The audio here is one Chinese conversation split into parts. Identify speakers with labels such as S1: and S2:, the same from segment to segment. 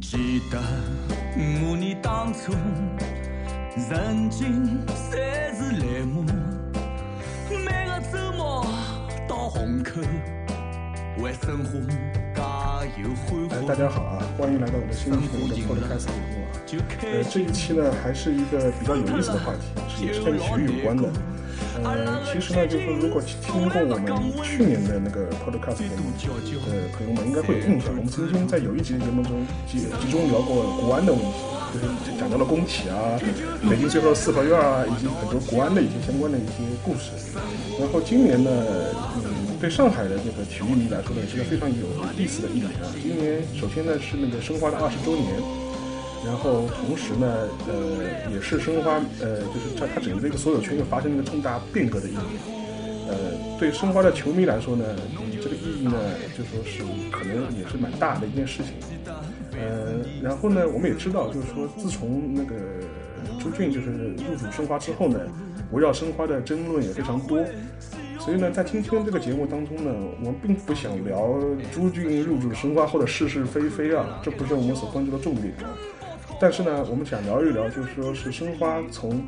S1: 记得我年当初曾经三次来马，每个周末到虹口，为生活加油欢
S2: 哎，
S1: 呼。
S2: 大家好啊，欢迎来到我们新一期的《脱离开始节目啊。
S1: 就开
S2: 呃，这一期呢，还是一个比较有意思的话题，是也是跟体育有关的。呃，其实呢，就是说如果听过我们去年的那个 podcast 节目
S1: 叫叫
S2: 的朋友们，应该会有印象。我们曾经在有一集节目中集集中聊过国安的问题，就是讲到了工体啊、北京最后四合院啊，以及很多国安的一些相关的一些故事。然后今年呢，嗯，对上海的那个体育迷来说呢，也是个非常有意思的一年啊。今年首先呢是那个申花的二十周年。然后同时呢，呃，也是申花，呃，就是它它整个这个所有权又发生了一个重大变革的一年。呃，对申花的球迷来说呢，嗯这个意义呢，就说是可能也是蛮大的一件事情。呃，然后呢，我们也知道，就是说，自从那个朱俊就是入主申花之后呢，围绕申花的争论也非常多。所以呢，在今天这个节目当中呢，我们并不想聊朱俊入主申花后的是是非非啊，这不是我们所关注的重点。啊但是呢，我们想聊一聊，就是说是申花从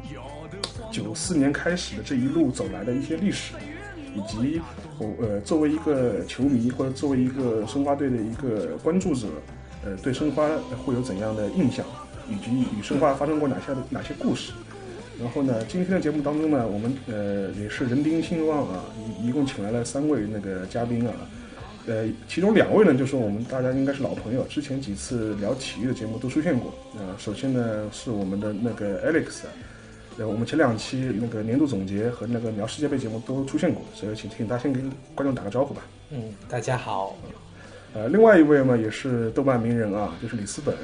S2: 九四年开始的这一路走来的一些历史，以及我呃作为一个球迷或者作为一个申花队的一个关注者，呃对申花会有怎样的印象，以及与申花发生过哪些哪些故事。然后呢，今天的节目当中呢，我们呃也是人丁兴旺啊，一一共请来了三位那个嘉宾啊，呃，其中两位呢，就是我们大家应该是老朋友，之前几次聊体育的节目都出现过。呃，首先呢是我们的那个 Alex，呃，我们前两期那个年度总结和那个聊世界杯节目都出现过，所以请请大家先跟观众打个招呼吧。
S3: 嗯，大家好，
S2: 呃，另外一位嘛也是豆瓣名人啊，就是李思本，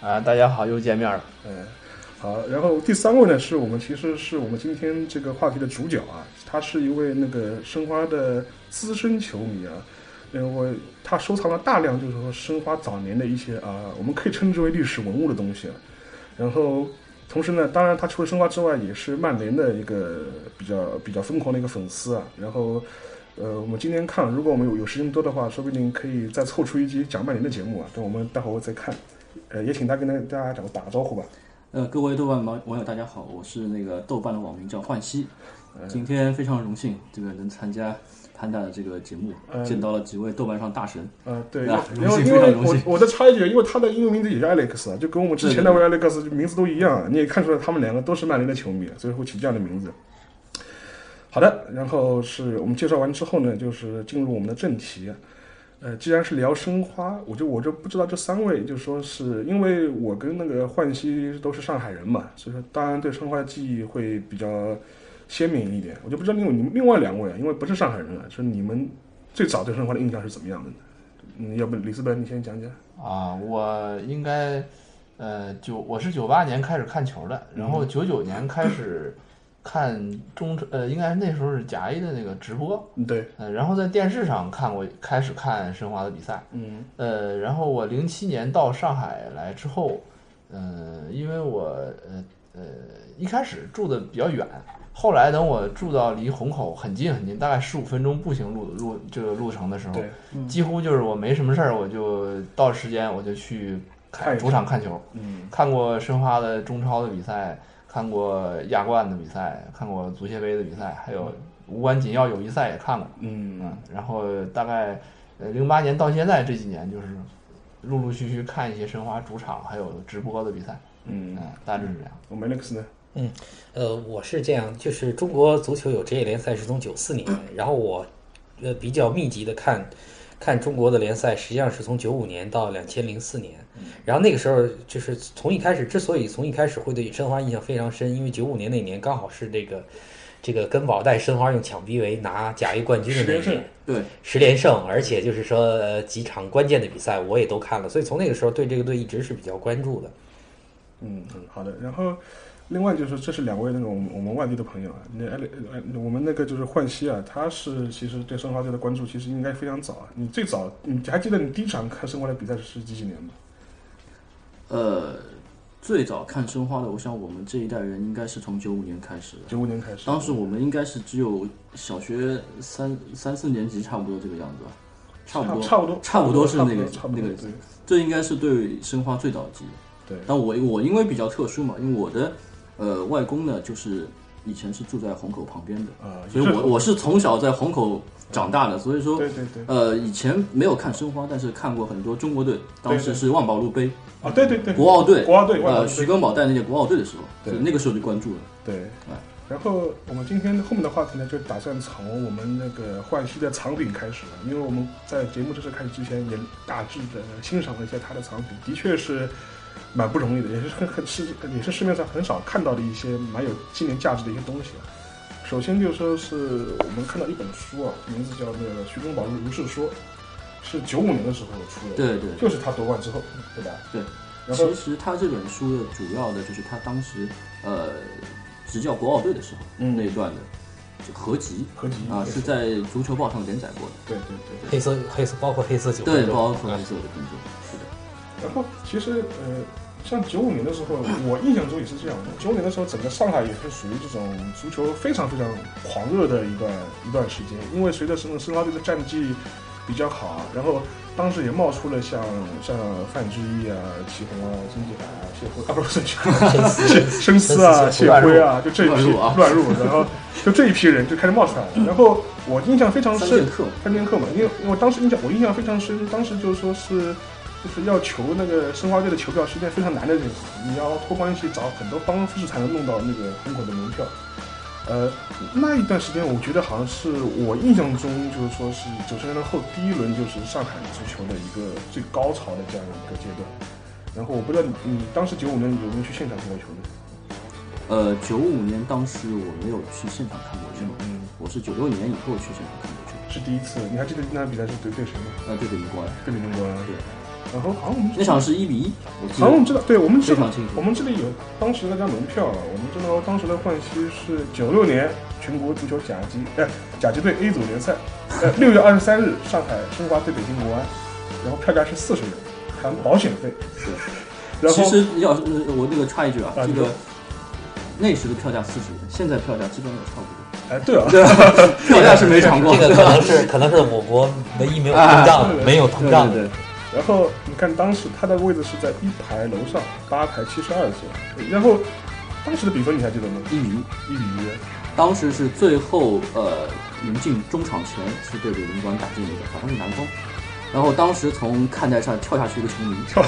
S4: 啊，大家好，又见面了。
S2: 嗯，好，然后第三位呢，是我们其实是我们今天这个话题的主角啊，他是一位那个申花的资深球迷啊，呃，我他收藏了大量就是说申花早年的一些啊，我们可以称之为历史文物的东西啊，然后。同时呢，当然他除了申花之外，也是曼联的一个比较比较疯狂的一个粉丝啊。然后，呃，我们今天看，如果我们有有时间多的话，说不定可以再凑出一集讲曼联的节目啊。等我们待会儿再看，呃，也请他跟大大家打个打个招呼吧。
S5: 呃，各位豆瓣网网友，大家好，我是那个豆瓣的网名叫幻西，今天非常荣幸这个能参加潘大的这个节目，见到了几位豆瓣上大神。
S2: 呃，对，
S5: 啊
S2: 因为
S5: 荣幸
S2: 因
S5: 非常
S2: 为
S5: 荣
S2: 我
S5: 幸
S2: 我再插一句，因为他的英文名字也叫 Alex 啊，就跟我们之前那位 Alex 名字都一样，啊你也看出来他们两个都是曼联的球迷，所以会起这样的名字。好的，然后是我们介绍完之后呢，就是进入我们的正题。呃，既然是聊申花，我就我就不知道这三位，就说是因为我跟那个焕熙都是上海人嘛，所以说当然对申花的记忆会比较鲜明一点。我就不知道你们你们另外两位，因为不是上海人啊，说你们最早对申花的印象是怎么样的呢？嗯，要不李斯本你先讲讲。
S4: 啊，我应该，呃，九我是九八年开始看球的，然后九九年开始看中，呃，应该那时候是甲 A 的那个直播，
S2: 嗯，对，
S4: 呃，然后在电视上看过，开始看申花的比赛，
S2: 嗯，
S4: 呃，然后我零七年到上海来之后，呃，因为我呃呃一开始住的比较远，后来等我住到离虹口很近很近，大概十五分钟步行路路这个路程的时候
S2: 对，，
S4: 几乎就是我没什么事儿，我就到时间我就去
S2: 看
S4: 看
S2: 一
S4: 主场看球，
S2: 嗯，
S4: 看过申花的中超的比赛，看过亚冠的比赛，看过足协杯的比赛，还有无关紧要友谊赛也看过，
S2: 嗯
S4: 嗯，然后大概呃零八年到现在这几年就是陆陆续续看一些申花主场还有直播的比赛，
S2: 嗯
S4: 嗯，，大致是 这样。
S2: 我们 Alex 呢？
S3: 呃，我是这样，就是中国足球有职业联赛是从九四年，然后我呃比较密集的看，看中国的联赛，实际上是从九五年到两千零四年，
S5: 嗯
S3: 然后那个时候就是从一开始，之所以从一开始会对申花印象非常深，因为九五年那年刚好是这个这个根宝带申花用抢逼为拿甲 A 冠军的
S2: 十
S3: 那
S2: 连
S3: 一
S2: 胜
S3: 年。
S5: 对，
S3: 十连胜，而且就是说呃几场关键的比赛我也都看了，所以从那个时候对这个队一直是比较关注的。
S2: 嗯，好的。然后，另外就是这是两位那个我们我们外地的朋友啊，那 Ale- 呃我们那个就是焕熙啊，他是其实对申花队的关注其实应该非常早啊。你最早，你还记得你第一场看申花的比赛是几几年吗？
S5: 呃，最早看申花的，我想我们这一代人应该是从九五年开始的。
S2: 九五年开始。
S5: 当时我们应该是只有小学三三四年级差不多这个样子吧，差不多，
S2: 差不多，
S5: 差不多是那个
S2: 差不多
S5: 那个
S2: 对
S5: 这应该是对申花最早的记忆。
S2: 对，
S5: 但我我因为比较特殊嘛，因为我的呃外公呢，就是以前是住在虹口旁边 的，
S2: 啊，
S5: 所以我我是从小在虹口长大的，所以说
S2: 对对对
S5: 呃以前没有看申花，但是看过很多中国队，当
S2: 对
S5: 时
S2: 对
S5: 是万宝路杯、
S2: 啊，对对对，
S5: 国奥队、
S2: 国奥队，
S5: 呃徐
S2: 徐
S5: 根宝带那届国奥队的时候，
S2: 对
S5: 所以那个时候就关注了。
S2: 对
S5: 哎。
S2: 然后我们今天后面的话题呢，就打算从我们那个换西的藏品开始了，因为我们在节目正式开始之前也大致的呃欣赏了一下他的藏品，的确是蛮不容易的，也是很很是也是市面上很少看到的一些蛮有纪念价值的一些东西啊。首先就说是我们看到一本书啊，名字叫那个《徐根宝如是说》，是九五年的时候出的，
S5: 对对
S2: 就是他夺冠之后，对吧？
S5: 对，
S2: 然后
S5: 其实他这本书的主要的就是他当时呃执教国奥队的时候、
S2: 嗯
S5: 那一段的就合集
S2: 合集
S5: 啊，是在足球报上连载过的。
S2: 对对对。
S3: 黑色黑色包括黑色九分
S5: 对，
S3: 钟
S5: 包括黑色的分钟，是的，
S2: 然后其实呃，像九五年的时候，
S5: 嗯
S2: 我印象中也是这样的。九五年的时候，整个上海也是属于这种足球非常非常狂热的一段一段时间，因为随着申申花队的战绩比较好啊，然后当时也冒出了像像范志毅啊、祁宏啊、金济达啊、谢辉啊，不是谢辉
S3: 深思
S2: 谢深思啊、
S3: 深思
S2: 谢
S3: 谢辉
S2: 辉啊，就这一
S5: 乱
S2: 批
S5: 入啊
S2: 乱入，然后就这一批人就开始冒出来了。然后我印象非常
S5: 三
S2: 深
S5: 剑，客嘛，
S2: 三剑客嘛，因为因为我当时印象我印象非常深，当时就是说是就是要求那个申花队的球票是一件非常难的事情，你要托关系找很多方式才能弄到那个虹口的门票。呃，那一段时间，我觉得好像是我印象中就是说是九十年代后第一轮就是上海足球的一个最高潮的这样一个阶段。然后我不知道你你当时九五年有没有去现场看过球呢？
S5: 呃，九五年当时我没有去现场看过球，
S2: 嗯，
S5: 我是九六年以后去现场看过球，
S2: 是第一次，你还记得那场比赛是对对谁吗？
S5: 呃，对对，国安，
S2: 对中国啊。
S5: 对，
S2: 然后好像我们
S5: 那场是一比一，我记
S2: 好像我们
S5: 得，
S2: 知道，对我们这
S5: 非
S2: 个
S5: 常清楚
S2: 我们这里有当时那张门票啊，我们知道当时的换西是九六年全国足球甲级哎甲级队 A 组联赛，呃 六月二十三日上海申花对北京国安，然后票价是四十元，含保险费，
S5: 对，
S2: 然后
S5: 其实要是呃我这个插一句啊，
S2: 啊
S5: 这
S2: 你说
S5: 个那时的票价四十元，现在票价基本上也 差不
S2: 哎 对啊，
S5: 多，票价是 没涨过，
S3: 这个可能是可能是我国唯一没有通
S2: 啊
S3: 胀没有通
S5: 对
S3: 胀
S5: 对对，
S2: 然后你看当时他的位置是在一排楼上八排七十二间，然后当时的比分你还记得吗？
S5: 一比一，
S2: 一比一，
S5: 当时是最后呃临近中场前是对着林管打进了一个，好像是南方。然后当时从看台上跳下去一个球迷，
S2: 跳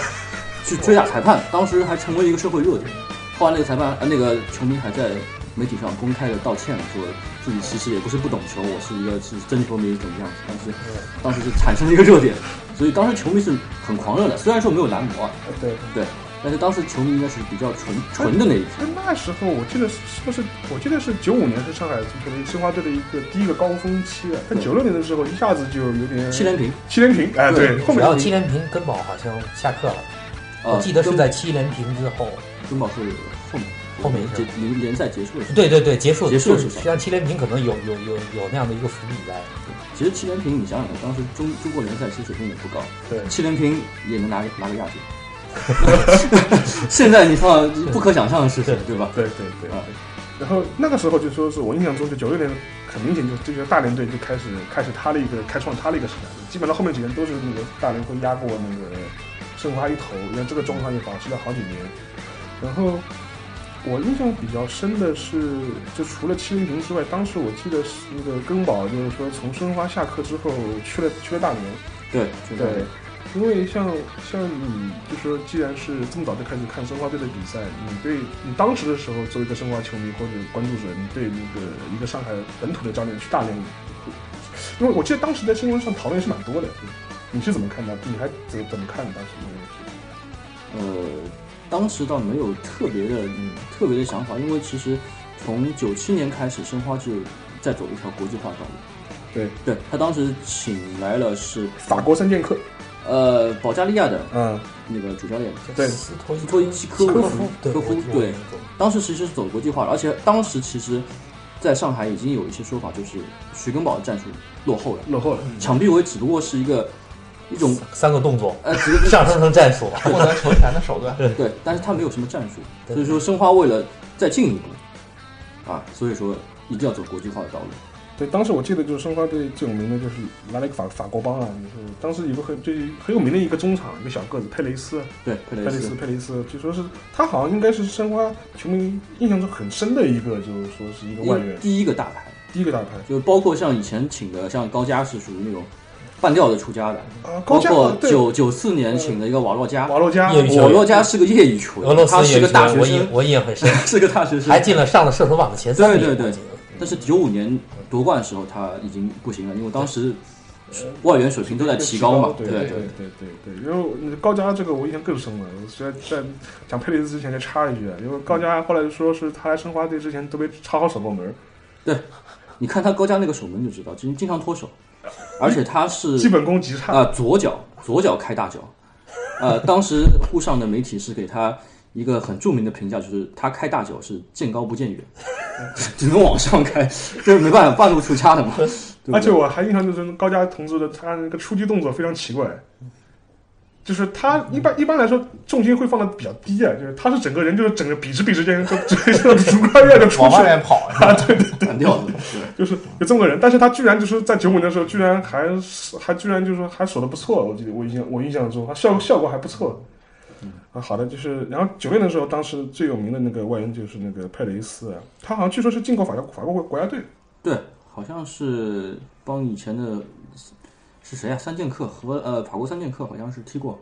S5: 去追打裁判，当时还成为一个社会热点。后来那个裁判，呃，那个球迷还在媒体上公开的道歉，说自己其实也不是不懂球，我是一个是真球迷怎么样。当时
S3: 嗯
S5: 当时是产生了一个热点，所以当时球迷是很狂热的。虽然说没有南模啊，
S2: 哎 对。
S5: 对，但是当时球迷应该是比较纯纯的那一批。
S2: 那那时候我记得是是不是？我记得是九五年是上海足球的申花队的一个第一个高峰期啊。但
S5: 对
S2: 九六年的时候一下子就有点
S5: 七连平，
S2: 七连平，哎，
S5: 对
S2: 对，后
S3: 主
S2: 面
S3: 要七连平根宝好像下课了，
S5: 呃，
S3: 我记得是
S5: 跟
S3: 在七连平之后，
S5: 中保是后面
S3: 后面是
S5: 结联联赛结束的时候，
S3: 对对对，结束
S5: 结束
S3: 就
S5: 的
S3: 是
S5: 时
S3: 实
S5: 候
S3: 际上七连平可能有有有有那样的一个伏笔在。
S5: 其实七连平，你想想看，当时中中国联赛其实水平也不高，
S2: 对
S5: 七连平也能拿个拿个 亚军。现在你看，不可想象的事情，对吧？
S2: 对对对
S5: 啊。
S2: 然后那个时候就说是我印象中，就九六年很明显就这个大连队就开始开始他的一个开创他的一个时代，基本上后面几年都是那个大连会压过那个申花一头，然后这个状况也保持了好几年。然后我印象比较深的是，就除了七零零之外，当时我记得是呃那个根宝就是说从申花下课之后去了去了大连，
S5: 对，就这样
S2: 对，因为像像你就说，既然是这么早就开始看申花队的比赛，你对你当时的时候作为一个申花球迷或者关注者，你对那个一个上海本土的教练去大连，因为我记得当时在新闻上讨论也是蛮多的，你是怎么看的？你还怎怎么看当时那个问题？
S5: 呃，当时倒没有特别的、嗯特别的想法，因为其实从九七年开始，申花就在走一条国际化道路。
S2: 对，
S5: 对他当时请来了是
S2: 法国三剑客，
S5: 呃保加利亚的
S2: 嗯，
S5: 那个主教练，
S2: 对
S3: 斯托伊
S5: 托伊基科
S3: 科
S5: 夫
S3: 夫，
S5: 科夫对
S3: 对，
S5: 当时其实是走国际化了，而且当时其实在上海已经有一些说法，就是徐根宝的战术落后了，
S2: 落后了，
S5: 抢臂围只不过是一个一种
S3: 三个动作，
S5: 呃几个
S3: 上升成战 术，
S4: 获得球权的 手段。
S5: 对，但是他没有什么战术，
S3: 对
S5: 所以说申花为了再进一步啊，所以说一定要走国际化的道路。
S2: 对，当时我记得就是申花队最有名的就是来了一个法法国帮啊，就是当时有个很就是很有名的一个中场，一个小个子佩雷斯，啊
S5: 对，佩
S2: 佩
S5: 雷
S2: 雷斯
S5: 斯，
S2: 佩雷斯，就说是他好像应该是申花球迷印象中很深的一个，就是说是一个
S5: 因
S2: 外
S5: 为
S2: 援，
S5: 第一个大牌，
S2: 第一个大牌
S5: 就是包括像以前请的，像高佳是属于那种半吊子出家的，
S2: 啊，
S5: 包
S2: 高价
S5: 括
S2: 对
S5: 九九四年请的一个瓦洛加，
S2: 瓦洛加，
S3: 业余球员
S5: 瓦洛加是个业余球
S3: 俄
S5: 员，
S3: 罗斯
S5: 他
S3: 也
S5: 是个大学
S3: 我印
S5: 生，
S3: 我印象很深，
S5: 是个大学生
S3: 还，进了上了射手榜的前三名。
S5: 对对
S3: 我
S5: 对
S3: 记得
S5: 但是九五年夺冠的时候他已经不行了，因为当时外援水平都在提高嘛，
S2: 对
S5: 对
S2: 对对对对。因为我高加这个我印象更深了，我虽然在讲佩雷斯之前再插一句，因为高加后来说是他来申花队之前都被插好手过门，
S5: 你看他高加那个守门就知道，经经常脱手，而且他是
S2: 基本功极差。
S5: 啊，左脚左脚开大脚，呃，当时沪上的媒体是给他一个很著名的评价，就是他开大脚是见高不见远， 只能往上开，这没办法，半路出家的嘛。对不对
S2: 而且我还印象就是高佳同志的他那个出击动作非常奇怪，就是
S5: 嗯
S2: 他一般一般来说重心会放的比较低啊，就是他是整个人就是整个笔直笔直间就直接就竹竿一样就出
S4: 往
S2: 去
S4: 外
S2: 了，
S4: 面跑是吧？
S5: 弹掉的，
S2: 就
S5: 对。
S2: 是有这么个人，但是他居然就是在九五年的时候居然还还居然就是说还守的不错，我记得我印象我印象中他
S5: 嗯
S2: 效效果还不错。啊，好的，就是然后九六年的时候，当时最有名的那个外援就是那个佩雷斯啊，他好像据说是进过法国法国国国家队，
S5: 对，好像是帮以前的是谁啊？三剑客和呃法国三剑客好像是踢过，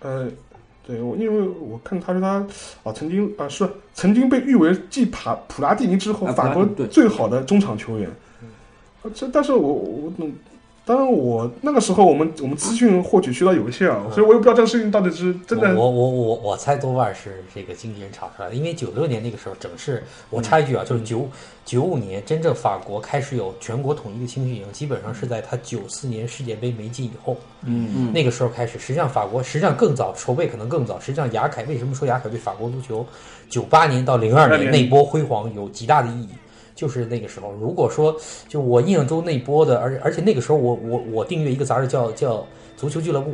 S2: 呃，对我，因为我看他说他啊，曾经啊是曾经被誉为继帕普拉蒂尼之后
S5: 啊普拉
S2: 法国
S5: 蒂尼对
S2: 最好的中场球员。啊这但是我我嗯当然我那个时候我们我们资讯获取渠道有限啊，
S5: 嗯
S2: 所以我也不知道这个事情到底是真的。
S3: 我我我我我猜多半是这个经纪人炒出来的，因为九六年那个时候整是，我插一句啊，就是九九五年真正法国开始有全国统一的青训营，基本上是在他九四年世界杯没进以后，
S5: 嗯
S3: 那个时候开始。实际上法国实际上更早筹备可能更早，实际上雅凯为什么说雅凯对法国足球九八年到零二
S2: 年
S3: 年那波辉煌有极大的意义？就是那个时候，如果说就我印象中那波的，而而且那个时候我我我订阅一个杂志叫叫《足球俱乐部》，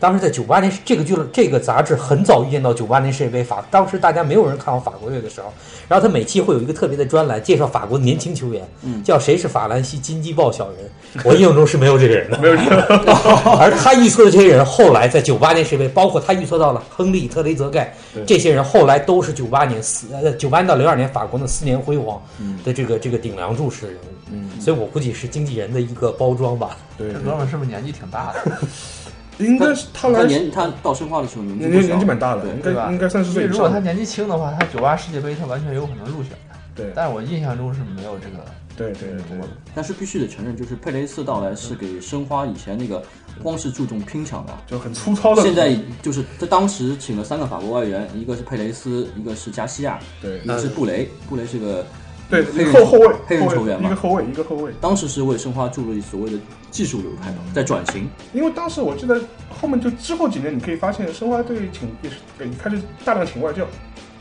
S3: 当时在九八年，这个俱乐这个杂志很早预见到九八年世界杯法，当时大家没有人看好法国队的时候，然后他每期会有一个特别的专栏介绍法国年轻球员，叫谁是法兰西金鸡豹小人。我印象中是没有这个人的，没有这个。而他预测的这些人，后来在九八年世界杯，包括他预测到了亨利、特雷泽盖这些人，后来都是九八年四呃九八到零二年法国的四年辉煌的这个这个顶梁柱式人物。所以我估计是经纪人的一个包装吧。
S2: 对
S4: 这，哥们儿是不是年纪挺大的？
S2: 应该是他
S5: 他
S2: 来
S5: 年他到申花的时候年纪
S2: 年
S5: 不
S2: 年
S5: 小
S2: 年纪蛮大的，
S5: 对
S2: 应
S4: 对吧
S2: 该应该三十
S4: 因为
S2: 岁以
S4: 如果
S2: 上
S4: 他。年纪轻的话，他九八世界杯他完全有可能入选的。
S2: 对
S4: 但是我印象中是没有这个。
S2: 对对对，
S5: 但是必须得承认，就是佩雷斯到来是给申花以前那个光是注重拼抢的，
S2: 就很粗糙的。
S5: 现在就是他当时请了三个法国外援，一个是佩雷斯，一个是加西亚，
S2: 对
S5: 一个是布雷，布雷是个
S2: 对
S5: 黑人
S2: 后后卫
S5: 黑人
S2: 后
S5: 球
S2: 卫
S5: 员
S2: 一个
S5: 嘛，
S2: 后卫一个后卫，
S5: 当时是为申花注入所谓的技术流派嘛，在转型，
S2: 因为当时我记得后面就之后几年，你可以发现申花队请也是也开始大量请外教，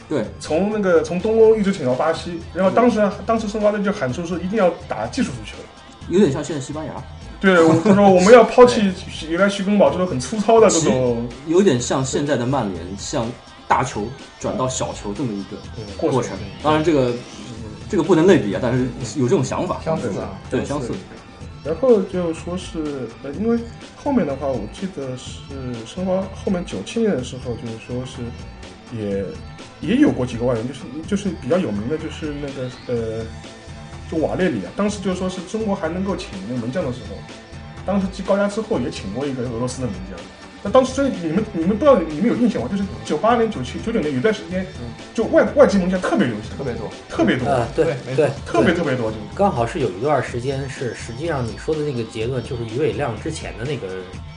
S5: 对，
S2: 从那个从东欧一直请到巴西，然后当时当时申花队就喊出是一定要打技术足球。
S5: 有点像现在西班牙，
S2: 对，我他说我们要抛弃原来徐根宝这种很粗糙的这种
S5: 有点像现在的曼联，像大球转到小球这么一个
S2: 过
S5: 嗯过
S2: 程
S5: 程。。当然这个这个不能类比啊，但是有这种想法，
S4: 相似啊
S5: 对，相似。
S2: 然后就说是呃，因为后面的话，我记得是申花后面九七年的时候，就是说是也也有过几个外援，就是就是比较有名的，就是那个呃，就瓦列里啊，当时就说是中国还能够请那个门将的时候，当时继高压之后也请过一个俄罗斯的门将。那当时这你们你们不知道你们有印象吗？就是九八年、九七、九九年有段时间，就外外籍门将特别流行，
S4: 特别多。
S2: 特别多，
S3: 啊，对
S4: 对没
S3: 对，
S2: 特别特别多，就
S3: 刚好是有一段时间是，实际上你说的那个阶段就是于伟亮之前的那个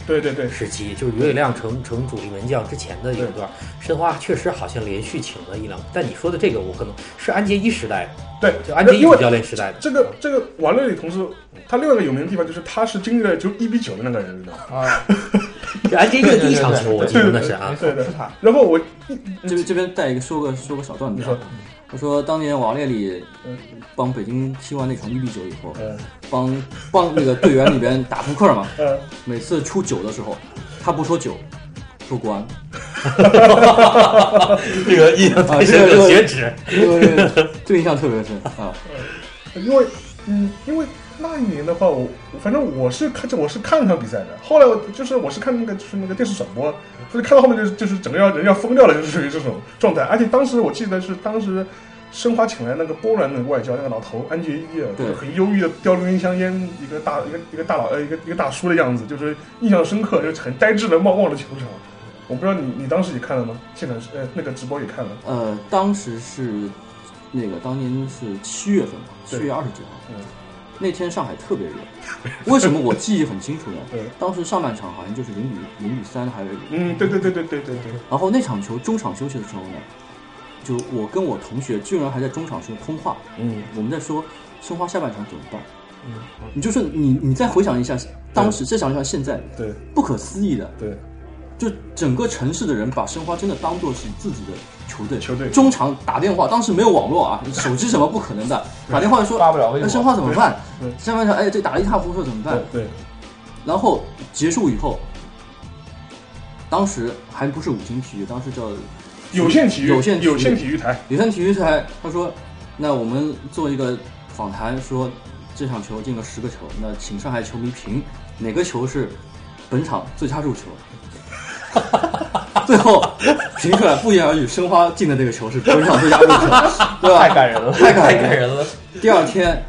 S2: 对对对，
S3: 时期，就是于伟亮成成主力门将之前的有一段。申花确实好像连续请了一两，但你说的这个我可能是安杰一时代的，
S2: 对，
S3: 就安杰一
S2: 因为
S3: 主教 练时代的。
S2: 这个这个瓦勒里同志，他另外一个有名的地方就是他是经历了就一比九的那个人，你知道吗？
S4: 啊，
S3: 这安杰一的第一场球，我记得那是
S4: 没
S3: 啊，
S4: 错，
S2: 对对
S4: 哦是他。
S2: 然后我
S5: 这边这边带一个说个说个小段
S2: 你
S5: 子
S2: 说
S5: 啊，，我说当年瓦列里
S2: 嗯
S5: 帮北京踢完那场一比九以后，
S4: 嗯
S2: 呃
S5: 帮帮那个队员里边打扑克嘛，
S2: 呃，
S5: 每次出九的时候，他不说九，说国安，
S3: 这个印象太深
S5: 啊这
S3: 了，
S5: 个
S3: 血脂。
S5: 这个这个印象特别深啊。
S2: 因为嗯，因为那一年的话，我我反正我是看着我是看那场比赛的，后来我就是我是看那个就是那个电视转播，就是看到后面就是就是整个要人要疯掉了，就是属于这种状态。而且当时我记得是当时。申花请来那个波兰那个外交那个老头安杰伊尔，
S5: 对
S2: 就是很忧郁的叼着根香烟，一个大一个一个大佬呃一个一个大叔的样子，就是印象深刻，就是很呆滞的望望着球场。我不知道你你当时也看了吗？现场呃那个直播也看了。
S5: 呃，当时是那个当年是七月份吧，七
S2: 对
S5: 月二十几号，
S2: 嗯，
S5: 那天上海特 别热。为什么我记忆很清楚呢？
S2: 对，
S5: 当时上半场好像就是零比零比三还是零，
S2: 嗯，对对对对对对对，
S5: 然后那场球中场休息的时候呢，就我跟我同学居然还在中场时候通话，
S3: 嗯，
S5: 我们在说申花下半场怎么办。
S2: 嗯
S5: 你就说你你再回想一下当时，再想一下现在，
S2: 对
S5: 不可思议的，
S2: 对，
S5: 就整个城市的人把申花真的当做是自己的球队，
S2: 球队
S5: 中场打电话，当时没有网络啊，手机什么不可 能的，打电话就说
S4: 发不了微博
S5: 哎申花怎么办
S2: 对对？
S5: 下半场哎，这打得一塌糊涂怎么办
S2: 对？对，
S5: 然后结束以后，当时还不是五星体育，当时叫
S2: 有线体育
S5: 有线
S2: 有线
S5: 育
S2: 体育台，
S5: 有线体育台，他说，那我们做一个访谈，说这场球进了十个球，那请上海球迷评哪个球是本场最佳入球。 最后评出来，不言而喻，申花进的那个球是本场最佳入球，对吧？
S4: 太感人了，
S5: 太感
S3: 太感
S5: 人
S3: 人
S5: 了。
S3: 了。
S5: 第二天，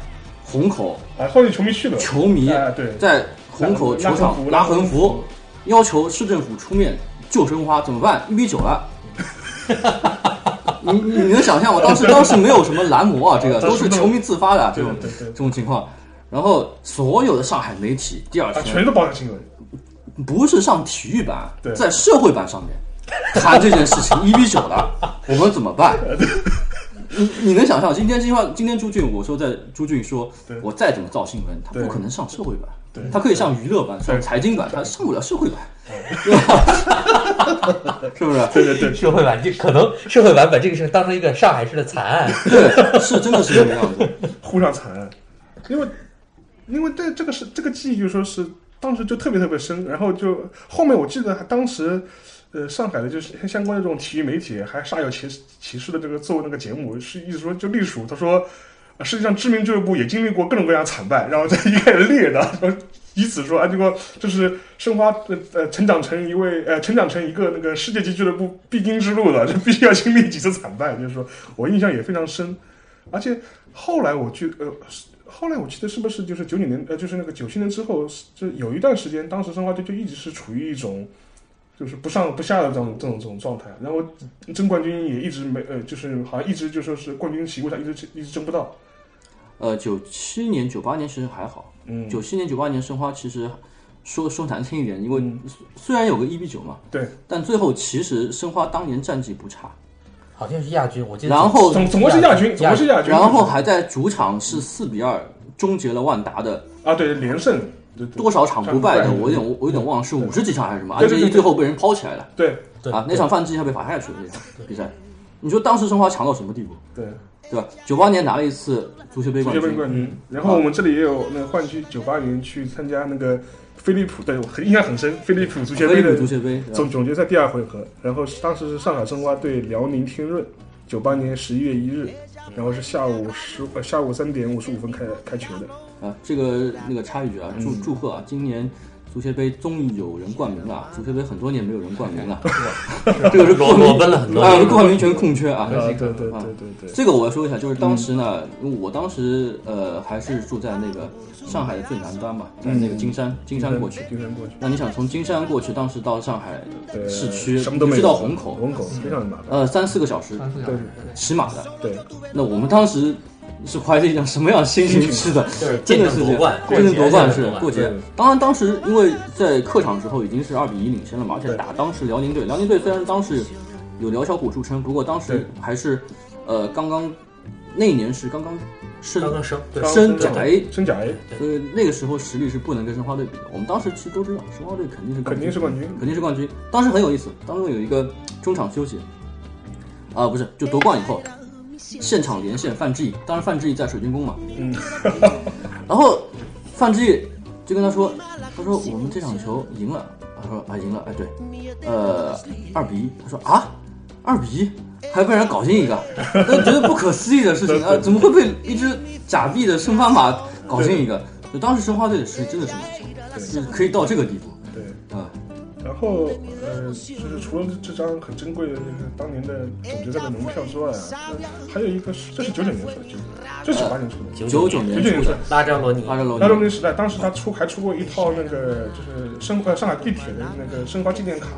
S5: 虹口
S2: 啊，后面球迷去了，
S5: 球迷
S2: 哎对
S5: 在虹口
S2: 拉
S5: 球
S2: 横
S5: 场
S2: 幅
S5: 拉
S2: 拉
S5: 横
S2: 横
S5: 幅
S2: 幅，
S5: 要求市政府出面救申花，怎么办？一比九 了。你你你能想象吗？当时当时没有什么蓝魔啊，这个
S2: 当
S5: 都
S2: 时
S5: 是
S2: 都
S5: 球迷自发的啊这种
S2: 对对对
S5: 这种情况。然后所有的上海媒体第
S2: 啊，
S5: 二
S2: 全
S5: 天
S2: 都报上新闻，
S5: 不是上体育版
S2: 对，
S5: 在社会版上面谈这件事情，一比九了，我们怎 么办？你你能想象今天今天今天朱俊，我说在朱俊说
S2: 对，
S5: 我再怎么造新闻，他不
S2: 对
S5: 可能上社会版
S2: 对，
S5: 他可以上娱乐版，上
S2: 对
S5: 财经版，他上不了社会 版，对吧？是不是？
S2: 对对对，
S3: 社会版就可能社会版把这个事儿当成一个上海市的惨案。
S5: 对，是真的是这个样子。
S2: 呼上惨案，因为因为这这个是这个记忆，就说是当时就特别特别深，然后就后面我记得当时。呃，上海的就是相关的这种体育媒体，还煞有其事其事的这个做那个节目，是一直说就隶属，他说，呃世界上知名俱乐部也经历过各种各样的惨败，然后再一开始列的，然后以此说啊，这个就是申花呃呃成长成一位呃成长成一个那个世界级俱乐部必经之路的，就必须要经历几次惨败，就是说我印象也非常深，而且后来我记呃，是后来我记得是不是就是九九年呃，就是那个九七年之后，是就有一段时间，当时申花队就一直是处于一种就是不上不下的这种这种这种状态，然后争冠军也一直没呃，就是好像一直就说是冠军席位上一直一直争不到，
S5: 呃，九七年、九八年其实还好，
S2: 嗯，
S5: 九七年、九八年申花其实说说难听一点，因为
S2: 嗯
S5: 虽然有个一比九嘛，
S2: 对，
S5: 但最后其实申花当年战绩不差，
S3: 好像是亚军，我记得。
S5: 然后
S2: 总总共是亚军，总共是亚军，
S5: 然后还在主场是四比二终结了万达的
S2: 啊对连胜，对对
S5: 多少场不败的，
S2: 上不败嗯
S5: 我有点我有点忘了是五十几场还是什么，安
S2: 对对
S5: 杰
S2: 对
S5: 伊
S2: 对
S5: 最后被人抛起来了
S2: 对
S3: 对
S5: 啊，那场范志毅还被罚下去了那场比赛，你说当时申花强到什么地步，
S2: 对，
S5: 对吧？九八年拿了一次足协杯
S2: 世
S5: 冠
S2: 界杯
S5: 军，
S2: 冠军。然后我们这里也有那个换去九八年去参加那个菲利普，对我很印象很深，菲利普足协
S5: 菲
S2: 杯
S5: 利普
S2: 的
S5: 足协杯，对吧
S2: 总总决赛第二回合，然后是当时是上海申花对辽宁天润，九八年十一月一日，然后是下午十呃下午三点五十五分开开球的，
S5: 啊，这个那个插一句啊，
S2: 嗯
S5: 祝祝贺啊，今年。足协杯终于有人冠名了啊，足协杯很多年没有人 冠名了，这个是
S3: 裸
S5: 冠名
S3: 裸奔了很多
S5: 啊，冠名权空缺啊，
S2: 啊对嗯对对对对，
S5: 这个我要说一下，就是当时呢，我当时呃还是住在那个上海的最南端吧，在那
S2: 嗯
S5: 个金山，金山过去。
S2: 金山过去，
S5: 那你想从金山过去，当时到上海
S2: 对，
S5: 市区，
S2: 什么都没有，
S5: 你去到虹口，
S2: 虹口非常麻烦，
S5: 呃，三四个小时
S4: 三四小
S2: 对
S4: 时，
S5: 骑马的。
S2: 对，
S5: 那我们当时是怀着一种什么样的心情去的？
S3: 就是
S5: 真的
S3: 见证
S5: 是
S3: 夺冠
S5: 见证夺冠
S3: 过节
S5: 是过节
S2: 对。
S5: 当然，当时因为在客场之后已经是二比一领先了嘛，而且打当时辽宁队，辽宁队虽然当时有辽小虎出称，不过当时还是呃刚刚那一年是刚刚升
S3: 刚刚升，对
S5: 刚升甲 A
S2: 升甲 A
S5: 所以那个时候实力是不能跟申花队比的。我们当时其实都知道，申花队肯定是
S2: 肯
S5: 冠军
S2: 定是冠军，
S5: 肯定是冠军。当时很有意思，当中有一个中场休息，啊、不是，就夺冠以后，现场连线范志毅，当时范志毅在水晶宫嘛，
S2: 嗯，
S5: 然后范志毅就跟他说，他说我们这场球赢了啊，他说啊赢了，哎对，呃二比一，他说啊二比一，还被人搞进一个，那觉得不可思议的事情啊，怎么会被一支假币的申花马搞进一个？就当时申花队的实力真的是蛮强的，就是可以到这个地步
S2: 对。
S5: 啊。
S2: 然后呃，就是除了这张很珍贵的就是当年的总决赛的门票之外啊，那还有一个是这是九九年出的，九这是九八年出的，
S5: 九
S3: 九
S5: 九
S2: 九
S5: 年
S2: 九年
S5: 出
S2: 出
S5: 的
S2: 的。
S3: 拉张罗尼，
S5: 阿扎罗
S2: 拉
S5: 尼
S2: 隆，那时代，当时他出还出过一套那个就是申呃上海地铁的那个申花纪念卡，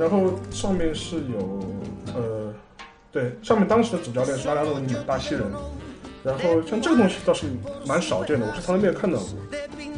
S2: 然后上面是有呃，对，上面当时的主教练是拉拉隆尼，巴西人。然后像这个东西倒是蛮少见的，我是从来没有看到过。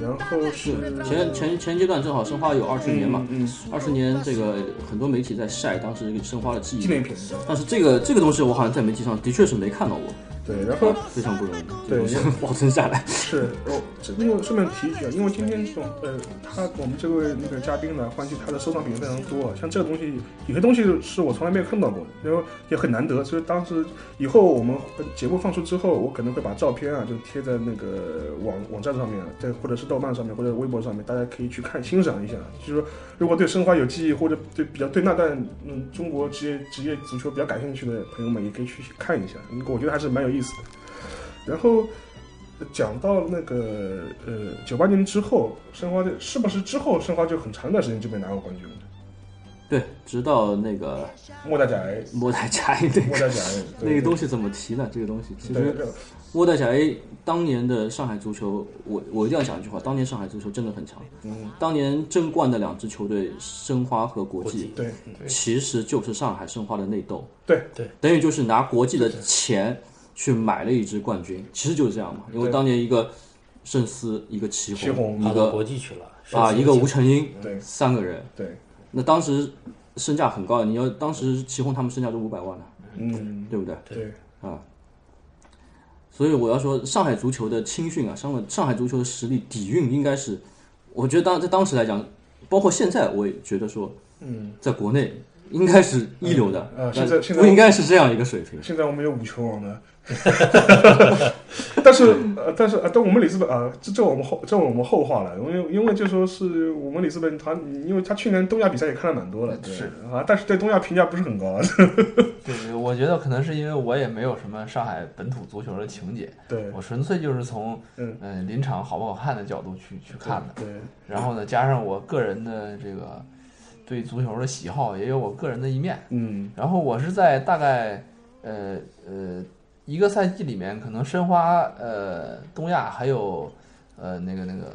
S2: 然后是
S5: 是前前前阶段正好申花有二十年嘛，
S2: 嗯，
S5: 二十年这个很多媒体在晒当时这个申花的记
S2: 纪
S5: 忆，
S2: 念品，
S5: 但是这个这个东西我好像在媒体上的确是没看到过，
S2: 对，然后
S5: 非常不容易，
S2: 对
S5: 这个东西 保存下来。
S2: 是，我这因为顺便提一句啊，因为今天这种呃，他我们这位那个嘉宾呢，欢聚他的收藏品非常多，啊，像这个东西，有些东西是我从来没有看到过的，然后也很难得，所以当时以后我们呃节目放出之后，我可能会把照片啊就贴在那个网网站上面，啊在或者是豆瓣上面或者微博上面，大家可以去看欣赏一下。就是说，如果对申花有记忆或者对比较对那段嗯中国职业职业足球比较感兴趣的朋友们，也可以去看一下，嗯我觉得还是蛮有意思的。然后。讲到那个呃，九八年之后，申花队是不是之后申花就很长一段时间就没拿过冠军了？
S5: 对，直到那个
S2: 莫代甲 A，
S5: 莫代甲 A 那
S2: 莫
S5: 个
S2: 代 甲 A，
S5: 那个东
S2: 西，
S5: 西怎么提呢？这个东西其
S2: 对
S5: 实莫代甲 A 当年的上海足球，我我一定要讲一句话，当年上海足球真的很强。
S2: 嗯，
S5: 当年争冠的两支球队申花和国际，
S2: 对
S5: 其实就是上海申花的内斗。
S2: 对
S5: 等于就是拿国际的钱去买了一支冠军，其实就是这样嘛。因为
S2: 对
S5: 当年一个圣思，一个祁
S2: 祁
S5: 宏，
S2: 宏
S5: 一
S3: 跑到
S5: 个
S3: 国际去了
S5: 啊，一个吴
S3: 无
S5: 成英，
S2: 对
S5: 三个人。
S2: 对，
S5: 那当时身价很高的，你要当时祁宏他们身价都五百万了，
S2: 嗯，
S5: 对不对？
S2: 对，
S5: 啊，所以我要说，上海足球的青训啊，上海上海足球的实力底蕴应该是，我觉得当在当时来讲，包括现在，我也觉得说，
S2: 嗯，
S5: 在国内应该是一流的，
S2: 嗯啊
S5: 那
S2: 现在现在
S5: 不应该是这样一个水平。
S2: 现在我们有五球王了， 但是呃，但是呃，但我们里斯本啊、这这我们后这我们后话了，因为因为就说是我们里斯本他，因为他去年东亚比赛也看了蛮多了，对
S4: 是
S2: 啊，但是对东亚评价不是很高，啊
S4: 对，我觉得可能是因为我也没有什么上海本土足球的情节，
S2: 对
S4: 我纯粹就是从
S2: 嗯
S4: 呃临场好不好看的角度去去看的。
S2: 对，
S4: 然后呢，加上我个人的这个对足球的喜好，也有我个人的一面。
S2: 嗯
S4: 然后我是在大概呃呃一个赛季里面，可能申花、呃东亚还有呃那个那个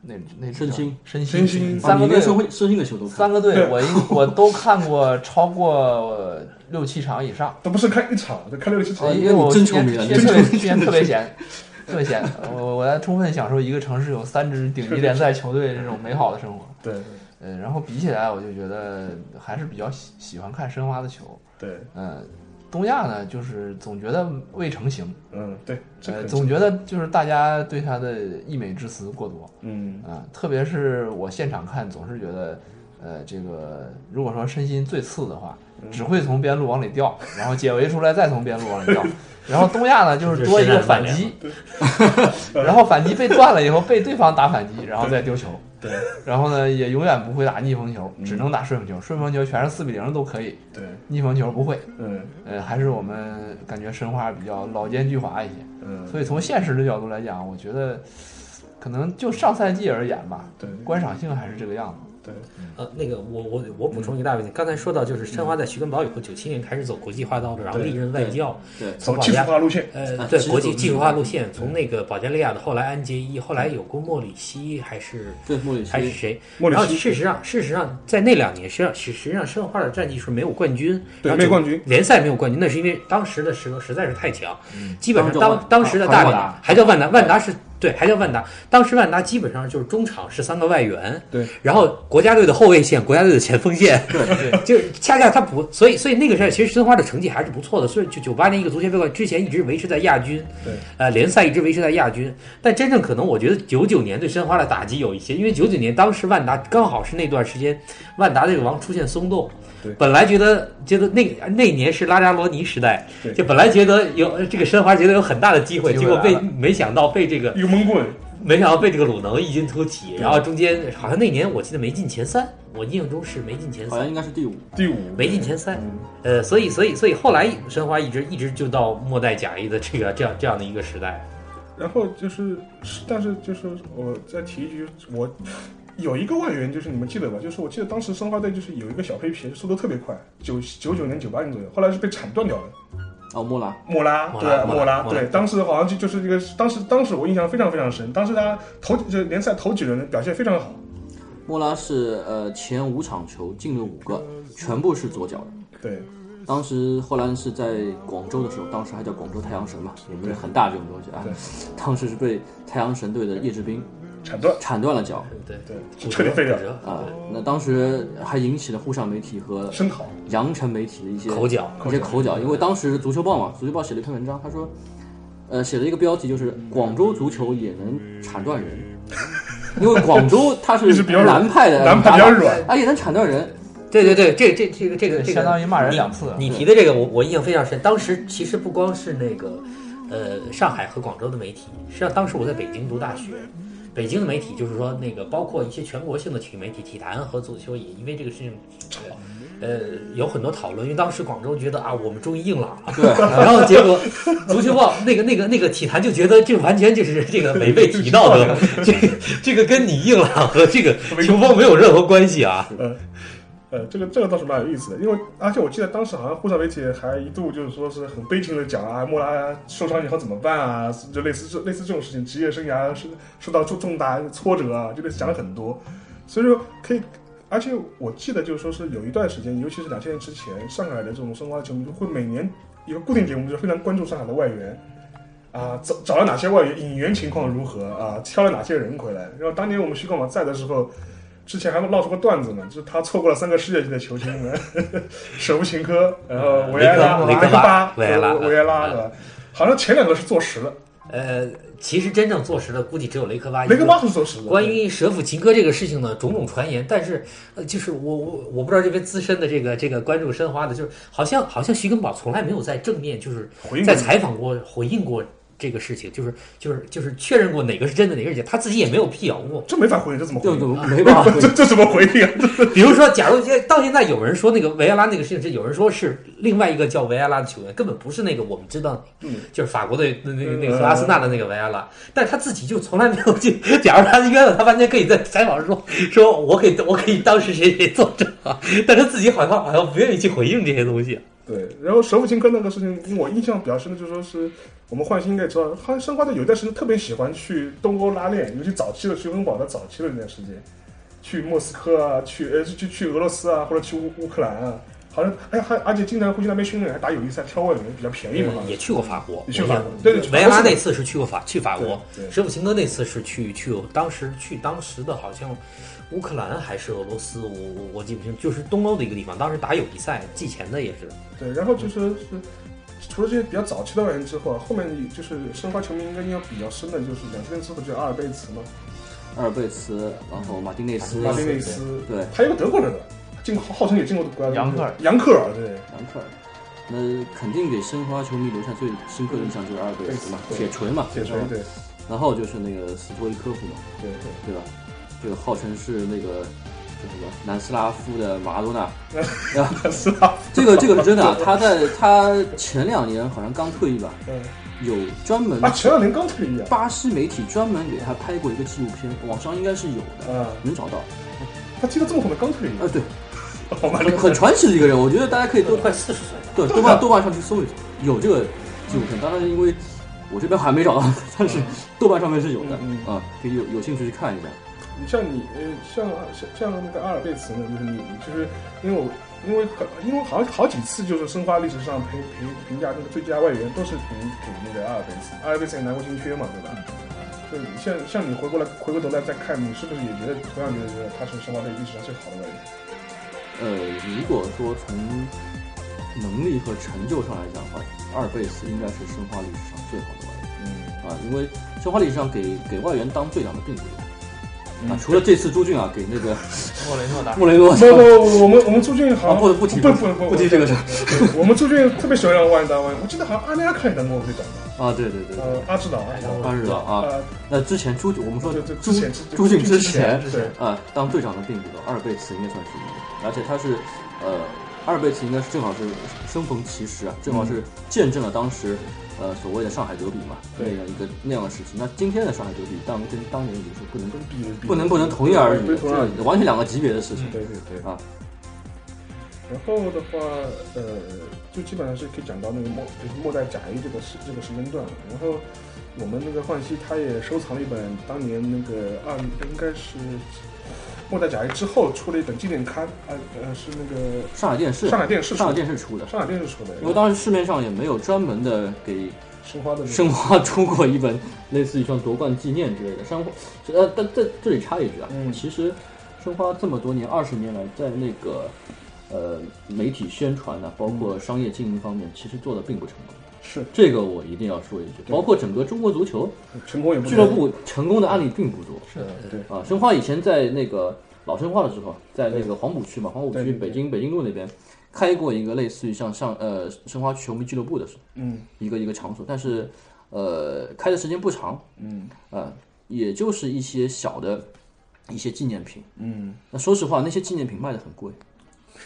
S4: 那那支
S5: 申
S4: 叫
S5: 鑫
S4: 申
S2: 申鑫
S4: 鑫
S5: 啊
S4: 嗯三
S5: 你
S4: 个
S5: 连
S4: 队
S5: 申辉申鑫的球都看
S4: 三
S5: 了，
S4: 个队，我 应我都看过超过呃六七场以上。
S2: 都不是看一场，都看六七场
S5: 哎，
S4: 因为我
S5: 哦真
S4: 之前
S5: 球迷啊
S4: 之前
S5: 真
S4: 特别之前特别闲，特别闲。我我在充分享受一个城市有三支顶级联赛球队这种美好的生活。
S2: 对
S4: 呃，然后比起来，我就觉得还是比较喜喜欢看申花的球。
S2: 对，
S4: 呃，东亚呢，就是总觉得未成型，
S2: 嗯对，这
S4: 呃，
S2: 个
S4: 总觉得就是大家对他的溢美之词过多
S2: 嗯
S4: 啊、特别是我现场看，总是觉得，呃，这个如果说身心最次的话，只会从边路往里掉，然后解围出来再从边路往里掉，然后东亚呢就是多一个反击，然后反击被断了以后被对方打反击，然后再丢球。
S2: 对
S4: 然后呢，也永远不会打逆风球，只能打顺风球。顺风球全是四比零都可以，
S2: 对，
S4: 逆风球不会。
S2: 嗯
S4: 呃，还是我们感觉申花比较老奸巨猾一些，
S2: 嗯，
S4: 所以从现实的角度来讲，我觉得可能就上赛季而言吧，
S2: 对
S4: 观赏性还是这个样子。
S2: 对
S3: 呃，那个我我我补充一个大背景，刚才说到就是申花在徐根宝以后，九七年开始走国际化道路，然后
S2: 对
S3: 历任外教，
S5: 对，
S2: 走技术化路线，
S3: 呃，
S5: 啊
S3: 对
S5: 其实
S3: 国
S5: 走
S3: 际
S5: 技
S3: 技
S5: 术
S3: 术
S5: 化
S3: 化路线，
S5: 嗯
S3: 从那个保加利亚的，后来安杰伊，后来有过莫里西还是
S5: 对莫里
S3: 还是
S5: 西，
S3: 谁？
S2: 莫里
S3: 然后
S2: 西
S3: 事实上，事实上在那两年，实际上实实际上申花的战绩是没有冠军，
S2: 对
S3: 然后
S2: 没
S3: 就
S2: 冠军
S3: 联赛没有冠军，那是因为当时的时候实在是太强，
S2: 嗯
S3: 基本上
S5: 当时叫
S3: 当
S5: 万
S3: 当时的大
S5: 还叫
S3: 比还叫万
S5: 万达
S3: 达，万达是对还叫万达，当时万达基本上就是中场十三个外援，
S2: 对，
S3: 然后国家队的后卫线，国家队的前锋线，
S5: 对对
S3: 就是恰恰他不，所以所以那个时候其实申花的成绩还是不错的，所以就九八年一个足协杯冠之前一直维持在亚军，
S2: 对，
S3: 呃联赛一直维持在亚军，但真正可能我觉得九九年对申花的打击有一些，因为九九年当时万达刚好是那段时间万达这个王出现松动
S2: 对。
S3: 本来觉得觉得那那年是拉扎罗尼时代
S2: 对，
S3: 就本来觉得有这个申花觉得有很大的机会，
S4: 机
S3: 结
S4: 会
S3: 果被
S4: 来了
S3: 没想到被这个
S2: 一个闷棍，
S3: 没想到被这个鲁能异军突起，然后中间好像那年我记得没进前三，我印象中是没进前
S5: 好像
S3: 三
S5: 应，该是第五。
S2: 第五嗯
S3: 没进前三。呃，所以所以所以后来申花一直一直就到末代甲 A 的这个这样这样的一个时代，
S2: 然后就是，是但是就是我再提一句，我有一个外援，就是你们记得吧？就是我记得当时申花队就是有一个小黑皮，速度特别快，九九九年、九八年左右，后来是被铲断掉了。
S5: 哦，莫拉，
S2: 莫拉，
S3: 莫拉
S2: 对，啊
S3: 莫拉
S2: 莫拉，
S3: 莫拉
S2: 对，当时好像就就是这个，当时当时我印象非常非常深，当时他头就是联赛头几轮表现非常好，
S5: 莫拉是呃前五场球进了五个，全部是左脚的。
S2: 对，
S5: 当时后来是在广州的时候，当时还叫广州太阳神嘛，有没有很大这种东西啊
S2: 对？
S5: 当时是被太阳神队的叶志斌
S2: 铲断，
S5: 铲断了脚
S3: 对
S2: 对，
S3: 骨
S2: 彻底
S3: 折
S2: 废掉
S3: 骨，折
S5: 啊、那当时还引起了沪上媒体和
S2: 声讨，
S5: 阳城媒体的一些
S3: 口角
S5: 一些口角，因为当时足球报嘛，足球报写了一篇文章，他说，呃，写了一个标题就是广州足球也能铲断人，因为广州 它
S2: 就是是比较软
S5: 南派的
S2: 南派比较软
S5: 啊也能铲断人，
S3: 对对对，这这这个这个
S4: 这
S3: 这个
S4: 相当于骂人两次啊
S3: 你你提的这个我我印象非常深，当时其实不光是那个，呃，上海和广州的媒体，实际上当时我在北京读大学，北京的媒体就是说那个包括一些全国性的体育媒体，体坛和足球也因为这个事情。呃，呃有很多讨论，因为当时广州觉得啊，我们终于硬朗了，对，然后结果足球报那个那个那个体坛就觉得这完全就是这个违背体育道德， 这个这个跟你硬朗和这个球风没有任何关系啊。
S2: 呃，呃，这个这个倒是蛮有意思的，因为而且我记得当时好像沪上媒体还一度就是说是很悲情的讲啊，莫拉受伤以后怎么办啊，就类似这类似这种事情，职业生涯是受到重重大挫折啊，这个讲了很多，所以说可以。而且我记得，就是说是有一段时间，尤其是两千年之前，上海的这种申花的球迷就会每年有个固定节目，就是非常关注上海的外援，啊，找找了哪些外援，引援情况如何啊，挑了哪些人回来。然后当年我们徐广宝在的时候，之前还闹出过段子呢，就是他错过了三个世界级的球星 们，舍布琴科，然后
S3: 呃
S2: 维埃拉、
S3: 维
S2: 埃
S3: 克拉啊
S2: 巴、维呃维埃拉，对吧？好像前两个是坐实了，
S3: 呃，其实真正坐实的估计只有雷科啊巴一个。
S2: 雷格巴是坐实的。
S3: 关于舍甫琴科这个事情呢，种种传言，但是呃，就是我我我不知道这边资深的这个这个关注申花的，就是好像好像徐根宝从来没有在正面就是
S2: 回应
S3: 在
S2: 过
S3: 采访过回应过这个事情，就是就是就是确认过哪个是真的，哪个是假，他自己也没有辟谣过。
S2: 这没法回应，这怎么回
S5: 这怎
S2: 应？
S5: 么没办法回
S2: 这这怎么回 应啊？
S3: 比如说，假如现在到现在有人说那个维埃拉那个事情是有人说是另外一个叫维埃拉的球员，根本不是那个我们知道，就是法国队那那那个和阿森纳的那个维埃拉，但是他自己就从来没有进。假如他是冤枉，他完全可以在采访上说说我给我可以当时谁谁作证啊，但他自己好像好像不愿意去回应这些东西。啊
S2: 对，然后舍甫琴科那个事情，我印象比较深的就是说是我们换新应该也知道，他申花队有一段时间特别喜欢去东欧拉练，尤其早期的徐根宝的早期的那段时间，去莫斯科啊，去呃去去俄罗斯啊，或者去乌乌克兰啊，好像哎还而且经常会去那边训练，还打友谊赛挑外援比较便宜
S5: 嗯
S2: 嘛，好像
S3: 也去过法国，
S2: 也去过法国
S3: 我想
S2: 对对
S3: 维埃拉那次是去过法去法国
S2: 对，对
S3: 舍甫琴科那次是去去当时去当时的好像乌克兰还是俄罗斯，我我我记不清，就是东欧的一个地方，当时打友谊赛，季前的也是。
S2: 对，然后就是是除了这些比较早期的外援之后啊，后面就是申花球迷应该印象比较深的就是两千年之后就是阿尔贝茨嘛，
S5: 阿尔贝茨，然后马丁内斯，
S2: 马丁内斯，
S5: 对，
S2: 还有个德国人啊，进号称也进过国家队
S4: 杨克尔
S2: 杨克尔对。
S5: 兰克尔。那肯定给申花球迷留下最深刻的印象就是阿尔贝斯嘛，
S2: 对
S5: 铁锤嘛，
S2: 铁锤
S5: 对吧
S2: 对
S5: 然后就是那个斯托伊科夫嘛，
S2: 对
S5: 对吧？就号称是那个叫什么南斯拉夫的马拉多纳，
S2: 对，是吧？
S5: 这个这个是真的啊。 他在他前两年好像刚退役吧，
S2: 嗯，
S5: 有专门
S2: 啊，前两年刚退役啊，
S5: 巴西媒体专门给他拍过一个纪录片，网上应该是有的，
S2: 啊，
S5: 能找到。
S2: 他踢得这么狠的刚退役，
S5: 啊， 对，
S2: 好吧，
S5: 很很传奇的一个人，我觉得大家可 以
S3: 都
S5: 多
S3: 快四十岁了，
S5: 对，豆瓣豆瓣上去搜一下，有这个纪录片。当然，因为我这边还没找 到，但是豆瓣上面是有的
S2: 嗯
S5: 啊，可以有有兴趣去看一下。
S2: 你像你，呃，像像像那个阿尔贝茨呢，就是你，你就是因为我，因为很，因为好好几次就是申花历史上评评评价那个最佳外援都是评评那个阿尔贝茨，阿尔贝茨也拿过金靴嘛，对吧？就你像像你回过来回过头来再看，你是不是也觉得同样觉得觉得他是申花队历史上最好的外援？
S5: 呃，如果说从能力和成就上来讲的话，阿尔贝斯应该是申花历史上最好的外援
S2: 嗯，
S5: 啊，因为申花历史上给给外援当队长的并不多，
S2: 嗯
S5: 啊，除了这次朱俊啊给那个
S4: 莫雷诺打
S5: 穆雷 诺
S2: 不不不，我们我们朱俊好
S5: 啊，
S2: 像
S5: 不不提
S2: 不不不
S5: 不提这个事
S2: 对我们朱俊特别喜欢让万达，我我记得好像阿内亚克也当过队长吧？
S5: 啊，对对对对，
S2: 呃，阿指导，阿指导，
S5: 当然知道啊。
S2: 呃，
S5: 那之前朱我们说
S2: 对对，
S5: 朱
S2: 之前
S5: 朱俊之前
S2: 之前
S5: 啊，当队长的并不多，阿尔贝茨应该算是一个，而且他是，呃，阿尔贝茨应该是正好是生逢其时啊，正好
S2: 嗯
S5: 是见证了当时，呃，所谓的上海德比嘛，那
S2: 对
S5: 样一个那样的事情。那今天的上海德比，当然跟当年已经是不能
S2: 对比比
S5: 不能不能同日而语
S2: 对
S5: 的，
S2: 同日而语嗯
S5: 这完全两个级别的事情
S2: 对对对
S5: 啊。
S2: 然后的话，呃，就基本上是可以讲到那个末就是末代甲 A 这个时这个时间段了。然后我们那个焕熙他也收藏了一本当年那个二应该是末代甲 A 之后出了一本纪念刊，呃呃是那个
S5: 上海电视，
S2: 上海电视
S5: 上海
S2: 出
S5: 电视出的，
S2: 上海电视出的，
S5: 因为当时市面上也没有专门的给
S2: 申花的那个
S5: 申花出过一本类似于像夺冠纪念之类的。申花，呃，但这这里插一句啊，
S2: 嗯
S5: 其实申花这么多年，二十年来，在那个呃媒体宣传呢、包括商业经营方面，其实做的并不成功。
S2: 是
S5: 这个我一定要说一句，包括整个中国足球
S2: 成功也不
S5: 俱乐
S2: 多
S5: 部成功的案例并不多。
S4: 是的，
S5: 啊，申花以前在那个老申花的时候，在那个黄浦区嘛，黄浦
S2: 对
S5: 区
S2: 对
S5: 北
S2: 对
S5: 京北京路那边开过一个类似于像上呃申花球迷俱乐部的
S2: 嗯
S5: 一个一个场所，但是呃开的时间不长，
S2: 嗯
S5: 啊，也就是一些小的一些纪念品。
S2: 嗯，
S5: 那说实话，那些纪念品卖的很贵，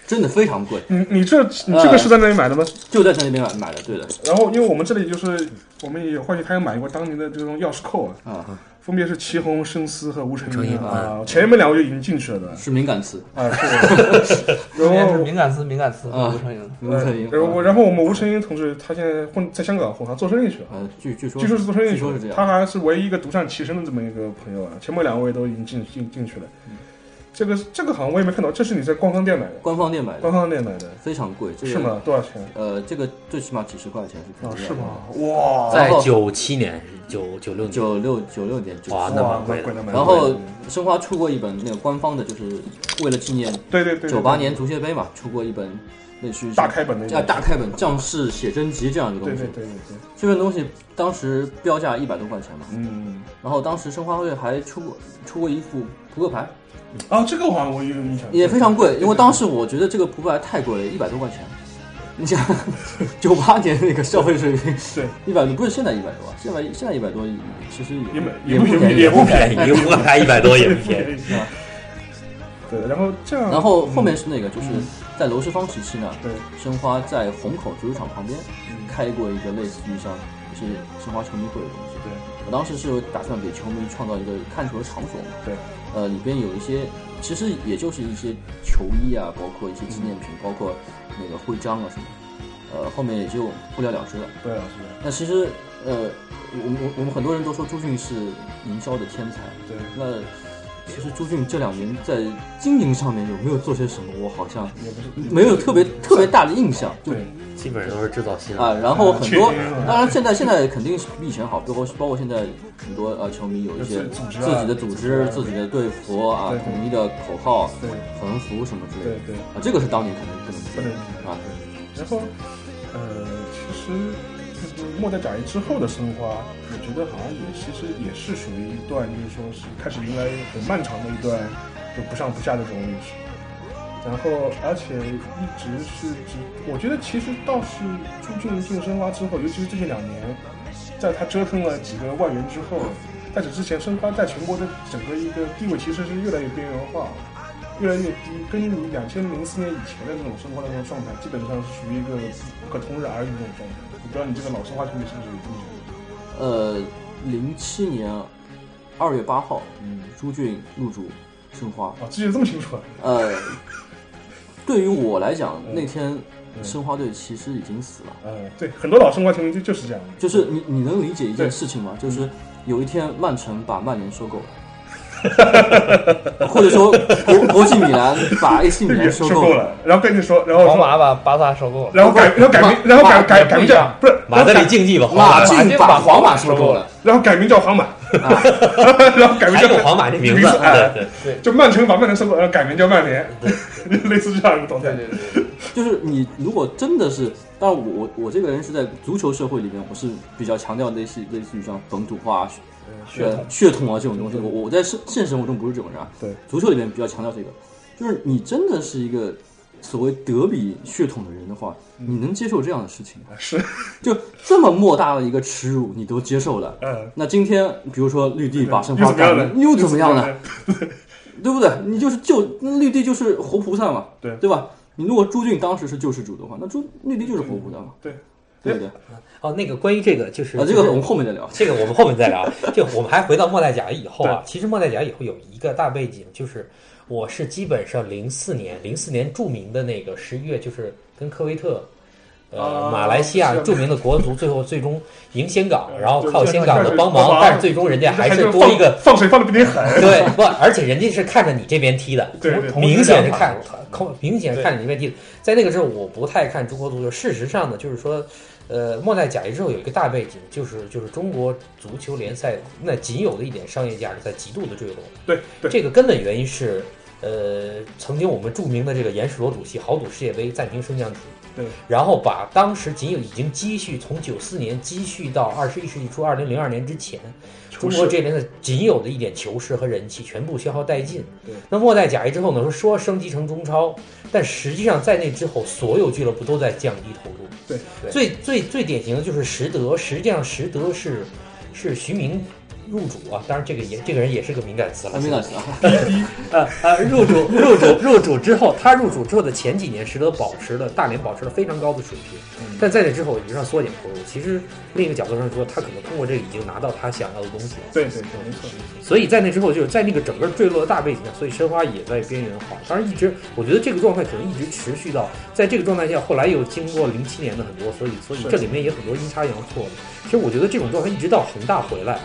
S5: 真的非常贵，
S2: 你你这你这个是在那里买的吗？
S5: 就在那边买买的，对的
S2: 然后因为我们这里就是我们也有焕熙，他也买过当年的这种钥匙扣啊，
S5: 啊，
S2: 分别是祁宏、深思和吴成
S3: 吴成
S2: 英
S3: 英
S2: 啊，前面两个就已经进去了的
S5: 是敏感词，
S2: 啊，是。
S4: 今天是
S2: 然后嗯呃
S4: 敏感词敏感词
S5: 啊
S4: 吴成英。
S5: 吴成英。
S2: 然后我然后我们吴成英同志他现在混在香港混行做生意去了，
S5: 呃，据据说
S2: 据说是做生意
S5: 据
S2: 去
S5: 说是这
S2: 了，
S5: 样
S2: 他还是唯一一个独善其身的这么一个朋友啊，前面两位都已经进进进去了，这个这个好像我也没看到，这是你在官方店买的，
S5: 官方店买的
S2: 官方店买的
S5: 非常贵，这个
S2: 是？吗？多少钱？
S5: 呃，这个最起码几十块钱是肯
S2: 哦，
S5: 定
S2: 是
S5: 要的
S2: 吗？哇，
S3: 在
S5: 然后
S3: 九七年、九九六年，
S5: 九六九六点九
S3: 哇
S5: 四
S3: 那
S2: 哇
S3: 蛮，
S2: 蛮
S3: 贵的
S2: 贵的，蛮贵的
S5: 然后申花出过一本那个官方的，就是为了纪念
S2: 对对对，对
S5: 九八年足协杯嘛，出过一本类似于
S2: 大开本的一
S5: 啊
S2: 个，
S5: 大开本将士写真集这样一个
S2: 对
S5: 东
S2: 对
S5: 西
S2: 对。对对，
S5: 这份东西当时标价一百多块钱嘛，
S2: 嗯，
S5: 然后当时申花队还出过出过一副扑克牌，
S2: 哦，这个好像我有印象，
S5: 也非常贵，因为当
S2: 时
S5: 时我觉得这个扑克牌太贵了，一百多块钱。你想，九八年那个消费水平，
S2: 对
S5: 一百多不是现在一百多啊，现在现在一百多其实
S2: 也没
S5: 也
S2: 也不
S5: 便宜，
S2: 也
S3: 不便宜，一个扑克牌一百多也不便宜。
S5: 啊
S2: 对，然后这样，
S5: 嗯然后后面是那个，就是在楼世芳时期呢，
S2: 对，
S5: 申花在虹口足球场旁边
S2: 嗯
S5: 开过一个类似于像是申花球迷会的东西。
S2: 对
S5: 我当时是有打算给球迷创造一个看球的场所嘛，
S2: 对，
S5: 呃，里边有一些，其实也就是一些球衣啊，包括一些纪念品，
S2: 嗯
S5: 包括那个徽章啊什么，呃，后面也就不了了之了。
S2: 对啊，是的，
S5: 那其实，呃，我们我我们很多人都说朱俊是营销的天才，
S2: 对，
S5: 那其实朱俊这两年在经营上面有没有做些什么，我好像
S2: 也不是
S5: 没有特别特别大的印象。
S2: 嗯对，嗯
S3: 基本上都是制造新
S5: 啊，
S3: 闻。
S5: 然后很
S2: 确
S5: 多
S2: 实是，
S5: 当然现在现在肯定是比以前好，包括包括现在很多呃球迷有一些
S2: 有自己组织啊
S5: 自己的组织、自己的队服啊
S2: 对，对
S5: 统一的口号、
S2: 对
S5: 横幅什么之类
S2: 对
S5: 的
S2: 对。
S5: 啊，这个是当年肯定不能比
S2: 不能
S5: 的啊，
S2: 然后，呃，其实就是末代甲 A 之后的申花，我觉得好像也其实也是属于一段，就是说是开始迎来很漫长的一段就不上不下的这种历史。然后，而且一直是直，我觉得其实倒是朱俊进申花之后，尤其是最近两年，在他折腾了几个外援之后，在此之前，申花在全国的整个一个地位其实是越来越边缘化。越来越低，跟你两千零四年以前的那种生活的那种状态，基本上是属于一个不可同日而语的那种状态。我不知道你这个老生化同学是不是有这么觉得？
S5: 呃，零七年二月八号，
S2: 嗯，
S5: 朱俊入主申花，
S2: 啊，记得这么清楚啊？
S5: 呃，对于我来讲，
S2: 嗯
S5: 那天申花队其实已经死了。
S2: 嗯，对，很多老生化球迷就就是这样的，
S5: 就是你你能理解一件
S2: 对
S5: 事情吗？就是有一天曼城把曼联收购 了，或者说国国际米兰把 AC 米 兰收
S2: 收
S5: 购
S2: 购，了，然后跟你说，然后
S4: 皇
S2: 说，
S4: 马把巴萨收购了，
S2: 然后改，然后改名，然后改改改名叫不是，
S3: 马德里竞技吧，皇
S5: 马
S3: 马
S5: 竞把皇马收购了，
S2: 然后改名叫皇马， 然后改名
S3: 还
S2: 叫
S3: 有皇马这名字，
S2: 哎
S3: 对对，
S2: 就曼城把曼联收购，然后改名叫曼联， 类似这样一个状态
S4: 对。对对，
S5: 就是你如果真的是，当然我我我这个人是在足球社会里面，我是比较强调类似类似于像本土化、
S4: 血统
S5: 血统啊这种东西，我我在现现实生活中不是这种人啊。
S2: 对，
S5: 足球里面比较强调这个，就是你真的是一个所谓德比血统的人的话，你能接受这样的事情吗？
S2: 是，
S5: 就这么莫大的一个耻辱，你都接受了。
S2: 嗯，
S5: 那今天比如说绿地把申
S2: 又
S5: 花
S2: 怎么样
S5: 干
S2: 呢
S5: 了，？又怎么样呢？
S2: 呢？
S5: 对不对？你就是救绿地就是活菩萨嘛，
S2: 对
S5: 对吧？你如果朱俊当时是救世主的话，那朱绿地就是活菩萨嘛，
S2: 对，
S5: 对不对？
S3: 哦，那个关于这个就是
S5: 啊，这
S3: 就
S5: 个
S3: 是
S5: 我们后面再聊。
S3: 这个我们后面 再聊。就我们还回到莫代甲以后啊，其实莫代甲以后有一个大背景，就是我是基本上零四年，零四年著名的那个十一月，就是跟科威特。呃
S2: 啊，
S3: 马来西亚
S2: 是
S3: 著名的国足最后最终赢香港，
S2: 对
S3: 然后
S2: 就
S3: 靠
S2: 就
S3: 香
S2: 是
S3: 港
S2: 就
S3: 的
S2: 是
S3: 帮
S2: 帮
S3: 忙，
S2: 忙
S3: 但是最终人家还是多一个
S2: 放放水放的比你 狠，
S3: 对不，而且人家是看着你这边踢的，
S2: 对对
S4: 同
S3: 明
S4: 时
S3: 显
S4: 两
S3: 是
S4: 码
S3: 看
S4: 事，
S3: 空明显是看着你这边踢的。在那个时候，我不太看中国足球。事实上呢，就是说，呃，末代甲之后有一个大背景，就是就是中国足球联赛那仅有的一点商业价值在极度的坠落。
S2: 对对，
S3: 这个根本原因是，呃，曾经我们著名的这个严世罗主席豪赌世界杯暂停升降级，
S2: 对，
S3: 然后把当时仅有已经积蓄从九四年积蓄到二十一世纪初二零零二年之前，中国这边的仅有的一点球市和人气全部消耗殆尽。
S2: 对，
S3: 那末代甲一之后呢，说说升级成中超，但实际上在那之后，所有俱乐部都在降低投入。
S2: 对
S4: 对
S3: 最最最典型的就是实德，实际上实德是是徐明入主啊，当然这个也这个人也是个敏感词了
S5: 还。没到齐啊，
S3: 呃呃，入主入主入主之后，他入主之后的前几年，实德保持了大连保持了非常高的水平，但在这之后，你让缩减投入，其实另一个角度上说，他可能通过这个已经拿到他想要的东西了。
S2: 对对对，没错，
S3: 所以在那之后，就是在那个整个坠落的大背景下，所以申花也在边缘化。当然，一直我觉得这个状态可能一直持续到，在这个状态下，后来又经过零七年的很多，所以所以
S2: 是
S3: 这里面也很多阴差阳错的。其实我觉得这种状态一直到恒大回来。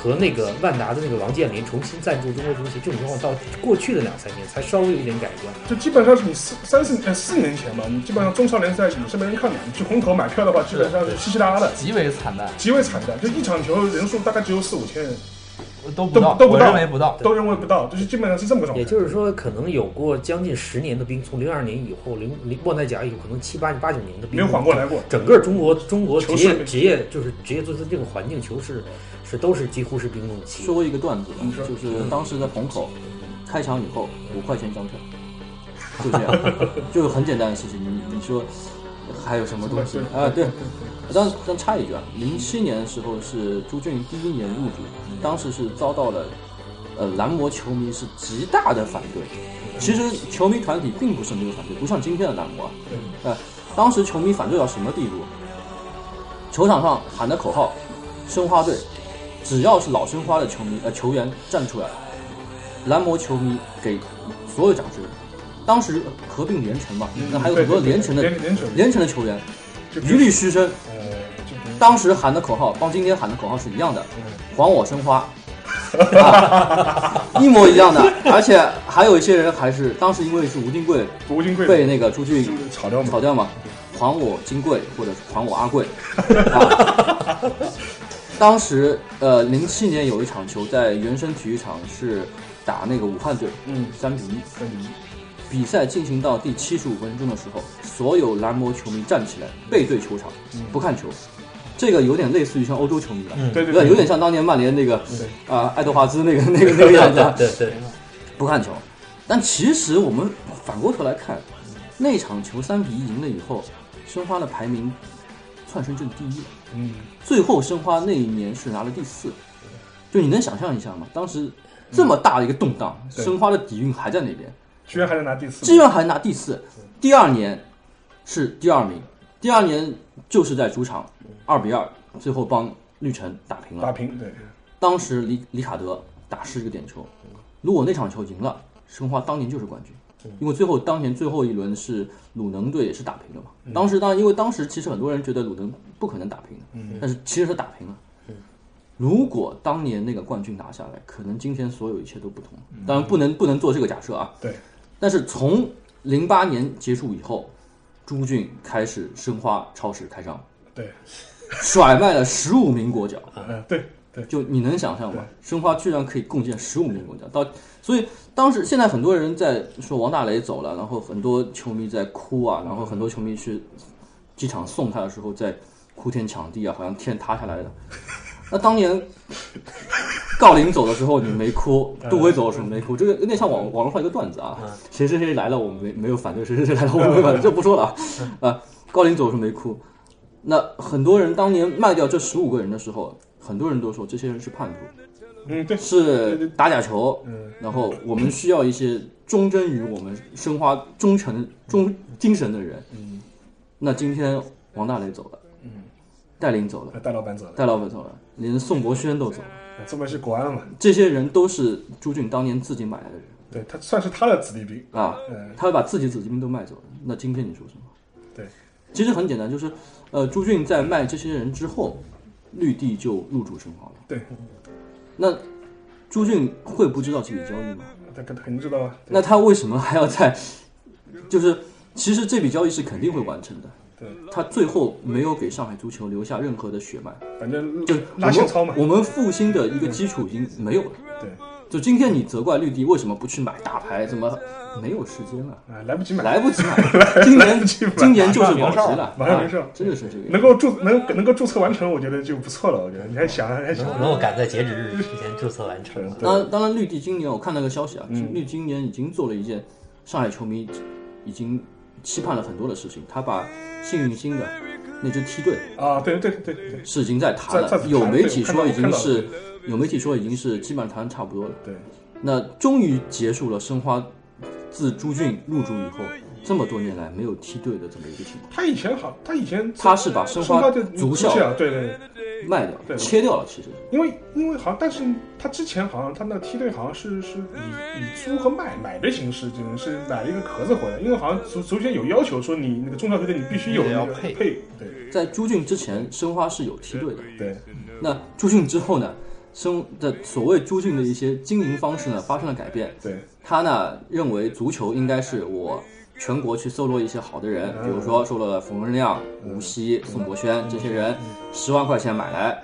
S3: 和那个万达的那个王健林重新赞助中国足协，这种状况到过去的两三年才稍微有一点改观。
S2: 就基本上是你四三四呃四年前嘛，你基本上中超联赛你是没人看的，你去空投买票的话，基本上是稀稀拉拉的，
S4: 极为惨淡，
S2: 极为惨淡，就一场球人数大概只有四五千人，
S4: 都不到，
S2: 都都不
S4: 我
S2: 到
S4: 认为不到。
S2: 都认为不到，就是基本上是这么个状态。
S3: 也就是说，可能有过将近十年的兵，从零二年以后，零零莫奈甲以后，可能七八八九年的兵
S2: 没有缓过来过，
S3: 整个中国中国职
S2: 球市
S3: 业职业就是职业足球这个环境球市是都是几乎是冰冻期
S5: 说。过一个段子吧
S2: 你说，
S5: 就是当时在虹口开场以后五块钱一张票，就这样，就是很简单的事情。你你说还有什么东西啊？对，但但插一句啊，零七年的时候是朱俊第一年入主，当时是遭到了呃蓝魔球迷是极大的反对。其实球迷团体并不是没有反对，不像今天的蓝魔啊，呃，当时球迷反对到什么地步？球场上喊的口号，申花队只要是老申花的球迷呃球员站出来，蓝魔球迷给所有掌声。当时合并连
S2: 嗯
S5: 城嘛，那还有很多连城的
S2: 连连城
S5: 连城的球员
S2: 就
S5: 鱼力须生，
S2: 呃，就比
S5: 当时喊的口号帮今天喊的口号是一样的，
S2: 嗯
S5: 还我申花。 啊，一模一样的，而且还有一些人还是当时因为是吴金贵
S2: 如吴金贵
S5: 被那个朱俊
S2: 炒掉嘛，
S5: 炒掉嘛，还我金贵或者还我阿 贵。啊当时呃，零七年有一场球在原生体育场是打那个武汉队，
S2: 嗯，
S5: 三比一。
S2: 被你
S5: 比赛进行到第七十五分钟的时候，所有蓝魔球迷站起来背对球场，
S2: 嗯
S5: 不看球。这个有点类似于像欧洲球迷了，
S2: 对
S5: 对
S2: 对
S5: 吧，
S2: 对，
S5: 有点像当年曼联那个啊、爱德华兹那个那个那个 样子啊，
S3: 对对，
S5: 不看球。但其实我们反过头来看，那场球三比一赢了以后，申花的排名窜升至第一。
S2: 嗯，
S5: 最后申花那一年是拿了第四，就你能想象一下吗？当时这么大的一个动荡，
S2: 对
S5: 申花的底蕴还在那边，
S2: 居然还能拿第四，
S5: 居然还拿第四。第二年是第二名，第二年就是在主场二比二，最后帮绿城打平了
S2: 打。平，对，
S5: 当时里里卡德打失一个点球，如果那场球赢了，申花当年就是冠军。因为最后当年最后一轮是鲁能队也是打平了嘛，当时当因为当时其实很多人觉得鲁能不可能打平的，但是其实他打平了。如果当年那个冠军拿下来，可能今天所有一切都不同了。当然不能不能做这个假设啊，
S2: 对，
S5: 但是从零八年结束以后，朱俊开始申花超市开张，
S2: 对，
S5: 甩卖了十五名国脚。
S2: 嗯，对对，
S5: 就你能想象吗？申花居然可以贡献十五名国家，到所以当时现在很多人在说王大雷走了，然后很多球迷在哭啊，然后很多球迷去机场送他的时候在哭天抢地啊，好像天塌下来了。那当年郜林走的时候你没哭，杜威走的时候没哭，这个有点像网网络上一个段子啊，谁谁谁来了我们没没有反对，谁谁谁来了我们没有反对，这不说了啊。啊，郜林走的时候没哭，那很多人当年卖掉这十五个人的时候，很多人都说这些人是叛徒，
S2: 嗯，对，
S5: 是打假球，
S2: 嗯，
S5: 然后我们需要一些忠贞于我们申花忠诚忠精神的人。
S2: 嗯，
S5: 那今天王大雷走了，
S2: 嗯，
S5: 戴琳走了，
S2: 戴老板走了，
S5: 戴老板走了，连宋博轩都走了，
S2: 这边是国安嘛，
S5: 这些人都是朱俊当年自己买来的人
S2: 对他算是他的子弟兵，
S5: 啊。
S2: 嗯，
S5: 他会把自己子弟兵都卖走了。那今天你说什么？
S2: 对，
S5: 其实很简单，就是，呃，朱俊在卖这些人之后，绿地就入主申花了。
S2: 对，
S5: 那朱俊会不知道这笔交易吗？
S2: 他肯肯定知道啊，对
S5: 那他为什么还要在？就是其实这笔交易是肯定会完成的。
S2: 对，
S5: 他最后没有给上海足球留下任何的血脉，
S2: 反正
S5: 就是
S2: 拉
S5: 我
S2: 线
S5: 们
S2: 操嘛，嗯
S5: 我们复兴的一个基础已经没有了。
S2: 对，
S5: 就今天你责怪绿地为什么不去买大牌，怎么没有时间了、
S2: 啊，来不及买，
S5: 来不 及买，今
S2: 来不
S5: 年
S2: 及买
S5: 今年就是保级了，
S2: 马上没事
S5: 啊真的是这个
S2: 能
S5: 样子。
S2: 够注能能够注册完成，我觉得就不错了。我觉得你还想还想
S3: 能，能够赶在截止日之前注册完成
S2: 对
S3: 了。
S5: 当
S2: 对
S5: 然，当然，绿地今年我看那个消息啊，
S2: 嗯
S5: 绿地今年已经做了一件上海球迷已经期盼了很多的事情，他把幸运星的那支梯队
S2: 啊，对对对对
S5: 是已经在谈
S2: 在在
S5: 了，
S2: 谈
S5: 有媒
S2: 对
S5: 体
S2: 我
S5: 说
S2: 看到
S5: 已经
S2: 我
S5: 是
S2: 看
S5: 有媒体说已经是基本上谈得差不多了。
S2: 对，
S5: 那终于结束了申花自朱俊入驻以后这么多年来没有梯队的这么一个情况，
S2: 他以前好，他以前
S5: 他是把申
S2: 申
S5: 花
S2: 花就
S5: 足校
S2: 啊，对对，对
S5: 卖掉了，
S2: 对
S5: 切掉了，其实是。
S2: 因为因为好像，但是他之前好像他那个梯队好像是是以以租和买买的形式，就是买了一个壳子回来，因为好像足足协有要求说你那个中超球队你必须有
S4: 你得
S2: 那
S4: 要
S2: 个
S4: 配
S2: 配，对
S5: 在朱俊之前，申花是有梯队的。
S2: 对
S5: 那朱俊之后呢，申的所谓朱俊的一些经营方式呢发生了改变。
S2: 对
S5: 他呢认为足球应该是我全国去搜罗一些好的人，比如
S3: 嗯
S5: 说搜罗了冯文亮、吴曦、宋博轩这些人，十万块钱买来，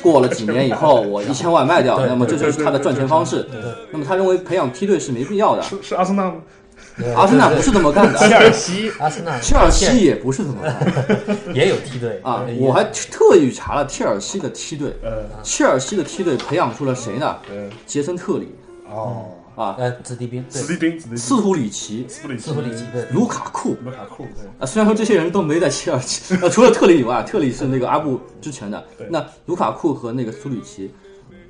S5: 过了几年以后我一千万卖掉，
S3: 对
S5: 那么这就是他的赚钱方式。
S3: 对，
S5: 那么他认为培养梯队是没必要的，
S2: 是是阿森纳吗？
S5: 阿森纳不是这么干
S4: 切
S5: 的，
S4: 尔西
S3: 阿森纳、
S5: 切尔西也不是这么干的
S3: 也有梯队呃
S5: 啊！
S3: 也
S5: 我还特意查了切尔西的梯队，
S3: 嗯
S2: 呃
S5: 切尔西的梯队培养出了谁呢？
S2: 呃
S5: 杰森特里
S2: 哦，
S5: 啊，
S3: 呃子弟兵，对
S2: 子弟兵子弟兵，
S5: 斯图里奇、
S2: 斯普里
S3: 斯普里奇对
S5: 卢卡库
S2: 卢卡库对。
S5: 啊，虽然说这些人都没在切尔西，呃，除了特里以外，特里是那个阿布之前的
S2: 对，
S5: 那卢卡库和那个斯图里奇，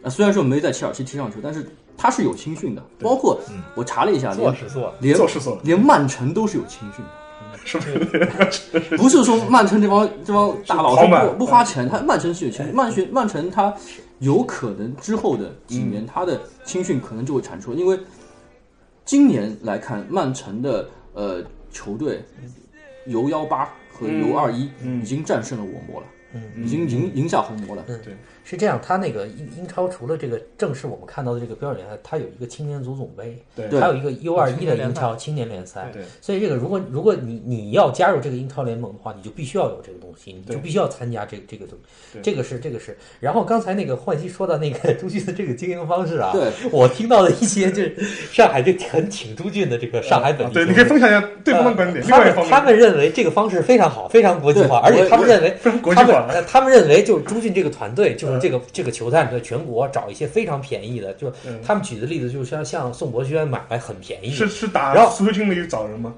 S5: 啊，虽然说没在切尔西踢上球，但是他是有青训的，包括我查了一下，
S4: 做
S5: 连
S4: 是做了，
S5: 连
S2: 做是做了
S5: 连曼城都是有青训的，
S2: 是不 是？
S5: 不是说曼城这帮这帮大佬
S2: 豪门
S5: 不不花钱，他曼城是有青
S2: 哎
S5: 训，曼城曼城他有可能之后的几
S2: 嗯
S5: 年他的青训可能就会产出，因为今年来看曼城的呃球队尤幺八和尤二一
S2: 嗯
S5: 已经战胜了我魔了，已经赢赢下红魔了。
S3: 嗯
S2: 对，
S3: 是这样，他那个英英超除了这个正式我们看到的这个标准以外，它有一个青年足总杯，
S2: 对
S3: 还有一个 U 二一的英超青年联赛。
S2: 对
S3: 所以这个如果如果你你要加入这个英超联盟的话，你就必须要有这个东西，你就必须要参加这这个东西
S2: 对，
S3: 这个是这个是。然后刚才那个焕熙说到那个朱军的这个经营方式啊，
S5: 对，
S3: 我听到了一些就是上海这很挺朱俊的这个上海本地球
S2: 啊对，
S3: 迷，
S2: 你可以分享一下对方的观点，另外一方
S3: 呃他们他
S2: 面，
S3: 们认为这个方式非常好，非常国际化，
S5: 对
S3: 而且他们
S5: 我也
S3: 认为
S2: 非常国际
S3: 他
S2: 化
S3: 们呃他们认为就是朱俊这个团队，就是这个这个球探在全国找一些非常便宜的，就是
S2: 嗯
S3: 他们举的例子，就是像像宋博轩买来很便宜，
S2: 是是打
S3: 然后
S2: 足球经理找人吗？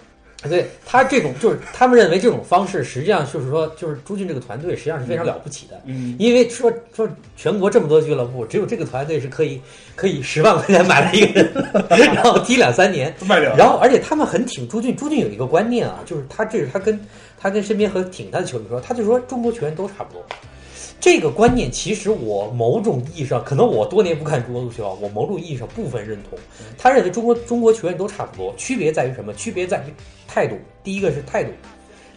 S3: 对他这种就是他们认为这种方式，实际上就是说就是朱俊这个团队实际上是非常了不起的，
S2: 嗯，
S3: 因为说说全国这么多俱乐部，只有这个团队是可以可以十万块钱买来一个人， 然后踢两三年，
S2: 卖掉。
S3: 然后，而且他们很挺朱俊，朱俊有一个观念啊，就是他这是他跟他跟身边和挺他的球迷说，他就说中国球员都差不多。这个观念其实我某种意义上，可能我多年不看中国足球啊，我某种意义上部分认同。他认为中国中国球员都差不多，区别在于什么？区别在于态度。第一个是态度，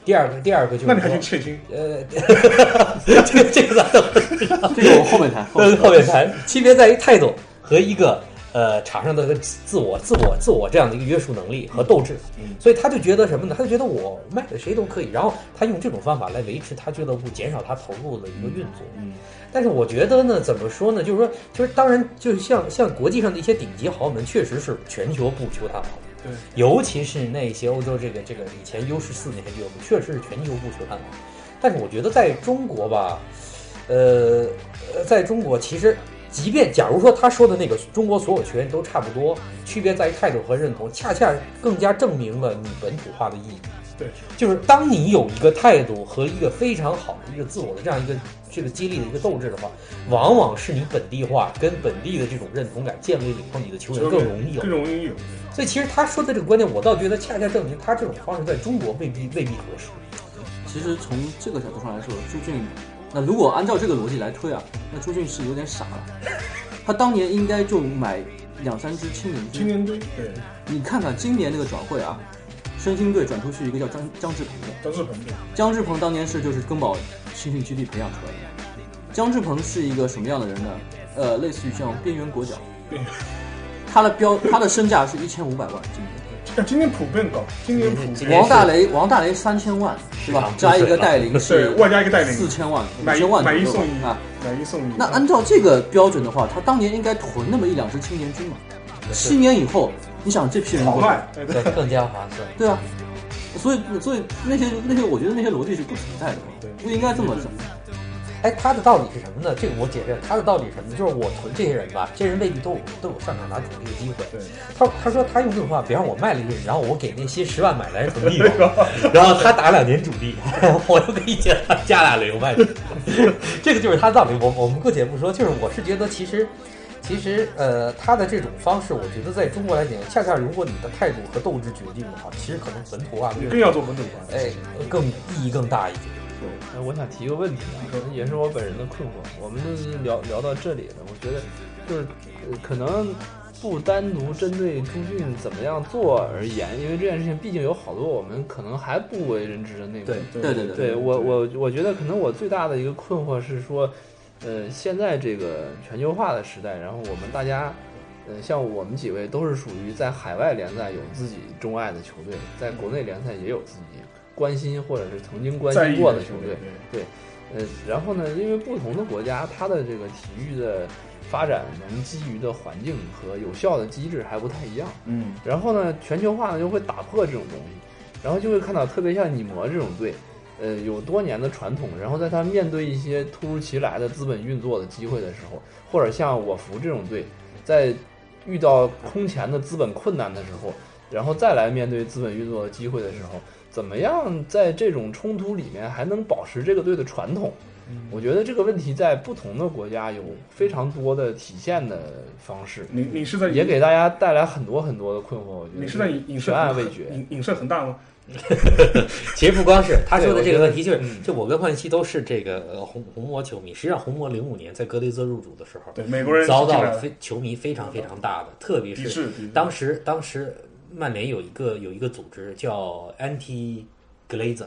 S3: 第二个第二个就是
S2: 那你还
S3: 说
S2: 去窃金？
S3: 呃， 这个这个咱等
S5: 这个我们后面谈，后面
S3: 呃，
S5: 谈
S3: 后面谈，区别在于态度和一个呃场上的自我、自我、自我这样的一个约束能力和斗志。
S2: 嗯
S3: 所以他就觉得什么呢？他就觉得我卖给谁都可以，然后他用这种方法来维持他俱乐部，减少他投入的一个运作。
S2: 嗯
S3: 但是我觉得呢，怎么说呢？就是说，就是当然，就是像像国际上的一些顶级豪门，确实是全球不求他好。
S2: 对，
S3: 尤其是那些欧洲这个这个以前 U 十四那些俱乐部，确实是全球不求他好。但是我觉得在中国吧，呃，呃在中国其实即便假如说他说的那个中国所有球员都差不多，区别在于态度和认同，恰恰更加证明了你本土化的意义。
S2: 对，
S3: 就是当你有一个态度和一个非常好的一个自我的这样一个这个激励的一个斗志的话，往往是你本地化跟本地的这种认同感建立了以后，你的球员更容易有
S2: 更。容易有。
S3: 所以其实他说的这个观点，我倒觉得恰恰证明他这种方式在中国未必未必合 适。
S5: 其实从这个角度上来说，朱俊，那如果按照这个逻辑来推啊，那朱俊是有点傻了。他当年应该就买两三支青年
S2: 青
S5: 军。
S2: 年队对
S5: 你看看今年那个转会啊，申鑫队转出去一个叫张张志鹏的，
S2: 张志鹏对，
S5: 江志鹏当年是就是根宝青训基地培养出来的。江志鹏是一个什么样的人呢？呃，类似于像边缘国脚
S2: 边缘，
S5: 他的标他的身价是一千五百万今年。
S2: 但今年普遍高，今年普
S3: 今
S2: 遍
S3: 年
S5: 王大雷，王大雷三千万是吧？
S3: 市场
S5: 加一个
S3: 不水了
S5: 带领是
S2: 啊 对，外加一个带
S5: 四
S2: 领，
S5: 千万、五
S2: 买一
S5: 千万
S2: 买一
S5: 左右
S2: 送一
S5: 啊。，
S2: 买一送一。
S5: 那按照这个标准的话，他当年应该囤那么一两支青年军嘛。七年以后，你想这批人
S2: 好
S5: 过来，
S2: 卖，哎对
S3: 对，更加划算。
S5: 对啊。所以，所以那些那些，我觉得那些逻辑是不存在的，不应该这么整。
S3: 哎，他的道理是什么呢？这个我解释，他的道理是什么？就是我囤这些人吧，这些人未必都有都有上场拿主力的机会。
S2: 对
S3: 他他说他用这种话，比方我卖了一个人，然后我给那些十万买来囤地方，然后他打两年主力， 我又给你加加俩流卖， 这个就是他的道理。我我们姑且不说，就是我是觉得其实。其实，呃，他的这种方式，我觉得在中国来讲，恰恰如果你的态度和斗志决定的话，其实可能本土化
S2: 你
S3: 略
S2: 更要做本土化。
S3: 哎更意义更大一点。
S4: 呃，我想提一个问题啊，可能也是我本人的困惑。我们就是聊聊到这里了，我觉得就是、呃可能不单独针对朱俊怎么样做而言，因为这件事情毕竟有好多我们可能还不为人知的内幕。
S3: 对
S5: 对对对，
S4: 对我我我觉得可能我最大的一个困惑是说，呃，现在这个全球化的时代，然后我们大家，呃，像我们几位都是属于在海外联赛有自己钟爱的球队，在国内联赛也有自己关心或者是曾经关
S2: 在意
S4: 心过
S2: 的
S4: 球
S2: 球队
S4: 队，对，呃，然后呢，因为不同的国家，它的这个体育的发展能基于的环境和有效的机制还不太一样。
S2: 嗯，
S4: 然后呢，全球化呢又会打破这种东西，然后就会看到特别像拟魔这种队，呃，有多年的传统，然后在他面对一些突如其来的资本运作的机会的时候，或者像我服这种队，在遇到空前的资本困难的时候，然后再来面对资本运作的机会的时候，怎么样在这种冲突里面还能保持这个队的传统？我觉得这个问题在不同的国家有非常多的体现的方式。
S2: 你你是在
S4: 也给大家带来很多很多的困惑。我觉得
S2: 你是在影影射
S4: 悬案未决。
S2: 影影射恒大吗？
S3: 其实不光是他说的这个问题，就
S4: 对我觉
S3: 是
S4: 得嗯
S3: 就我跟焕熙都是这个呃红红魔球迷。实际上，红魔零五年在格雷泽入主的时候，
S2: 对，美国人
S3: 遭
S2: 进
S3: 到
S2: 来
S3: 了
S2: 了
S3: 非球迷非常非常大的，特别
S2: 抵
S3: 是
S2: 制，抵制
S3: 当时当时曼联有一个有一个组织叫 Anti Glazer，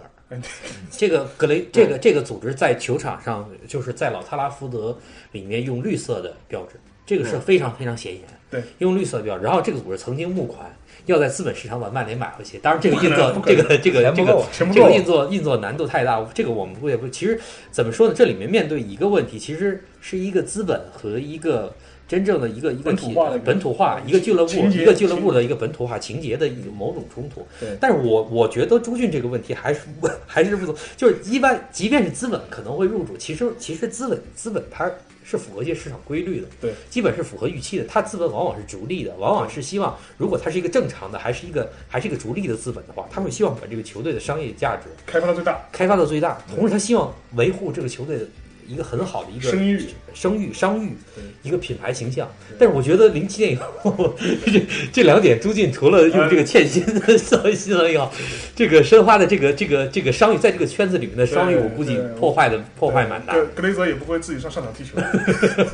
S3: 这个格雷这个这个组织在球场上就是在老特拉福德里面用绿色的标志，这个是非常非常显眼。
S2: 嗯对，
S3: 用绿色的标志。然后这个组织曾经募款，要在资本市场把曼联买回去。当然，这个运作
S2: 不可
S3: 这
S2: 能
S3: 个这个
S4: 钱
S3: 这
S4: 不
S3: 个
S4: 够
S2: 钱不
S3: 这个
S2: 够
S3: 运作运作难度太大，这个我们不也不。其实怎么说呢？这里面面对一个问题，其实是一个资本和一个真正的一个一个
S2: 本土
S3: 体
S2: 化的一个呃
S3: 本土化一个俱乐部
S2: 情节
S3: 一个俱乐部的一个本土化情节的一个某种冲突。但是我我觉得朱俊这个问题还是不 还是不同，就是一般即便是资本可能会入主，其实其实资本资本它是符合一些市场规律的，
S2: 对，
S3: 基本是符合预期的。它资本往往是逐利的，往往是希望如果它是一个正常的，还是一个还是一个逐利的资本的话，他会希望把这个球队的商业价值
S2: 开发到最大，
S3: 开发到最大，同时他希望维护这个球队的一个很好的一个
S2: 声誉
S3: 声誉、商誉
S2: 对，
S3: 一个品牌形象。但是我觉得零七年以后， 这这两点，朱俊除了用这个欠薪 的消息了以 后，这个申花的这个这个这个商誉，在这个圈子里面的商誉，
S2: 对
S3: 我估计
S2: 对
S3: 破坏的破坏蛮大
S2: 格。格雷泽也不会自己上上场踢球，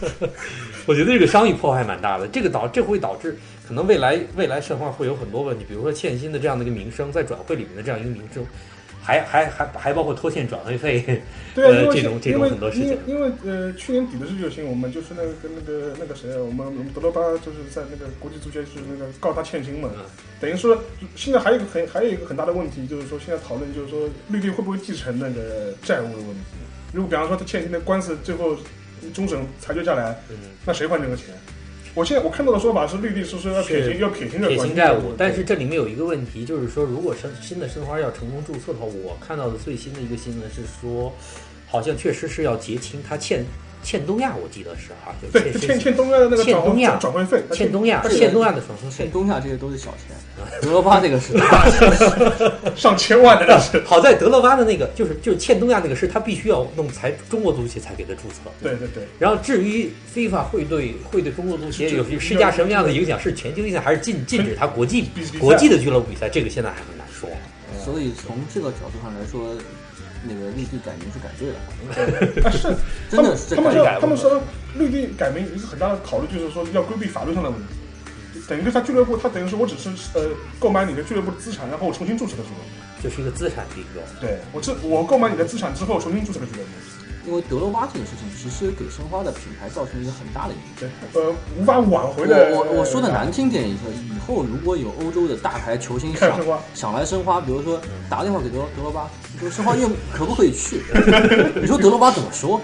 S3: 我觉得这个商誉破坏蛮大的，这个导这会导致可能未来未来申花会有很多问题，比如说欠薪的这样的一个名声，在转会里面的这样一个名声。还还还还包括拖欠转会费，
S2: 对啊，
S3: 呃
S2: 因为
S3: 这种这
S2: 因
S3: 种
S2: 为
S3: 很多事
S2: 因为
S3: 情
S2: 因为呃，去年底的是这个新闻嘛，就是那个跟那个那个谁，啊我们我们德罗巴就是在那个国际足协是那个告他欠薪嘛
S3: 嗯，
S2: 等于说现在还有一个很还有一个很大的问题，就是说现在讨论就是说绿地会不会继承那个债务的问题。如果比方说他欠薪的官司最后终审裁决下来，
S3: 嗯
S2: 那谁还这个钱？我现在我看到的说法是绿地是说要撇清要撇清这个
S3: 撇
S2: 关系
S3: 清债务，但是这里面有一个问题，就是说，如果申新的申花要成功注册的话，我看到的最新的一个新闻是说，好像确实是要结清他欠欠东亚，我记得是啊，就
S2: 对，
S3: 是
S2: 就欠欠东亚的那个
S3: 欠
S2: 转
S3: 东亚
S2: 转转会费，他
S3: 欠东亚
S2: 他
S3: 欠东亚的转会
S5: 欠
S3: 费。
S5: 东亚这些都是小 钱，德罗巴这个是
S2: 上千万的那 是，
S3: 好在德勒巴的那个就是就是欠东亚那个是他必须要弄才中国足协才给他注册。
S2: 对对对，
S3: 然后至于非法会对会对中国足协有施加什么样的影响，是全球影响还是禁禁止他国际
S2: 比比赛
S3: 国际的俱乐部比赛？这个现在还很难说。
S5: 所以从这个角度上来说，那个绿地改名是改对了，
S2: 啊是，
S5: 真的是
S2: 他们
S5: 这
S2: 说
S5: 改
S2: 他们说绿地改名一个很大的考虑就是说要规避法律上的问题，等于是他俱乐部，他等于说我只是呃购买你的俱乐部的资产，然后我重新注册的俱乐部，
S3: 这是一个资产并购，
S2: 对我这我购买你的资产之后重新注册的俱乐部，
S5: 因为德罗巴这个事情其实给申花的品牌造成一个很大的影响。
S2: 对，呃无法挽回的，
S5: 我我我说的难听点，以后以后如果有欧洲的大牌球星
S2: 看
S5: 想
S2: 申花嗯
S5: 想来申花，比如说打电话给德罗德罗巴，你说申花愿可不可以去？ 你说德罗巴怎么说？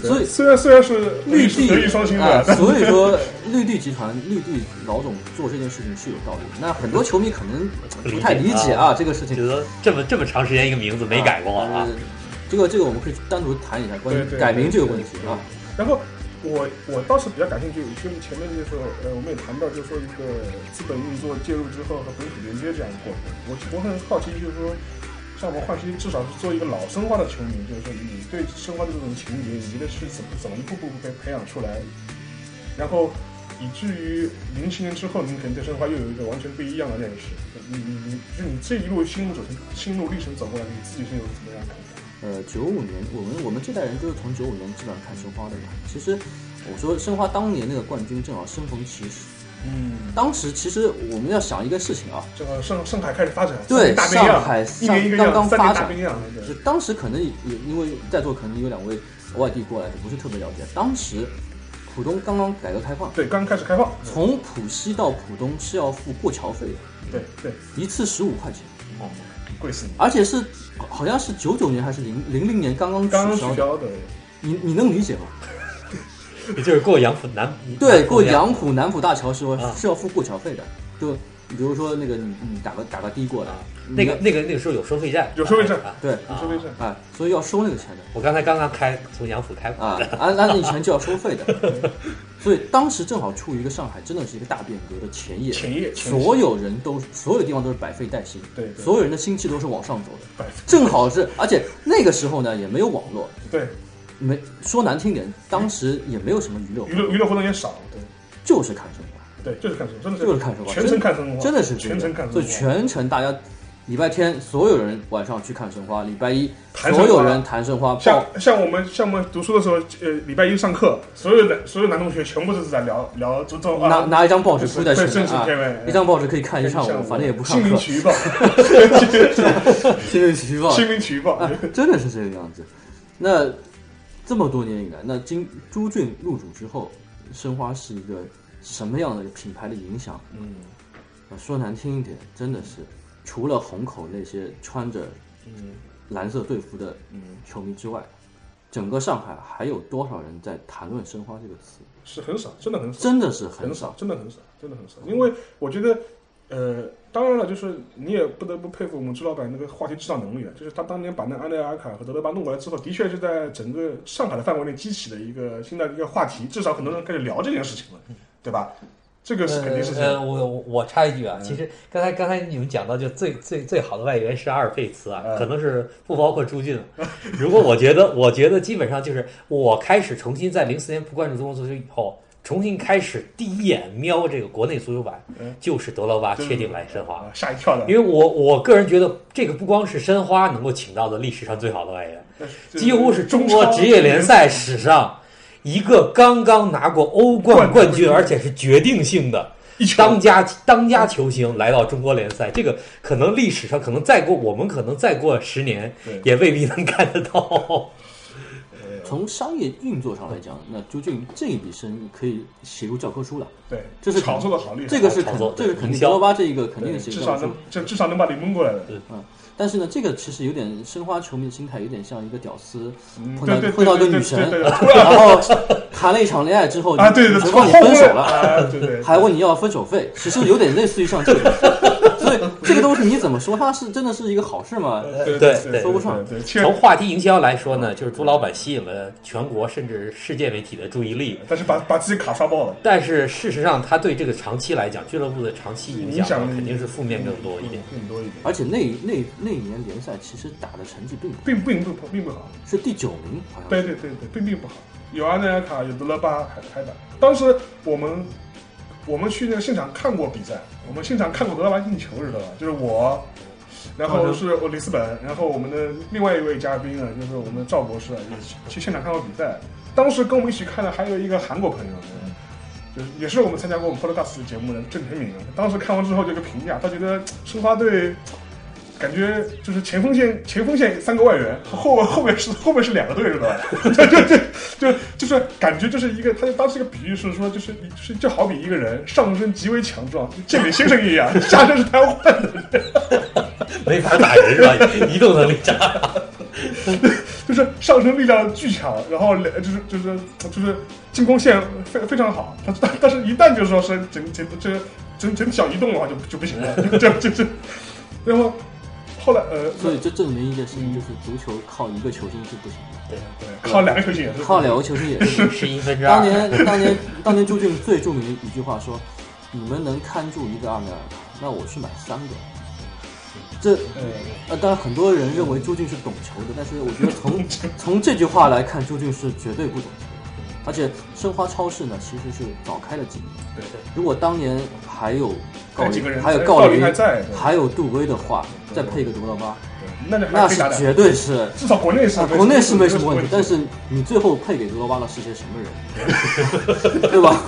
S5: 所以
S2: 呃虽然虽然是
S5: 绿
S2: 绿是德
S5: 地
S2: 艺双馨
S5: 啊
S2: 的，但
S5: 所以说绿地集团绿地老总做这件事情是有道理的。那很多球迷可能不太理 解啊，这个事情
S3: 觉得这么这么长时间一个名字没改过啊
S5: 但是，这个这个我们可以单独谈一下关于
S2: 对对
S5: 改名这个问题啊。
S2: 然后我我倒是比较感兴趣，就是前面就是说，呃，我们也谈到，就是说一个资本运作介入之后和本土连接这样一个过程。我我很好奇，就是说，像我们焕新至少是做一个老申花的球迷，就是说你对申花的这种情节，你觉得是怎么怎么一步步被培养出来，然后以至于零七年之后，您可能对申花又有一个完全不一样的认识。你你你，就是你这一路心路走心路历程走过来，你自己是有怎么样的感觉？
S5: 呃，九五年，我们我们这代人都是从九五年基本上看申花的嘛。其实我说申花当年那个冠军正好身逢其时，
S2: 嗯，
S5: 当时其实我们要想一个事情啊，
S2: 这个上上海开始发展，
S5: 对
S2: 大变样
S5: 上海
S2: 一年一个
S5: 上
S2: 样，
S5: 刚刚
S2: 三年
S5: 发
S2: 大
S5: 展
S2: 变样，
S5: 就是
S2: 对
S5: 当时可能也也因为在座可能有两位外地过来的，不是特别了解。当时浦东刚刚改革开放，
S2: 对，刚开始开放，
S5: 从浦西到浦东是要付过桥费的，
S2: 对对，
S5: 一次十五块钱，
S2: 贵死你，
S5: 而且是好像是九九年还是零零零年刚刚
S2: 刚刚
S5: 取消
S2: 取
S5: 的，
S2: 消的，
S5: 你你能理解吗？
S3: 也就是过杨浦南
S5: 对，
S3: 南
S5: 过
S3: 浦江
S5: 杨浦南浦大桥是要、
S3: 啊
S5: 是要付过桥费的，就比如说那个你你打个打个的过来
S3: 啊，，那个
S5: 你
S3: 那个那个时候有收费站，
S2: 有收费站
S3: 啊，
S5: 对，
S2: 你说没事，
S5: 哎，所以要收那个钱的。
S3: 我刚才刚刚开从杨浦开过
S5: 啊，按按以前就要收费的，所以当时正好处于一个上海真的是一个大变革的前夜，
S2: 前夜前夜
S5: 所有人都所有地方都是百废待兴，
S2: 对对
S5: 所有人的心气都是往上走的，
S2: 百
S5: 正好是，而且那个时候呢也没有网络，
S2: 对，
S5: 没说难听点，当时也没有什么娱乐活
S2: 娱
S5: 动，
S2: 乐娱乐活动也少，对
S5: 就是看生活，
S2: 对，就是看生活，真的
S5: 就是看生活，
S2: 全程看生活，
S5: 真的是这
S2: 全
S5: 样
S2: 程看
S5: 所
S2: 生
S5: 以
S2: 活，
S5: 全程大家。礼拜天，所有人晚上去看申花；礼拜一，
S2: 谈
S5: 所
S2: 申
S5: 有
S2: 花
S5: 人谈申花，报
S2: 像像我们像我们读书的时候，呃，礼拜一上课，所有的所有男同学全部都是在聊聊足球
S5: 拿
S2: 啊，
S5: 拿一张报纸铺在
S2: 对
S5: 前
S2: 甚
S5: 面
S2: 至
S5: 啊
S2: 前面，
S5: 一张报纸可以看一
S2: 像
S5: 上午，反正也不上
S2: 新民
S5: 课。
S2: 体育 报，
S5: 新闻体育报，
S2: 新民体育报，
S5: 啊， 真的是这个样子。那这么多年以来，那金朱俊入主之后，申花是一个什么样的品牌的影响？
S2: 嗯，
S5: 呃说难听一点，真的是除了虹口那些穿着蓝色队服的球迷之外，整个上海还有多少人在谈论申花这个词？
S2: 是很少，真的很少。
S5: 真的是
S2: 很
S5: 很
S2: 少
S5: 少，。
S2: 真的很少，真的很少。
S5: 嗯
S2: 因为我觉得，呃，当然了，就是你也不得不佩服我们朱老板那个话题制造能力了。啊就是他当年把那安内阿卡和德勒巴弄过来之后，的确是在整个上海的范围内激起了一个新的一个话题，至少很多人开始聊这件事情了，
S5: 嗯
S2: 对吧？这个是肯定是这
S3: 呃，
S2: 样。
S3: 呃我我我插一句啊，其实刚才刚才你们讲到，就最最最好的外援是阿尔费茨啊，可能是不包括 朱俊。啊
S2: 嗯
S3: 如果我觉得，我觉得基本上就是我开始重新在零四年不关注中国足球以后，重新开始第一眼瞄这个国内足球版，
S2: 嗯
S3: 就是德罗巴确定来申花
S2: 啊，，吓一跳的
S3: 因。为我我个人觉得这个不光是申花能够请到的历史上最好的外援，几乎是中国职业联赛史上一个刚刚拿过欧冠冠军，而且是决定性的
S2: 一球
S3: 当家当家球星来到中国联赛。这个可能历史上可能再过我们可能再过十年
S2: 对
S3: 也未必能看得到。
S5: 从商业运作上来讲，那究竟这一笔生意可以写入教科书了。
S2: 对，
S5: 这是
S2: 嗯炒作的好厉害。
S5: 这个是肯
S3: 炒作，
S5: 这
S3: 对
S5: 个肯
S3: 营
S5: 定
S3: 销
S5: 德罗巴这一个肯
S2: 对
S5: 定是嗯
S2: 至
S5: 一
S2: 少
S5: 个
S2: 能，这至少能把你蒙过来了。
S5: 但是呢，这个其实有点申花球迷的心态，有点像一个屌丝
S2: 嗯
S5: 碰
S2: 对
S5: 到
S2: 对
S5: 碰到一个
S2: 对对
S5: 女
S2: 对对
S5: 神，
S2: 对 对
S5: 然后谈了一场恋爱之后，
S2: 啊，对对对，
S5: 只问你分手了，
S2: 啊，对对，
S5: 还问你要分手费，其实有点类似于像这个。所所以这个东西你怎么说它是真的是一个好事吗？
S2: 对
S3: 对对
S2: 对，
S5: 说不上
S2: 对，确
S3: 从话题营销来说呢，就是朱老板吸引了全国甚至世界媒体的注意力。
S2: 但是把把自己卡刷爆了。
S3: 但是事实上，他对这个长期来讲，俱乐部的长期影
S2: 影响嗯
S3: 响呢肯定是负面更多一点。
S2: 更多一点，
S5: 而且那那那一年联赛其实打的成绩并不
S2: 并并不并不好。
S5: 是第九名，好像
S2: 对对对对，并并不好。有阿内尔卡，有德勒巴，还还打。当时我们我们去那个现场看过比赛，我们现场看过德勒巴进球，知道吧？就是我，
S5: 嗯
S2: 然后是我里斯本，然后我们的另外一位嘉宾呢，就是我们赵博士啊，也去去现场看过比赛。当时跟我们一起看的还有一个韩国朋友。
S5: 嗯
S2: 就是也是我们参加过我们 Podcast 节目的郑成敏，啊当时看完之后就有个评价，他觉得申花队感觉就是前锋线前锋线三个外援，后后面是后面是两个队是吧？就就就就就是感觉就是一个，他就当时一个比喻是说，就是你就是就好比一个人上身极为强壮，就健美先生一样，下身是瘫痪的，
S3: 没法打人是吧？ 移动能力差。
S2: 就是上身力量巨强，然后两就是就是就是进攻线非非常好，但但但是一旦就是说是整整这整整脚一动的话就就不行了，就就就就，然后后来呃，
S5: 所以这证明一件事情，就是足球靠一个球星是不行的，
S2: 对靠两个球星也是
S5: 靠两个球星也是不行。
S3: 十一分之二。
S5: 当年当年当年朱俊最著名的一句话说：“你们能看住一个阿内尔卡，那我去买三个。”这呃，当然很多人认为朱俊是懂球的，但是我觉得从从这句话来看，朱俊是绝对不懂球的。而且申花超市呢，其实是早开了几年。
S2: 对
S5: 如果当年还有郜
S2: 还有几个
S5: 林，
S2: 人
S5: 还有
S2: 郜
S5: 郜
S2: 林
S5: 林
S2: 还在对，
S5: 还有杜威的话，再配一个德罗巴，
S2: 对那就还
S5: 那
S2: 可以
S5: 是
S2: 打打
S5: 绝对是
S2: 至少国内是
S5: 啊，
S2: 没什么
S5: 国内是没什么问题，但
S2: 没什
S5: 是你最后配给德罗巴的是些什么人， 对吧？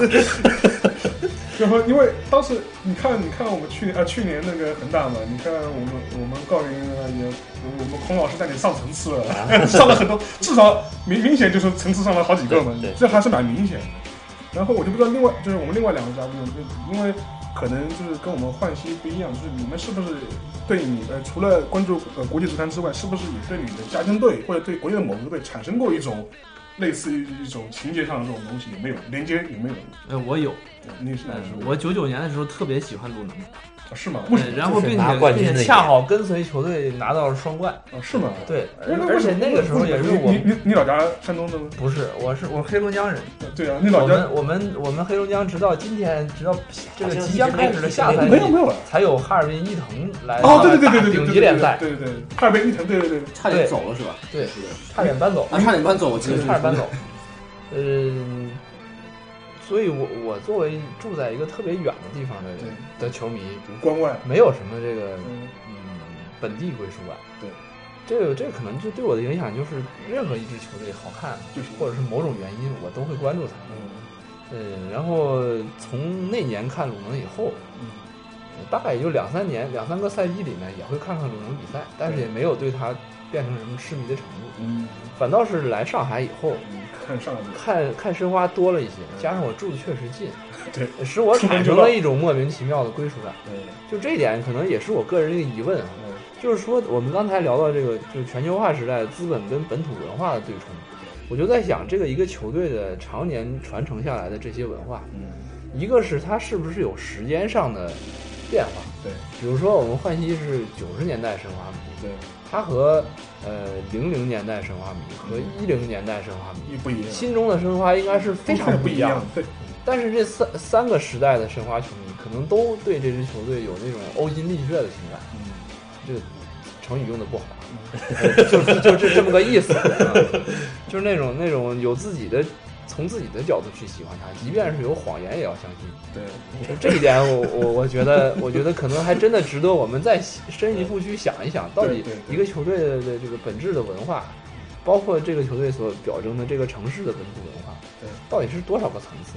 S2: 然后因为当时你看，你看我们去年啊，去年那个恒大嘛，你看我们我们郜林也，我我们孔老师带你上层次了，上了很多，至少明明显就是层次上了好几个嘛
S3: 对对，
S2: 这还是蛮明显的。然后我就不知道另外就是我们另外两个嘉宾，就因为可能就是跟我们浣溪不一样，就是你们是不是对你呃除了关注呃国际足坛之外，是不是也对你的家乡队或者对国内的某个队产生过一种类似于一种情节上的这种东西有没有连接有没有？
S4: 呃，我有，
S2: 你是哪
S4: 呃
S2: 支队
S4: 我九九年的时候特别喜欢鲁能，
S2: 啊是吗？为什
S4: 呃
S2: 么？
S4: 然后
S3: 就是
S4: 并
S3: 拿
S4: 且
S3: 冠军
S4: 并
S3: 那
S4: 且
S3: 年
S4: 恰好跟随球队拿到了双冠，
S2: 啊是吗？
S4: 对，
S2: 为
S4: 而
S2: 什么，
S4: 而且那个时候也是我
S2: 你你你老家山东的吗？
S4: 不是，我是我是黑龙江人，
S2: 对啊，你
S4: 我
S2: 老家
S4: 们我们我们黑龙江直到今天，直到这个
S3: 好像
S4: 即将
S3: 一直没
S4: 开始的下赛
S3: 一直
S4: 季
S2: 没有没有了。
S4: 才有哈尔滨伊藤来
S2: 哦，对对对对对对对对对
S4: 打顶级联赛，
S2: 对对对，哈尔滨伊藤，对对对，
S5: 差点走了是吧？
S4: 对，差点搬走，
S5: 啊，差点搬走，我记得
S4: 对，差点搬走。嗯，所以我我作为住在一个特别远的地方的人的球迷，
S2: 关外，
S4: 没有什么这个
S2: 嗯，
S4: 嗯本地归属感。
S2: 对，
S4: 这个这个可能就对我的影响就是，任何一支球队好看，
S2: 就是
S4: 或者是某种原因，我都会关注它。嗯，然后从那年看鲁能以后，
S2: 嗯
S4: 呃大概也就两三年、两三个赛季里面也会看看鲁能比赛，但是也没有对它变成什么痴迷的程度。
S2: 嗯，
S4: 反倒是来上海以后，
S2: 看上海
S4: 看看申花多了一些，加上我住的确实近，
S2: 对，
S4: 使我
S2: 出门
S4: 产
S2: 就
S4: 生
S2: 到
S4: 了一种莫名其妙的归属感。
S2: 对，嗯
S4: 就这一点，可能也是我个人的一个疑问啊。就是说，我们刚才聊到这个，就是全球化时代资本跟本土文化的对冲，我就在想，这个一个球队的常年传承下来的这些文化，
S2: 嗯
S4: 一个是它是不是有时间上的变化，
S2: 对
S4: 比如说我们浣溪是九十年代申花迷，
S2: 对，
S4: 它和呃零零年代申花迷和一零年代申花迷，
S2: 一不一样，
S4: 心中的申花应该是非常
S2: 不
S4: 不
S2: 一
S4: 一样
S2: 样
S4: 的。，
S2: 对，
S4: 但是这三三个时代的申花球迷，可能都对这支球队有那种呕心沥血的情感。
S2: 嗯
S4: 这个成语用的不好，啊 就是就是这么个 意思，就是那种那种有自己的，从自己的角度去喜欢他，即便是有谎言也要相信。
S2: 对，
S4: 就这一点我，我我觉得，我觉得可能还真的值得我们再深一步去想一想，到底
S2: 对对
S4: 一个球队的的这个本质的文化，包括这个球队所表征的这个城市的本土文化
S2: 对，
S4: 到底是多少个层次？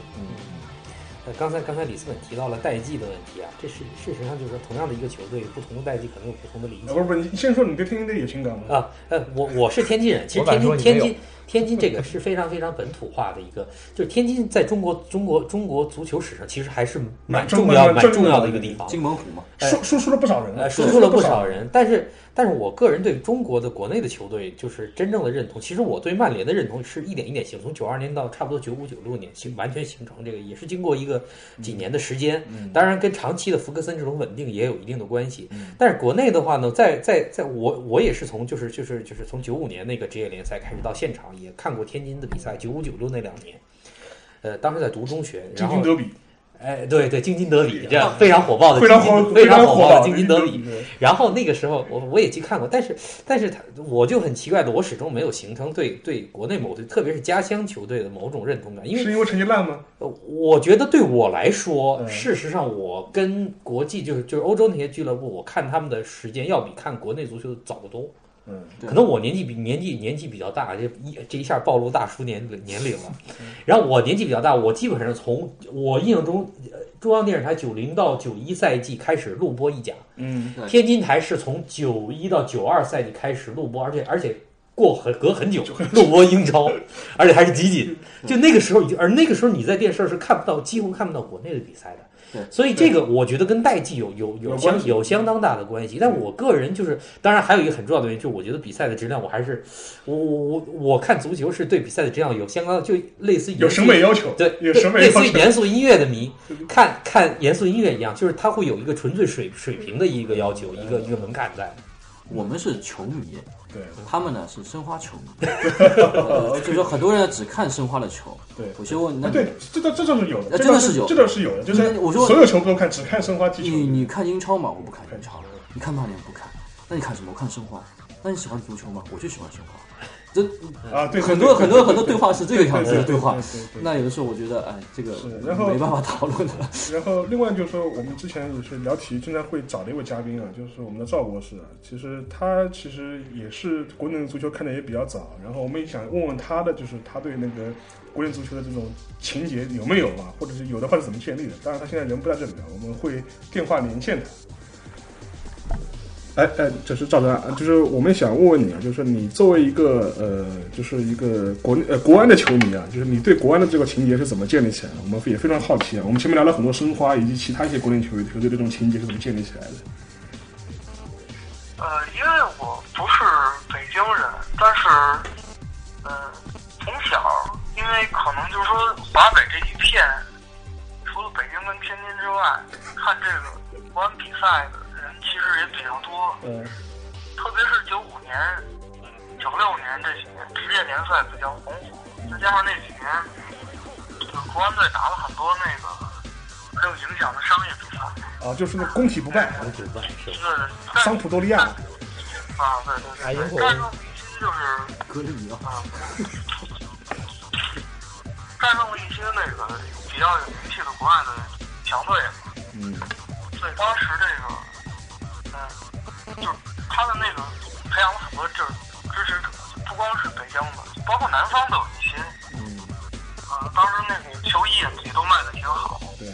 S3: 呃，刚才刚才里斯本提到了代际的问题啊，这是事实上就是说同样的一个球队，不同的代际可能有不同的理
S2: 啊
S3: 解
S2: 不是不是，你先说你对天津队有情感吗？
S3: 啊。呃，我我是天津人，其实
S4: 我敢
S3: 天津
S4: 说你没
S3: 天
S4: 有
S3: 津天津这个是非常非常本土化的一个，就是天津在中国中国中国足球史上其实还是蛮重要
S2: 蛮
S3: 蛮
S2: 重
S3: 重
S2: 要
S3: 要
S2: 的
S3: 的一个地方。
S5: 金门虎嘛，
S2: 输输出了不少人
S3: 呃，
S2: 啊，
S3: 输出了
S2: 不
S3: 不少。人，但是，但是我个人对中国的国内的球队就是真正的认同。其实我对曼联的认同是一点一点形成，从九二年到差不多九五九六年，形完全形成这个，也是经过一个几年的时间。当然，跟长期的福格森这种稳定也有一定的关系。但是国内的话呢，在在在我我也是从就是就是就是从九五年那个职业联赛开始到现场也看过天津的比赛，九五九六那两年，呃，当时在读中学，
S2: 京津
S3: 然后
S2: 德比
S3: 哎，对对，京津德比这样非常火爆的
S2: 非
S3: 京
S2: 常
S3: 津，
S2: 火，
S3: 非常火
S2: 火
S3: 爆
S2: 爆
S3: 的京津德
S2: 德
S3: 比。，然后那个时候我我也去看过，但是但是他我就很奇怪的，我始终没有形成对对国内某队，特别是家乡球队的某种认同感，因为
S2: 是因为成绩烂吗？
S3: 呃我觉得对我来说，
S2: 嗯
S3: 事实上我跟国际就是就是欧洲那些俱乐部，我看他们的时间要比看国内足球早得多。
S2: 嗯，
S5: 对
S3: 可能我年纪比年纪年纪比较大，这一这一下暴露大叔年 年龄了。然后我年纪比较大，我基本上从我印象中，呃中央电视台九零到九一赛季开始录播意甲，
S2: 嗯，
S5: 对
S3: 天津台是从九一到九二赛季开始录播，而且而且过很隔 很久录播英超，而且还是集锦。
S2: 嗯
S3: 就那个时候已经，而那个时候你在电视上是看不到，几乎看不到国内的比赛的。
S5: 对
S3: 所以这个我觉得跟代际有有
S2: 有
S3: 有
S2: 关
S3: 相
S2: 系嗯
S3: 有相当大的关系。但我个人就是，当然还有一个很重要的原因，就是我觉得比赛的质量，我还是我我我我看足球是对比赛的质量有相当的，就类似于
S2: 有审美要求，
S3: 对，
S2: 有
S3: 对
S2: 审美
S3: 类
S2: 要
S3: 似于
S2: 求，
S3: 严肃音乐的迷，看看严肃音乐一样，就是它会有一个纯粹水水平的一个要求，一个一个门槛在。
S5: 我们是球迷，
S2: 对
S5: 他们呢是申花球迷，呃就是说很多人只看申花的球。
S2: 对
S5: 我先问，那
S2: 啊
S5: 你
S2: 对，这倒这倒是有的，这
S5: 呃真
S2: 倒
S5: 的是有
S2: 这倒是有的，就是
S5: 那我说嗯
S2: 所有球都看，只看申花踢球。
S5: 你你看英超吗？我不看英
S2: 不
S5: 超
S2: 看。
S5: 你看曼联不看？那你看什么？我看申花。那你喜欢足球吗？我就喜欢申花。这
S2: 啊，对，
S5: 很
S2: 对
S5: 多很多很多
S2: 对
S5: 对话是这个样子的对话
S2: 对对对。对
S5: 那有的时候我觉得，哎，这个
S2: 是然后
S5: 没办法讨论 的。
S2: 然后另外就是说，我们之前也是聊体育，经常会找的一位嘉宾啊，就是我们的赵博士啊。其实他其实也是国内足球看的也比较早，然后我们也想问问他的，就是他对那个国内足球的这种情节有没有啊，或者是有的话是怎么建立的？当然他现在人不在这里了，我们会电话连线他。哎哎，这是赵哲啊，就是我们想问问你啊，就是说你作为一个呃，就是一个国内呃国安的球迷啊，就是你对国安的这个情节是怎么建立起来的？我们也非常好奇啊。我们前面聊了很多申花以及其他一些国内球队球队这种情节是怎么建立起来的。
S6: 呃，因为我不是北京人，但是，嗯、从小，因为可能就是说华北这一片，除了北京跟天津之外，看这个国安比赛的人其实也比较多，
S2: 嗯
S6: 特别是九五年、九六年这几年职业联赛比较红火，再加上那几年，就国安队打了很多那个很有影响的商业比赛，
S2: 啊，就是那工体不败，
S3: 主办是吧？
S6: 就是但
S2: 桑普多利亚
S6: 啊，对对
S7: 打
S6: 对，
S7: 赢
S6: 对
S7: 过
S6: 但是问题就是。
S5: 格里
S6: 啊
S5: 奥，
S6: 战胜了一些那个比较有名气的国外的强队嘛。嗯。所以当时这个，嗯，就是他的那个培养了很多这支持者，不光是北京的，包括南方都有一些。嗯。呃，当时那个球衣也都卖的挺好。
S2: 对。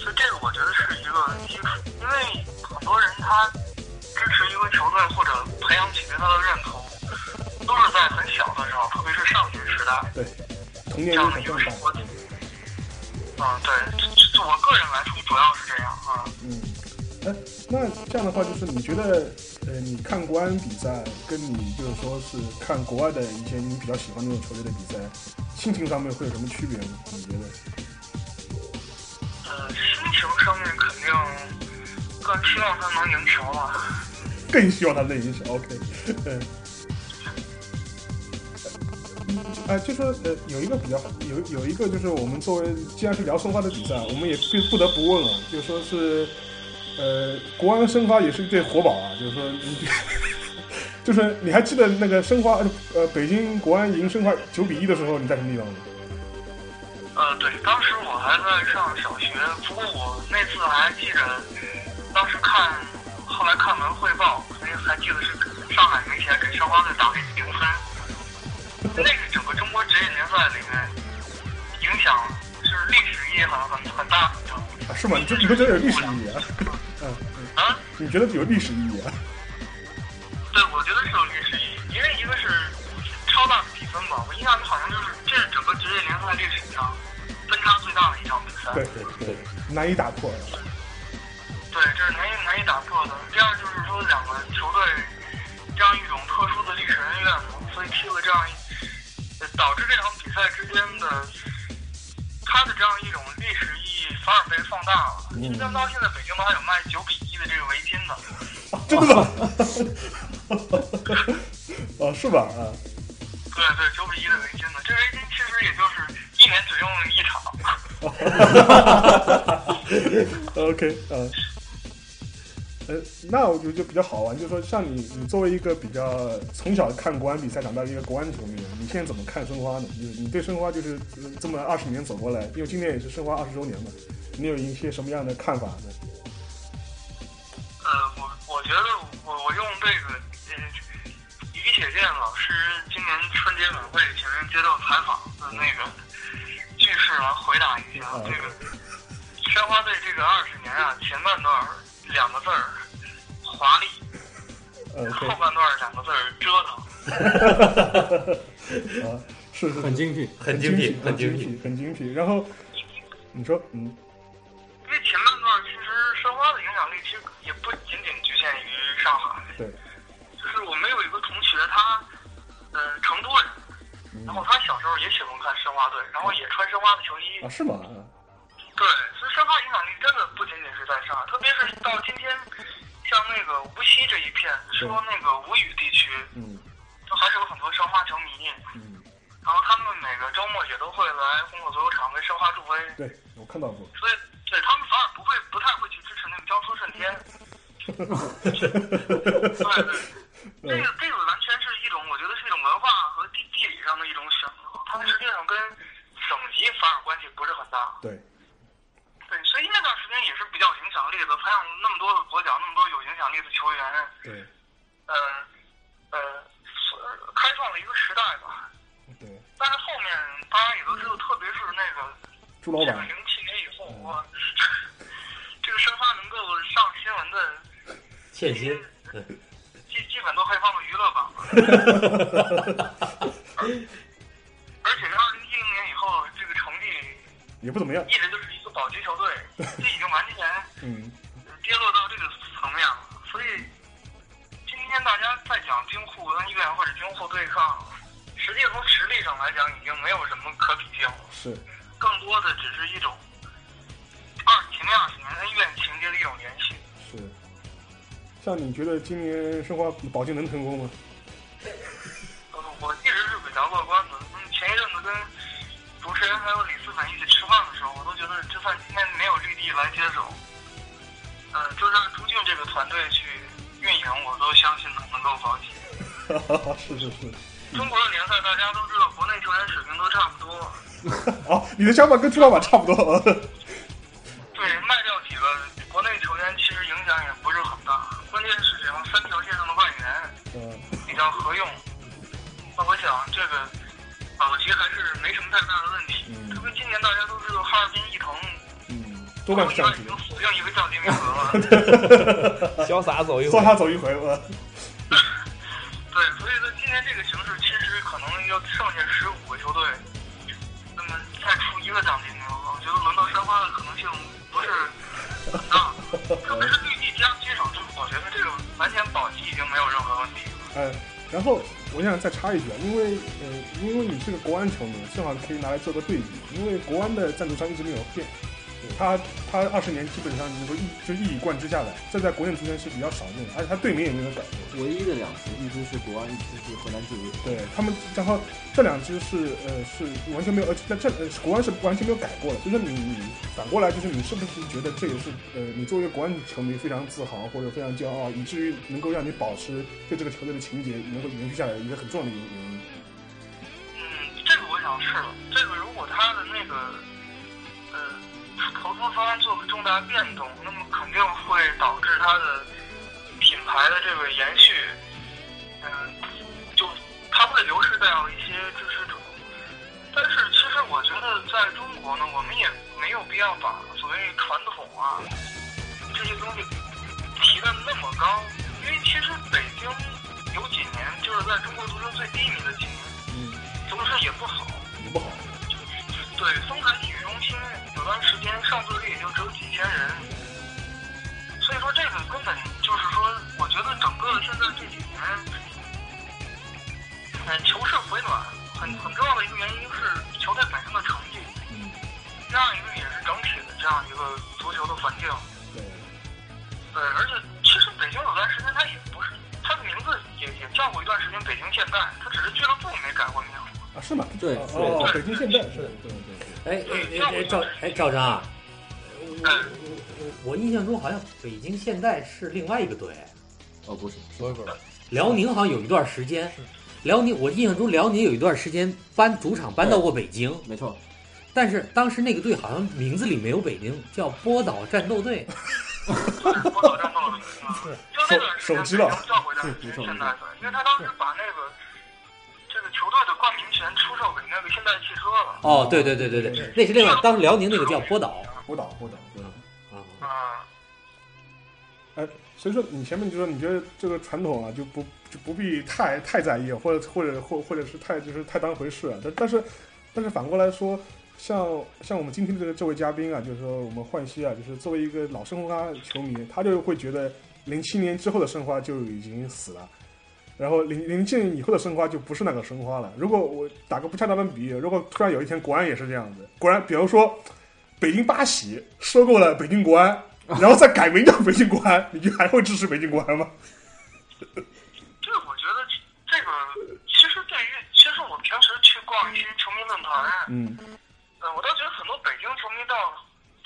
S6: 所以这个我觉得是一个基础，因为很多人他支持一个球队或者培养起对他的认同，都是在很小的时候，特别是上学时代。
S2: 童年影
S6: 这样的
S2: 响
S6: 一个
S2: 更
S6: 生
S2: 大。
S6: 活体验。嗯，对，就就我个人来说，主要是这样啊。
S2: 嗯，哎，那这样的话，就是你觉得，呃，你看国安比赛，跟你就是说是看国外的一些你比较喜欢那种球队的比赛，心情上面会有什么区别吗？你觉得？
S6: 呃，心情上面肯定更希望他能赢球了。
S2: 更希望他能赢球。OK，嗯。哎，就说呃，有一个比较有有一个就是我们作为既然是聊申花的比赛，我们也必不得不问啊，就说是呃，国安申花也是一对活宝啊，就是说你， 就是你还记得那个申花呃北京国安赢申花九比一的时候，你在什么地方吗？
S6: 呃，对，当时我还在上小学，不过我那次还记着，当时看后来看完汇报，所以还记得是上海梅前给申花队打了零分，那个整个中国职业联赛里面影响是历史意义很很很大的。
S2: 啊，是吗？你这你都觉得有历史意义啊？
S6: 啊？
S2: 你觉得有历史意义啊？
S6: 对，我觉得是有历史意义，因为一个是超大的比赛，分吧，我印象里好像就是这是整个职业联赛历史上分差最大的一场比赛。
S2: 对
S3: 对对，
S2: 难以打破。啊
S6: 对，这是难以难以打破的。第二就是说，两个球队这样一种特殊的历史恩怨嘛，所以踢了这样一，呃导致这场比赛之间的它的这样一种历史意义反而被放大了。你像到现在北京都还有卖九比一的这个围巾的，
S2: 真的吗？ 哦，是吧？啊，
S6: 对对，九比一的围巾的，这围巾其实也就是一年只用一场。
S2: OK，呃，呃，那我觉得就比较好玩，就是说，像你，你作为一个比较从小看国安比赛长大的一个国安球迷，你现在怎么看申花呢？你你对申花就是呃这么二十年走过来，因为今年也是申花二十周年嘛，你有一些什么样的看法呢？
S6: 呃，我我觉得我我用这个呃，于铁健老师今年春节晚会前面接受采访的那个句式来回答一下这个申花队这个二十年啊，前半段儿两个字儿华丽，
S2: 呃
S6: 后半段儿两个字儿折 腾。
S2: ，OK，啊，是是
S5: 很精辟。
S3: 很
S2: 精
S3: 精
S2: 辟
S3: 辟，，
S2: 很
S3: 很
S2: 精
S3: 精
S2: 辟
S3: 辟。，
S2: 很精辟。然后你说，嗯，
S6: 因为前半段其实申花的影响力其实也不仅仅局限于上海，
S2: 对，
S6: 就是我们有一个同学，他呃成都人，然后他小时候也喜欢看申花队，然后也穿申花的球衣
S2: 啊，，是吗？啊
S6: 对，所以申花影响力真的不仅仅是在上海，特别是到今天，像那个无锡这一片，说那个吴语地区，
S2: 嗯
S6: 就还是有很多申花球迷，
S2: 嗯，
S6: 然后他们每个周末也都会来虹口足球场为申花助威，
S2: 对我看到过，
S6: 所以对他们反而不会不太会去支持那个江苏舜天。 对对，这个这个完全是一种，我觉得是一种文化和地地理上的一种选择，他们实际上跟省级反而关系不是很大。
S2: 对，
S6: 对，所以那段时间也是比较有影响力的，培养那么多的国脚，那么多有影响力的球员，
S2: 对
S6: 呃呃，所开创了一个时代吧。
S2: 对，
S6: 但是后面大家也都知道，特别是那个
S2: 朱老
S6: 这个
S2: 板
S6: 零七年以后，我 这个申花能够上新闻的，
S3: 欠薪，
S6: 基基本都可以放到娱乐版了。而而且是二零一零年以后，这个成绩
S2: 也不怎么样，
S6: 一直就是一个保级球队，这已经完全。
S2: 嗯，
S6: 跌落到这个层面了。所以今天大家在讲京沪文医院或者京沪对抗，实际从实力上来讲已经没有什么可比性了，
S2: 是，
S6: 更多的只是一种二前面二十年恩怨情节的一种延续。
S2: 是，像你觉得今年申花保级能成功吗？
S6: 呃，我一直是比较乐观的。嗯，前一阵子跟主持人还有李思粉一起吃饭的时候，我都觉得这算今天没有绿地来接手。呃，就让朱俊这个团队去运营，我都相信能能够保级。
S2: 是是是，
S6: 中国的联赛大家都知道，国内球员水平都差不多。
S2: 哦，你的想法跟朱老板差不多，
S6: 对，卖掉几个国内球员，其实影响也不是很大。关键是两三条线上的外援
S2: 嗯，
S6: 比较合用。那我想这个保级还是没什么太大的问题。特别今年大家都知道哈尔滨伊藤，
S2: 嗯，多半是这样
S6: 已
S2: 子
S6: 经， 锁定一个降级名额了。对，
S7: 潇洒走一回
S2: 抓。他走一回吧，
S6: 所以说今年这个形势其实可能要剩下十五个球队，那么再出一个降级名额，我觉得轮到申花的可能性不是很大。特别是对地加接手，就我觉得这个完全保级已经没有任何问题了。
S2: 呃，然后我想再插一句啊，因为呃，因为你是个国安球迷，正好可以拿来做个对比，因为国安的赞助商一直没有变，他他二十年基本上能够一就一以贯之下来，这在国内足球是比较少见的，而且他队名也没有改过。
S5: 唯一的两支，一支是国安，一支是河南智利。
S2: 对他们，然后这两支是呃是完全没有，呃那这呃国安是完全没有改过的。就是你你反过来，就是你是不是觉得这也是呃你作为国安球迷非常自豪或者非常骄傲，以至于能够让你保持对这个球队的情节能够延续下来一个很重要的原因？
S6: 嗯，这个我想是了。这个如果他的那个呃投资方案做了重大变动，那么肯定会导致他的品牌的这个延续，嗯、就它会流失掉一些知识者。但是其实我觉得在中国呢，我们也没有必要把所谓传统啊这些东西提的那么高，因为其实北京有几年就是在中国足球最低迷的几年。的事也不好。
S4: 不好，
S6: 对，丰台体育中心有段时间上座率也就只有几千人，所以说这个根本就是说，我觉得整个现在这几年，嗯，球市回暖很很重要的一个原因是球队本身的成绩，
S4: 嗯
S6: 第二一个也是整体的这样一个足球的环境。
S2: 对，
S6: 对，而且其实北京有段时间它也不是，它的名字也也叫过一段时间北京现代，它只是俱乐部没改过名。
S2: 啊，是吗？
S5: 对
S2: 哦
S5: 是
S2: 哦，北京现代是的，对对对。
S3: 哎哎哎哎，赵哎赵章啊，我我我印象中好像北京现代是另外一个队，
S5: 哦不是，
S4: 不不，
S3: 辽宁好像有一段时间，辽宁我印象中辽宁有一段时间搬主场搬到过北京，
S5: 没错，
S3: 但是当时那个队好像名字里没有北京，叫波导战斗队。
S6: 不搞战斗了，就那段时间北京叫回来
S5: 手手机了
S6: 现代的，因为他当时把那个这个球队的冠名权出售给那个现代汽车了。
S3: 哦，对对对对对，那是另外，当时辽宁那个叫波导
S2: 不倒不倒不倒。
S3: 啊。
S6: 啊，
S2: 哎，所以说你前面就说你觉得这个传统啊，就不就不必太太在意，或者或者或或者是太就是太当回事啊。但但是但是反过来说，像像我们今天的这个这位嘉宾啊，就是说我们焕熙啊，就是作为一个老申花球迷，他就会觉得零七年之后的申花就已经死了。然后零零七年以后的申花就不是那个申花了。如果我打个不恰当的比喻，如果突然有一天国安也是这样子，国安比如说北京八喜收购了北京国安，然后再改名叫北京国安，你就还会支持北京国安吗？
S6: 这个我觉得这个其实对于，其实我平时去逛一些球迷论坛，
S2: 嗯，
S6: 呃，我倒觉得很多北京球迷到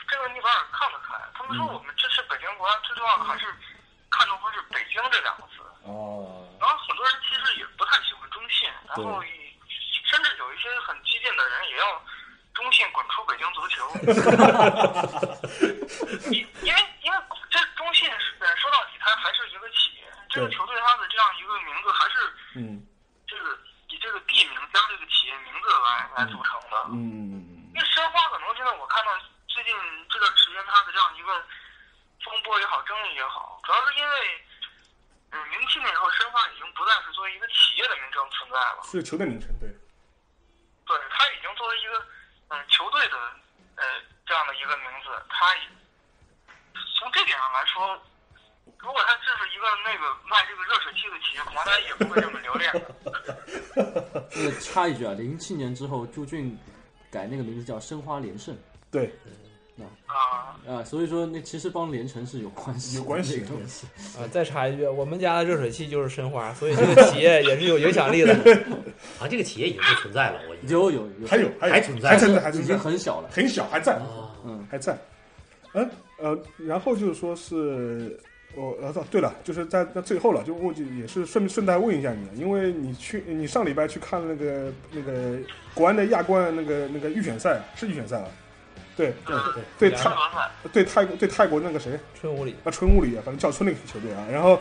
S6: 这个问题反而看得开，他们说我们支持北京国安，最重要的还是看重的是北京这两个字。
S2: 哦，
S6: 然后很多人其实也不太喜欢中信，然后甚至有一些很激进的人也要中信滚出北京足球。 因因为因为这中信是呃说到底它还是一个企业，这个
S2: 对
S6: 球队它的这样一个名字还是
S2: 嗯
S6: 这个以这个地名加这个企业名字来来组成的。
S2: 嗯
S6: 因为申花可能现在我看到最近这段时间它的这样一个风波也好，争议也好，主要是因为，嗯，零七年以后申花已经不再是作为一个企业的名称存在了，
S2: 是球队名称对，
S6: 对，它已经作为一个嗯球队的呃这样的一个名字，它也从这点上来说，如果它这是一个那个卖这个热水器的企业，恐怕大家也不会这么留恋的。
S5: 那个插一句啊，零七年之后朱俊改那个名字叫申花连胜。
S2: 对，
S6: 啊、
S5: 啊，所以说那其实帮连城是有关系的，
S2: 有关系
S5: 这个东西。
S7: 啊，再插一句，我们家的热水器就是申花，所以这个企业也是有影响力 的。
S3: 好像啊这个企业已经不存在了，我印象
S5: 有有有，
S2: 还有还有
S3: 还存在
S2: 还存在还
S5: 已
S2: 存
S5: 经
S2: 在，
S5: 很小了。
S2: 很小还在，
S3: 啊
S2: 还在。嗯呃，然后就是说是，我呃对了，就是在在最后了，就我就也是顺顺带问一下你，因为你去你上礼拜去看那个那个国安的亚冠那个那个预选赛是预选赛啊，对
S6: 对
S2: 对
S6: 对亚
S2: 泰
S6: 冠赛，
S2: 对泰国对泰国那个谁
S7: 春无里
S2: 啊，春物理啊，反正叫春那个球队啊。然后，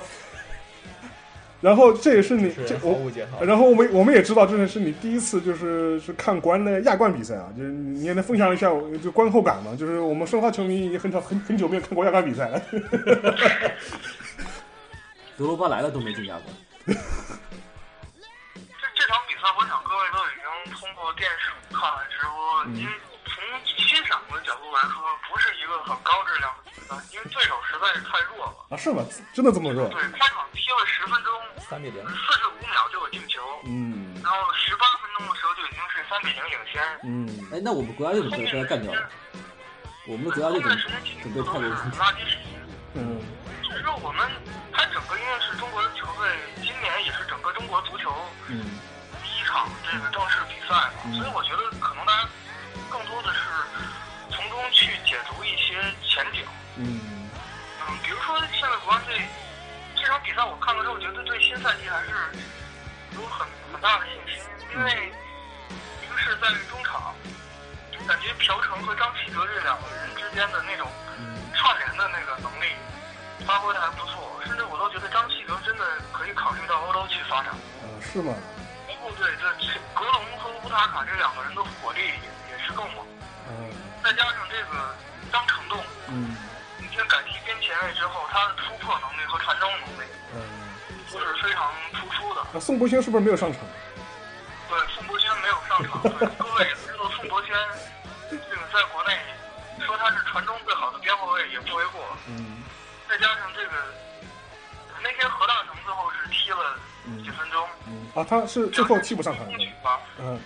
S2: 然后这也是你
S7: 是
S2: 这
S7: 毫
S2: 我，
S7: 无解套。
S2: 然后我们我们也知道，这是你第一次就是是看国安的亚冠比赛啊，就是你也能分享一下我就观后感嘛？就是我们申花球迷也很少很很久没有看过亚冠比赛了。
S5: 德罗巴来了都没进亚冠，
S6: 这这场比赛，我想各位都已经通过电视看了直播，因为从欣赏的角度来说，不是一个很高质量的比赛，因为对手实在是太弱了。
S2: 啊，是吗？真的这么热？
S6: 对，开场踢了十分钟，
S7: 三比零，
S6: 四十五秒就有进球，
S2: 嗯
S6: 然后十八分钟的时候就已经是三比零领先。
S2: 嗯，
S5: 哎，那我们国家队怎么被他干掉了？我们的国家队怎
S6: 后
S5: 么
S6: 面时间
S5: 怎么
S6: 进行
S5: 被
S6: 都
S5: 泰国
S6: 是
S5: 干掉
S6: 垃圾时间。
S2: 嗯，
S6: 其实我们，它整个应该是中国的球队，今年也是整个中国足球，嗯，第一场这个正式比赛嘛，所以我觉得可能大家更多的是从中去解读一些前景，
S2: 嗯，
S6: 嗯，比如说现在国安队这场比赛我看了之后，觉得对新赛季还是有很很大的信心，因为一个是在于中场，感觉朴成和张稀哲这两个人之间的那种串联的那个能力发挥的还不错，甚至我都觉得张稀哲真的可以考虑到欧洲去发展。
S2: 啊，是吗？
S6: 包括对这这格隆和乌塔卡这两个人的火力也也是够猛，
S2: 嗯
S6: 再加上这个呃张成栋
S2: 嗯
S6: 今天改踢边前卫之后，他的突破能力和传中能力
S2: 嗯，
S6: 都是非常突出的。
S2: 那宋国兴是不是没有上场？
S6: 呃对，宋博轩没有上对各位也知道宋博轩，这个在国内说他是传中最好的边后卫也不为过。嗯。再加上这个，呃那天何大成最后是踢了几分钟，
S2: 啊，他是最后踢不上场的
S6: 进，去吧。
S2: 嗯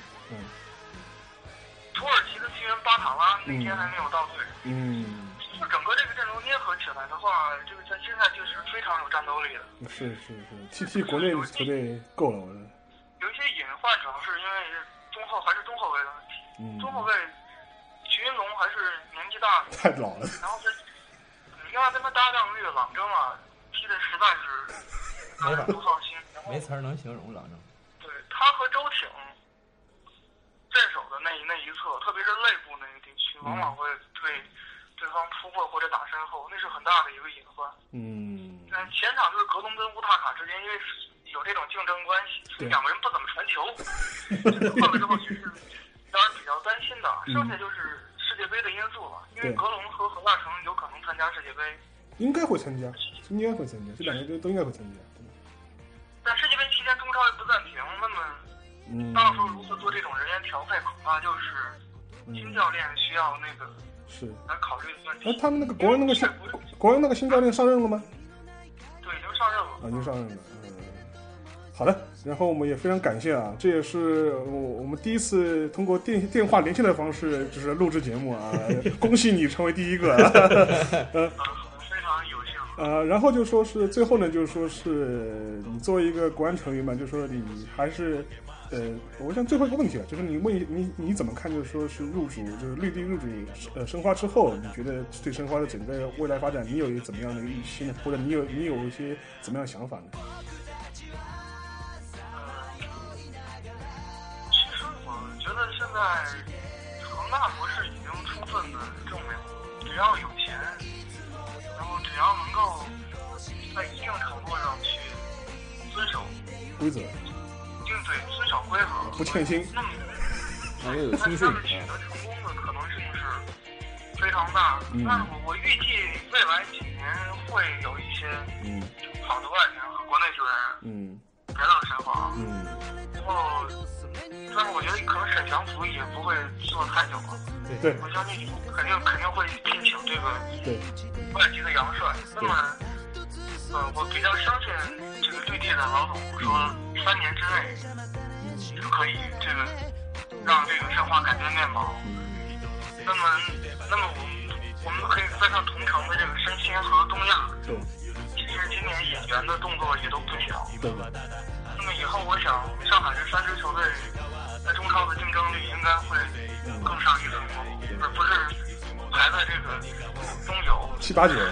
S6: 土耳其的球员巴塔拉那天还没有到队。
S2: 嗯，
S6: 就整个这个阵容捏合起来的话，这个在新赛季是非常有战斗力的。
S2: 是是是，踢踢国内的球队够了，我觉得，
S6: 有一些隐患，主要是因为中后还是中后卫的问题。
S2: 嗯
S6: 中后卫徐云龙还是年纪大的，
S2: 太老了，
S6: 然后他，你看他跟他搭档月朗征啊，踢的实在是让人不放心。然后
S4: 没词儿能形容了，
S6: 对他和周挺镇守的那一那一侧，特别是肋部那个地区，往往会对对方突破或者打身后，那是很大的一个隐患。
S2: 嗯，
S6: 嗯，前场就是格隆跟乌塔卡之间，因为有这种竞争关系，所以两个人不怎么 传球。换了之后，其实让人比较担心的。剩下就是世界杯的因素了，因
S2: 嗯
S6: 为
S2: 对
S6: 格隆和何大成有可能参加世界杯，
S2: 应该会参加，应该会参加，这两个队都应该会参加，
S6: 但世界杯期间中超又不暂停，那么
S2: 嗯
S6: 到时候如何做这种人员调配，恐怕就是
S2: 嗯
S6: 新教练需要那个
S2: 是。
S6: 来考虑的问
S2: 哎
S6: 题，。
S2: 他们那个国安那个新国安那个新教练上任了吗？
S6: 对，已经上任
S2: 啊，
S6: 了。
S2: 已经上任了。嗯，好的。然后我们也非常感谢啊，这也是我我们第一次通过电电话连线的方式，就是录制节目啊。 恭喜你成为第一个、啊。
S6: 嗯，非常有幸。
S2: 呃，然后就说是最后呢，就是说是你作为一个国安成员嘛，就说你还是。呃，我想最后一个问题了，就是你问你你怎么看？就是说是入主，就是绿地入主呃申花之后，你觉得对申花的整个未来发展，你有一怎么样的一个预期呢？或者你有你有一些怎么样的想法呢？
S6: 其实我觉得现在恒大模式已经充分的证明，只要有钱，然后只要能够在一定程度上去遵守，
S2: 规则
S6: 应对遵守规则，
S2: 不欠薪，
S6: 那么
S5: 还有
S6: 那
S5: 青
S6: 他
S5: 训
S6: 们取得成功的可能性是非常大的。但是我我预计未来几年会有一些
S2: 嗯
S6: 好的外援和国内球员
S2: 嗯
S6: 来到啊申花。
S2: 嗯
S6: 然后，但是我觉得可能沈祥福也不会做太久了。
S2: 对
S6: 我相信肯定肯定会聘请这个
S2: 对，
S6: 外籍的洋帅。那么，呃，我比较相信这个绿地的老总说，三年之内就可以这个让这个申花改变面貌。
S2: 嗯
S6: 那么，那么我们我们可以分上同城的这个申鑫和东亚，
S2: 对
S6: 其实今年演员的动作也都不小。
S2: 对
S6: 那么以后，我想上海这三支球队在中超的竞争力应该会更上一层楼，而不是排在这个中游，
S2: 七八九，
S6: 对，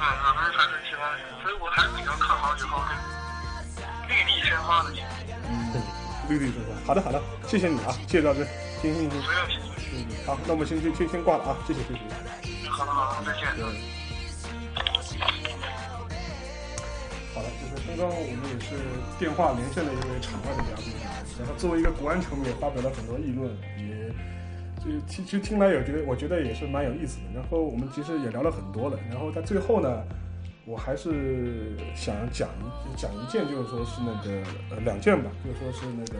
S6: 而不是排在其他人。所以我还是比较看好以后这个绿地申花的情况。
S2: 绿绿是吧？好的好的，谢谢你啊，谢谢老师，行行行，
S6: 不用谢，
S2: 嗯，好，那我们先先先先挂了啊，谢谢谢谢。
S6: 好的好的，再见。
S2: 好了，就是刚刚我们也是电话连线了一位场外的嘉宾啊，然后作为一个国安球迷，也发表了很多议论，也就是其实听来也觉得我觉得也是蛮有意思的。然后我们其实也聊了很多了，然后在最后呢，我还是想讲一讲一件，就是说是那个呃两件吧，就是说是那个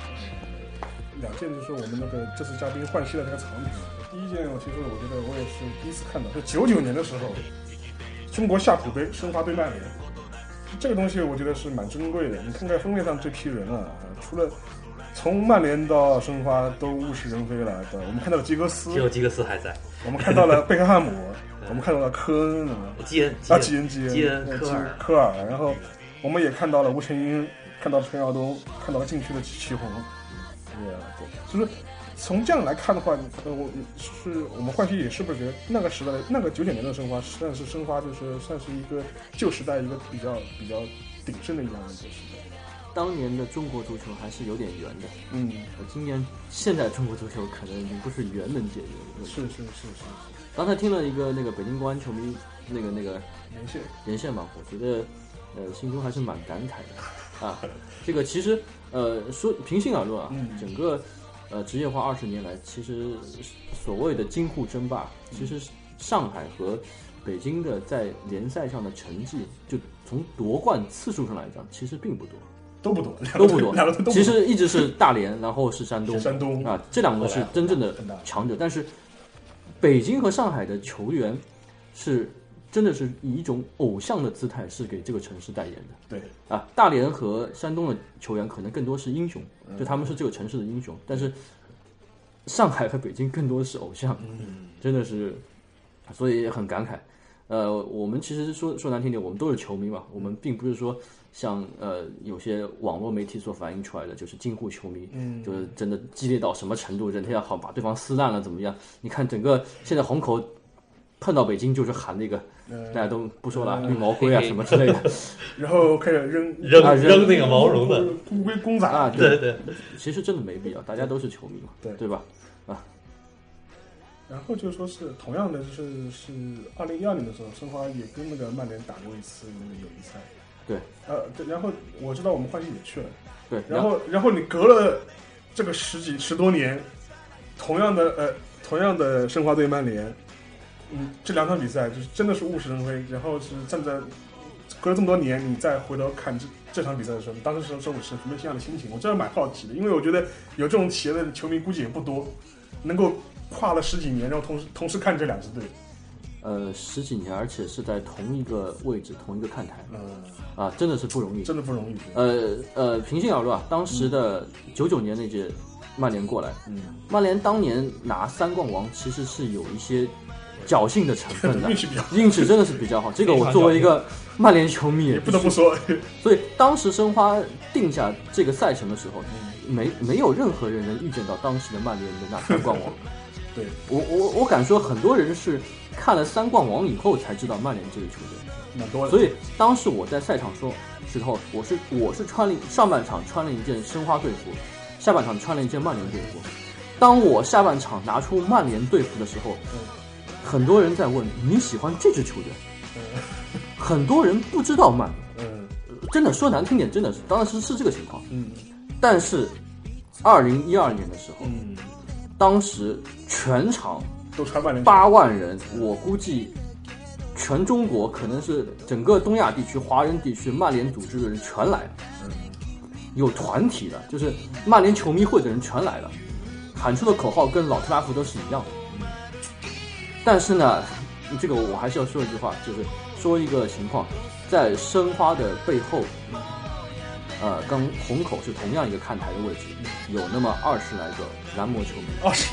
S2: 呃两件就是我们那个这次嘉宾换戏的那个藏品。第一件，其实我觉得我也是第一次看到，是九九年的时候，中国夏普杯申花对曼联，这个东西我觉得是蛮珍贵的。你看看封面上这批人啊，除了从曼联到申花都物是人非了，对，我们看到了吉格斯
S3: 只，有吉格斯还在，
S2: 我们看到了贝克汉姆，我们看到了科恩啊，
S3: 基恩
S2: 啊，基恩基恩
S3: 基恩
S2: 呃
S3: 科尔，
S2: 科尔，然后我们也看到了吴成英，看到了陈耀东，看到了禁区的祁宏，对啊，对，就是从这样来看的话，你呃，我是我们换戏也是不是觉得那个时代的那个九九年的申花，算是申花就是算是一个旧时代一个比较比较鼎盛的一样的一个时代，
S5: 当年的中国足球还是有点圆的，
S2: 嗯，
S5: 呃今年现在中国足球可能已经不是圆能解决的问题。
S2: 是是是是
S5: 刚才听了一个那个北京国安球迷那个那个
S2: 是，连线，
S5: 连线吧，我觉得呃心中还是蛮感慨的啊。这个其实呃说平心而论啊，
S2: 嗯
S5: 整个呃职业化二十年来，其实所谓的京沪争霸，其实上海和北京的在联赛上的成绩，就从夺冠次数上来讲，其实并不多。
S2: 都不多，两个
S5: 都不多
S2: 两个队都不多。
S5: 其实一直是大连，然后是山东，
S2: 山东
S5: 啊，这两个是真正的
S2: 很大
S5: 强者。但是北京和上海的球员是真的是以一种偶像的姿态是给这个城市代言的
S2: 对，
S5: 啊。大连和山东的球员可能更多是英雄，就他们是这个城市的英雄，但是上海和北京更多是偶像， 真的是，所以很感慨。呃，我们其实说说难听点，我们都是球迷嘛，我们并不是说像呃有些网络媒体所反映出来的，就是京沪球迷，嗯，就是真的激烈到什么程度，人家要好把对方撕烂了怎么样？你看整个现在虹口碰到北京就是喊那个，大家都不说了，绿毛龟啊什么之类的
S2: 呃然后开始扔
S8: 扔
S5: 啊扔
S8: 扔那个毛绒的，
S2: 乌龟公仔
S5: 啊，
S8: 对，对，
S5: 其实真的没必要，大家都是球迷嘛，
S2: 对
S5: 对吧？
S2: 然后就说是同样的，就是是二零一二年的时候，申花也跟那个曼联打过一次那个友谊赛。
S5: 对，
S2: 呃，对，然后我知道我们欢喜也去了，
S5: 对，
S2: 然后然后你隔了这个十几十多年，同样的呃同样的申花对曼联，嗯，这两场比赛就是真的是物是人非，然后是站在隔了这么多年，你再回头看这这场比赛的时候，你当时时候说我是什么样的心情？我真的蛮好奇的，因为我觉得有这种企业的球迷估计也不多，能够跨了十几年，然后同时同时看这两支队，
S5: 呃，十几年，而且是在同一个位置、同一个看台
S2: 嗯，
S5: 啊，真的是不容易。
S2: 真的不嗯容易。
S5: 呃呃，平心而论啊，当时的九九年那届曼联过来，嗯，曼联当年拿三冠王其实是有一些侥幸的成分的
S2: 运，气比较好，
S5: 运气真的是比较好。这个我作为一个曼联球迷也
S2: 也不得不说，
S5: 所以当时申花定下这个赛程的时候，没没有任何人能预见到当时的曼联能拿三冠王。
S2: 对
S5: 我我我敢说，很多人是看了三冠王以后才知道曼联这个球队。
S2: 蛮多的。
S5: 所以当时我在赛场说时候，我是我是穿了一上半场穿了一件申花队服，下半场穿了一件曼联队服。当我下半场拿出曼联队服的时候，很多人在问你喜欢这支球队，很多人不知道曼联。
S2: 嗯
S5: 真的说难听点，真的是当时是这个情况。
S2: 嗯
S5: 但是，二零一二年的时候，
S2: 嗯，
S5: 当时全场
S2: 都穿曼联球
S5: 八万人，我估计全中国可能是整个东亚地区华人地区曼联组织的人全来了，有团体的，就是曼联球迷会的人全来了，喊出的口号跟老特拉福德是一样的。但是呢，这个我还是要说一句话，就是说一个情况，在申花的背后。呃，跟虹口是同样一个看台的位置，有那么二十来个蓝魔球迷，
S2: 二十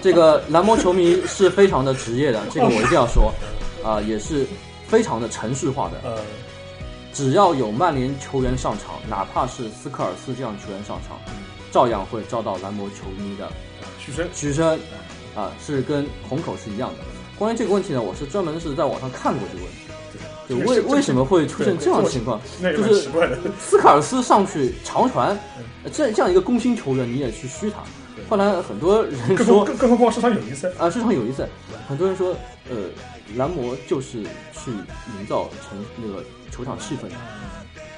S5: 这个蓝魔球迷是非常的职业的，这个我一定要说，啊、也是非常的城市化的。
S2: 呃
S5: 只要有曼联球员上场，哪怕是斯科尔斯这样球员上场，照样会遭到蓝魔球迷的
S2: 许申，
S5: 嘘声，啊、是跟虹口是一样的。关于这个问题呢，我是专门是在网上看过这个问题，就
S2: 这个
S5: 为
S2: 是这个
S5: 为什么会出现这样的情况？
S2: 那也
S5: 就
S2: 蛮
S5: 是
S2: 奇怪的。
S5: 斯卡尔斯上去长传，
S2: 嗯
S5: 这这样一个攻心球员你也去嘘他。后来很多人
S2: 更
S5: 说
S2: 何，更更何况是场友谊赛，
S5: 啊，这场友谊赛，很多人说，呃，蓝魔就是去营造成那个球场气氛，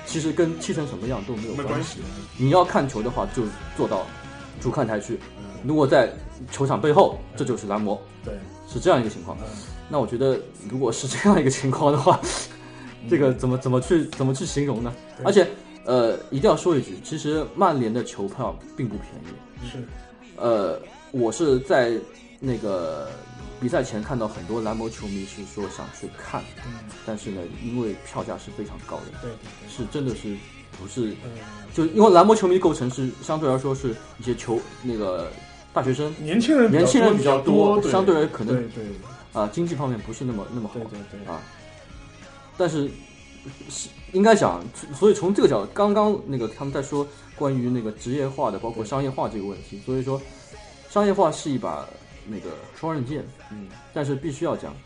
S5: 其实跟踢成什么样都没有
S2: 嗯没
S5: 关
S2: 关
S5: 系。
S2: 系。
S5: 你要看球的话，就坐到主看台去；如果在球场背后，这就是蓝魔，
S2: 对，
S5: 是这样一个情况。那我觉得，如果是这样一个情况的话， 这个怎么怎么去怎么去形容呢？而且，呃，一定要说一句，其实曼联的球票并不便宜。
S2: 是
S5: 呃，我是在那个比赛前看到很多蓝魔球迷是说想去看，但是呢，因为票价是非常高的，
S2: 对，
S5: 是真的是不是
S2: 嗯，
S5: 就因为蓝魔球迷构成是相对来说是一些球那个大学生。
S2: 年轻人比较
S5: 年轻人
S2: 多
S5: 比
S2: 比
S5: 较
S2: 较
S5: 多
S2: 对
S5: 相对而可能
S2: 对对
S5: 啊，经济方面不是那么那么好
S2: 对对对
S5: 啊，但是是应该讲，所以从这个角，刚刚那个他们在说关于那个职业化的，包括商业化这个问题，所以说商业化是一把那个双刃剑，
S2: 嗯，
S5: 但是必须要讲，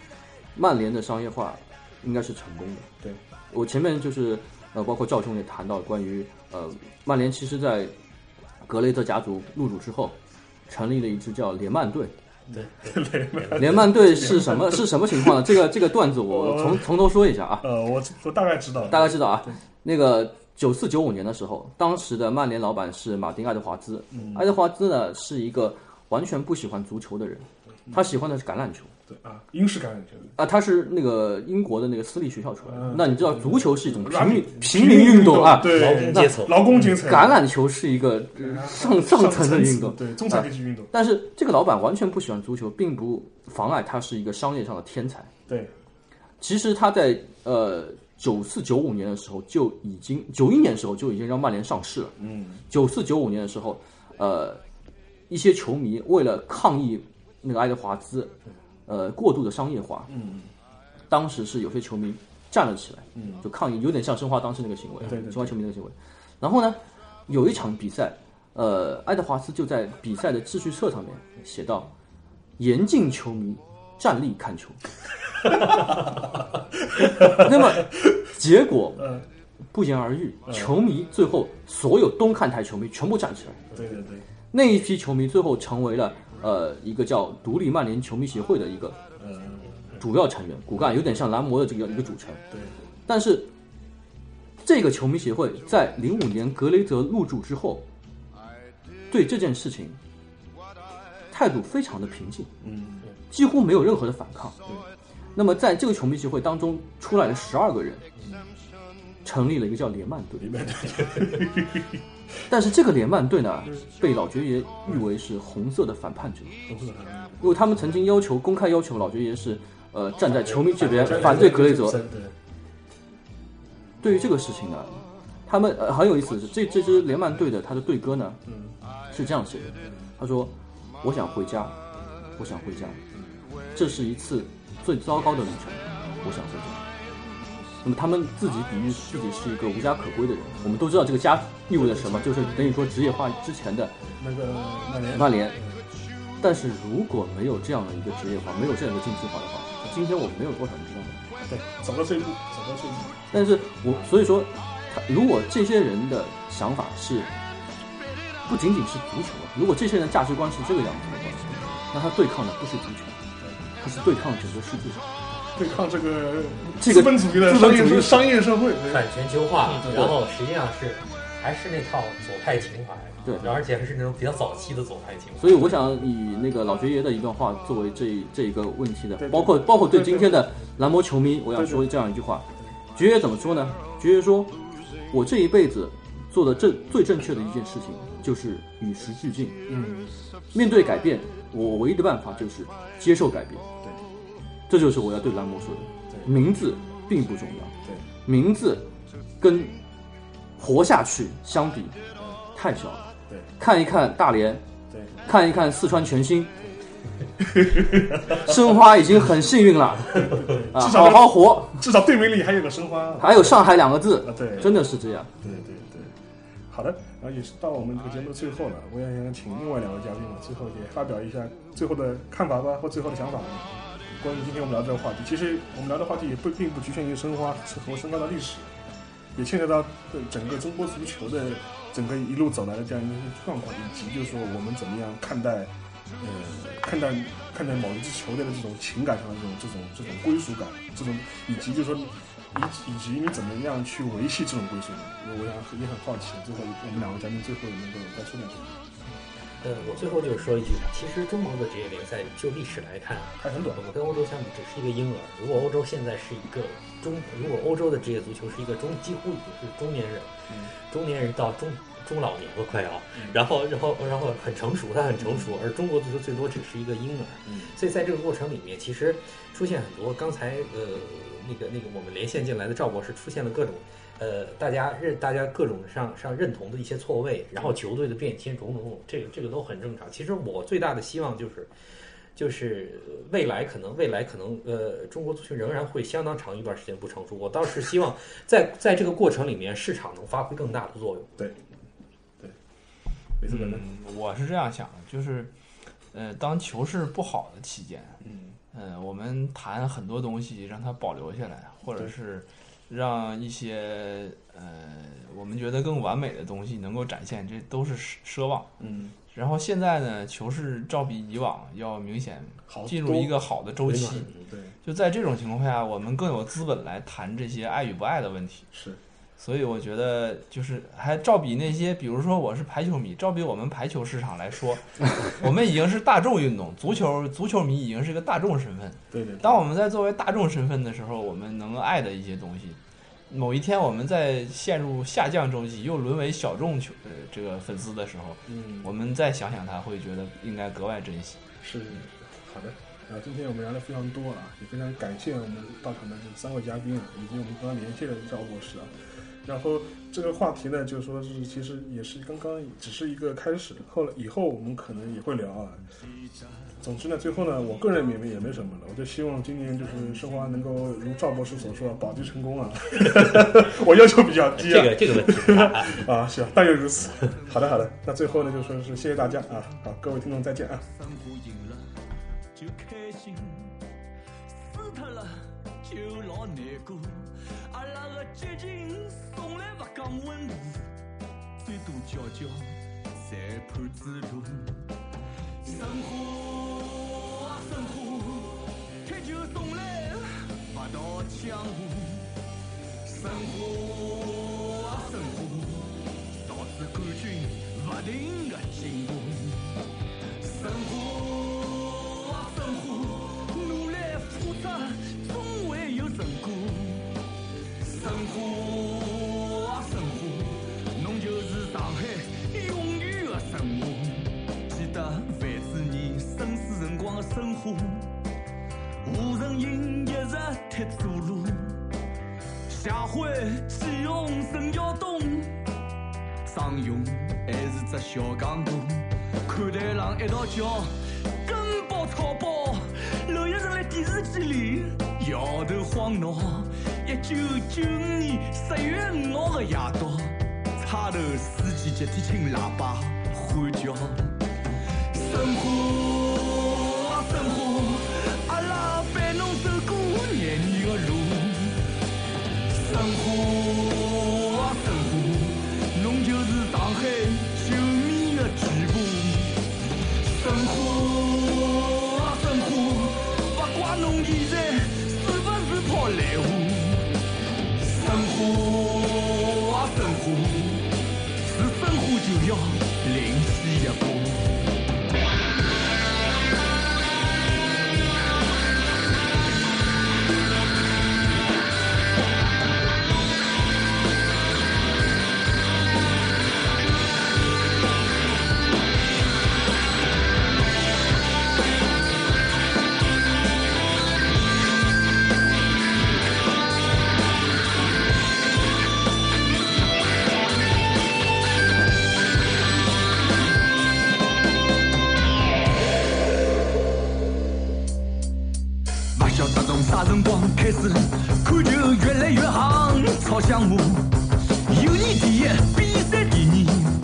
S5: 曼联的商业化应该是成功的。
S2: 对，
S5: 我前面就是呃，包括赵兄也谈到关于呃，曼联其实在格雷泽家族入主之后，成立了一支叫联曼队。对， 联曼队是什么？是什么情况呢？这个这个段子 我从从头说一下啊，
S2: 呃，我我大概知道，
S5: 大家知道啊，那个九四九五年的时候，当时的曼联老板是马丁·爱德华嗯嗯兹。爱德华兹呢是一个完全不喜欢足球的人，他喜欢的是橄榄球。
S2: 对啊，英式橄榄球，
S5: 啊，他是那个英国的那个私立学校出来的
S2: 嗯。
S5: 那你知道足球是一种平民
S2: 平
S5: 平民运动
S2: 动
S5: 啊，
S2: 对，
S3: 劳工阶层
S2: 劳工阶层，
S5: 橄榄球是一个呃上上层的运动。
S2: 对，中产阶级运动，
S5: 但是这个老板完全不喜欢足球，并不妨碍他是一个商业上的天才。
S2: 对，
S5: 其实他在呃九四九五年的时候就已经九一年的时候就已经让曼联上市了。
S2: 嗯，
S5: 九四九五年的时候，呃，一些球迷为了抗议那个爱德华兹，呃，过度的商业化，
S2: 嗯，
S5: 当时是有些球迷站了起来，
S2: 嗯，
S5: 就抗议，有点像申花当时那个行为，
S2: 对对对
S5: 申花球迷那个行为。然后呢，有一场比赛，呃，爱德华兹就在比赛的秩序册上面写到：严禁球迷站立 看球。那么结果
S2: 嗯
S5: 不言而喻，球迷最后所有东看台球迷全部站起来，
S2: 对对对，
S5: 那一批球迷最后成为了呃一个叫独立曼联球迷协会的一个
S2: 嗯，
S5: 主要成员，骨干有点像蓝魔的这个一个组成。
S2: 对，
S5: 但是这个球迷协会在零五年格雷泽入驻之后，对这件事情态度非常的平静，
S2: 嗯，
S5: 几乎没有任何的反抗。那么在这个球迷协会当中出来了十二个人，成立了一个叫联曼队。
S2: 里面对
S5: 但是这个联曼队呢，被老爵爷誉为是红色的反叛者，因为他们曾经要求公开要求老爵爷是，呃，站在球迷这边反对格雷泽。
S2: 对，
S5: 对于这个事情呢，他们呃很有意思的是，这这支联曼队的他的队歌呢，是这样写的，他说：“我想回家，我想回家，这是一次最糟糕的旅程，我想回家。”那么他们自己比喻自己是一个无家可归的人，我们都知道这个家意味着什么，就是等于说职业化之前的
S2: 那个曼联，
S5: 曼联。但是如果没有这样的一个职业化，没有这样一个竞技化的话，今天我们没有多少人知道曼联。
S2: 对，走到这一步，走到这一步，
S5: 但是我所以说，他如果这些人的想法是不仅仅是足球，如果这些人价值观是这个样子的话，那他对抗的不是足球，他是对抗整个世界。
S2: 对抗这个
S5: 这
S2: 资
S5: 个
S2: 本主义的
S5: 资
S2: 商
S5: 本主
S2: 业
S5: 义
S2: 社商业社会，对
S3: 反全球化
S2: 嗯，对
S3: 然后实际上是还是那套左派情怀，
S5: 对
S3: 然后而且还是那种比较早期的左派情怀。
S5: 所以我想以那个老爵爷的一段话作为这这一个问题的
S2: 对，对
S5: 包括包括对
S2: 对对
S5: 今天的蓝魔球迷，我想说这样一句话：爵爷怎么说呢？爵爷说：“我这一辈子做的正最正确的一件事情就是与时俱进。嗯，面对改变，我唯一的办法就是接受改变。
S2: 对，
S5: 这就是我要对蓝魔说的。
S2: 对
S5: 名字并不重要，
S2: 对，
S5: 名字跟活下去相比太小了。
S2: 对，
S5: 看一看大连，
S2: 对，
S5: 看一看四川全新。 申花已经很幸运了，啊，
S2: 至少
S5: 好好活。
S2: 至少队名里还有个申花，啊，
S5: 还有上海两个字，
S2: 对，
S5: 真的是这样。
S2: 对对对，好的，然后也是到我们这个节目的最后了，我也想请另外两位嘉宾呢，最后也发表一下最后的看法吧，或最后的想法吧。关于今天我们聊这个话题，其实我们聊的话题也不并不局限于申花和申花的历史，也牵扯到对整个中国足球的整个一路走来的这样一个状况，以及就是说我们怎么样看待，呃，看待看待某一支球队的这种情感上的这种这种这种归属感，这种以及就是说以以及你怎么样去维系这种归属感，我我想也很好奇，最后我们两位嘉宾最后能够再说点什么，
S3: 呃，我最后就是说一句，其实中国的职业联赛就历史来看，啊
S2: 还很短
S3: 我们跟欧洲相比只是一个婴儿。如果欧洲现在是一个中，如果欧洲的职业足球是一个中，几乎已经是中年人，中年人到中中老年了快要，然后然后然后很成熟，他很成熟，而中国足球最多只是一个婴儿。所以在这个过程里面，其实出现很多刚才呃那个那个我们连线进来的赵博士出现了各种呃大家认大家各种上上认同的一些错位，然后球队的变迁种种种，这个这个都很正常。其实我最大的希望就是。就是呃未来可能，未来可能，呃，中国足球仍然会相当长一段时间不成熟。我倒是希望在在这个过程里面，市场能发挥更大的作用。
S2: 每次本呢？
S4: 嗯，我是这样想的，就是，呃，当球市不好的期间，
S2: 嗯，
S4: 呃，我们谈很多东西，让它保留下来，或者
S2: 对
S4: 是让一些呃我们觉得更完美的东西能够展现，这都是奢奢望。
S2: 嗯，
S4: 然后现在呢，球市照比以往要明显
S2: 好
S4: 进入一个好的周期。
S2: 对
S4: 就在这种情况下，我们更有资本来谈这些爱与不爱的问题。
S2: 是，
S4: 所以我觉得就是还照比那些，比如说我是排球迷，照比我们排球市场来说，我们已经是大众运动，足球足球迷已经是一个大众身份。
S2: 对对，对
S4: 当我们在作为大众身份的时候，我们能爱的一些东西，某一天我们在陷入下降周期，又沦为小众球呃这个粉丝的时候，
S2: 嗯，
S4: 我们再想想他，会觉得应该格外珍惜。
S2: 是是是，好的。啊，今天我们聊了非常多啊，也非常感谢我们到场的这三位嘉宾啊，以及我们刚刚连线的赵博士啊。然后这个话题呢，就说是其实也是刚刚只是一个开始，后来以后我们可能也会聊啊。总之呢，最后呢，我个人也没也没什么了，我就希望今年就是申花能够如赵博士所说啊，保级成 功啊。 我要求比较低
S3: 这
S2: 啊
S3: 个这个问题不大啊，
S2: 啊，是啊，但愿如此。好的好的，那最后呢，就说是谢谢大家啊，好，各位听众再见啊。
S1: 散步赢了就开心，输脱了就老难过。阿拉个激情从来不讲温故，最多叫叫裁判指路。申花啊申花，踢球从来不道江湖。申花啊申花，导致冠军不停个进攻。生活啊生活，努力付出总会有成果。生活啊生活，侬就是上海永远的啊生活。记得万子年生死辰光的申花，吴承恩一直踢左路，谢辉、季红、沈耀东。张勇还是只小戆大，看台上一道叫根包草包，刘一成在电视机里摇头晃脑。一九九五年十月五号的夜到，差头司机集体清喇叭喊叫，生活啊生活，阿拉陪侬走过廿年的路。生活啊生活，侬就是上海球迷的全部。生活啊生活，不怪侬现在是不是跑来沪。生活啊生活，是生活就要另起一步。勿晓得从啥辰光开始，看球越来越行，吵相骂。友谊第一，比赛第二，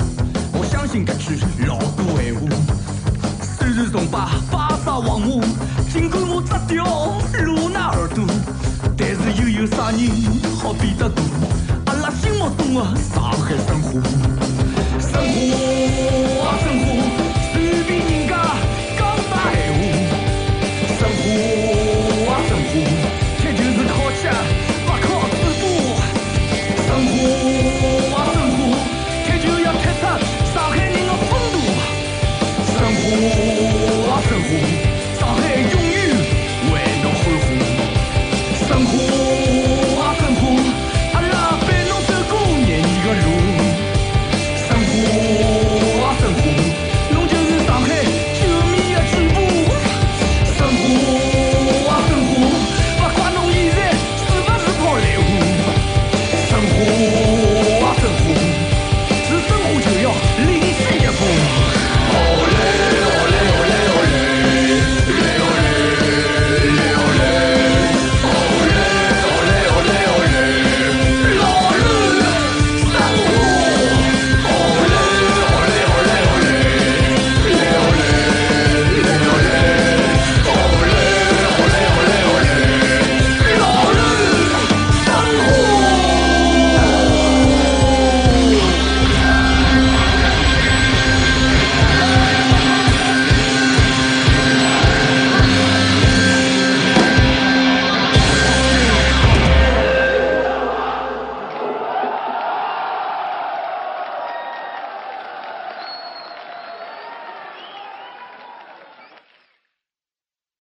S1: 我相信搿句老古闲话。虽然崇拜巴萨、皇马，尽管我只掉鲁纳尔多，但是又有啥人好比得过？阿拉心目中的上海申啊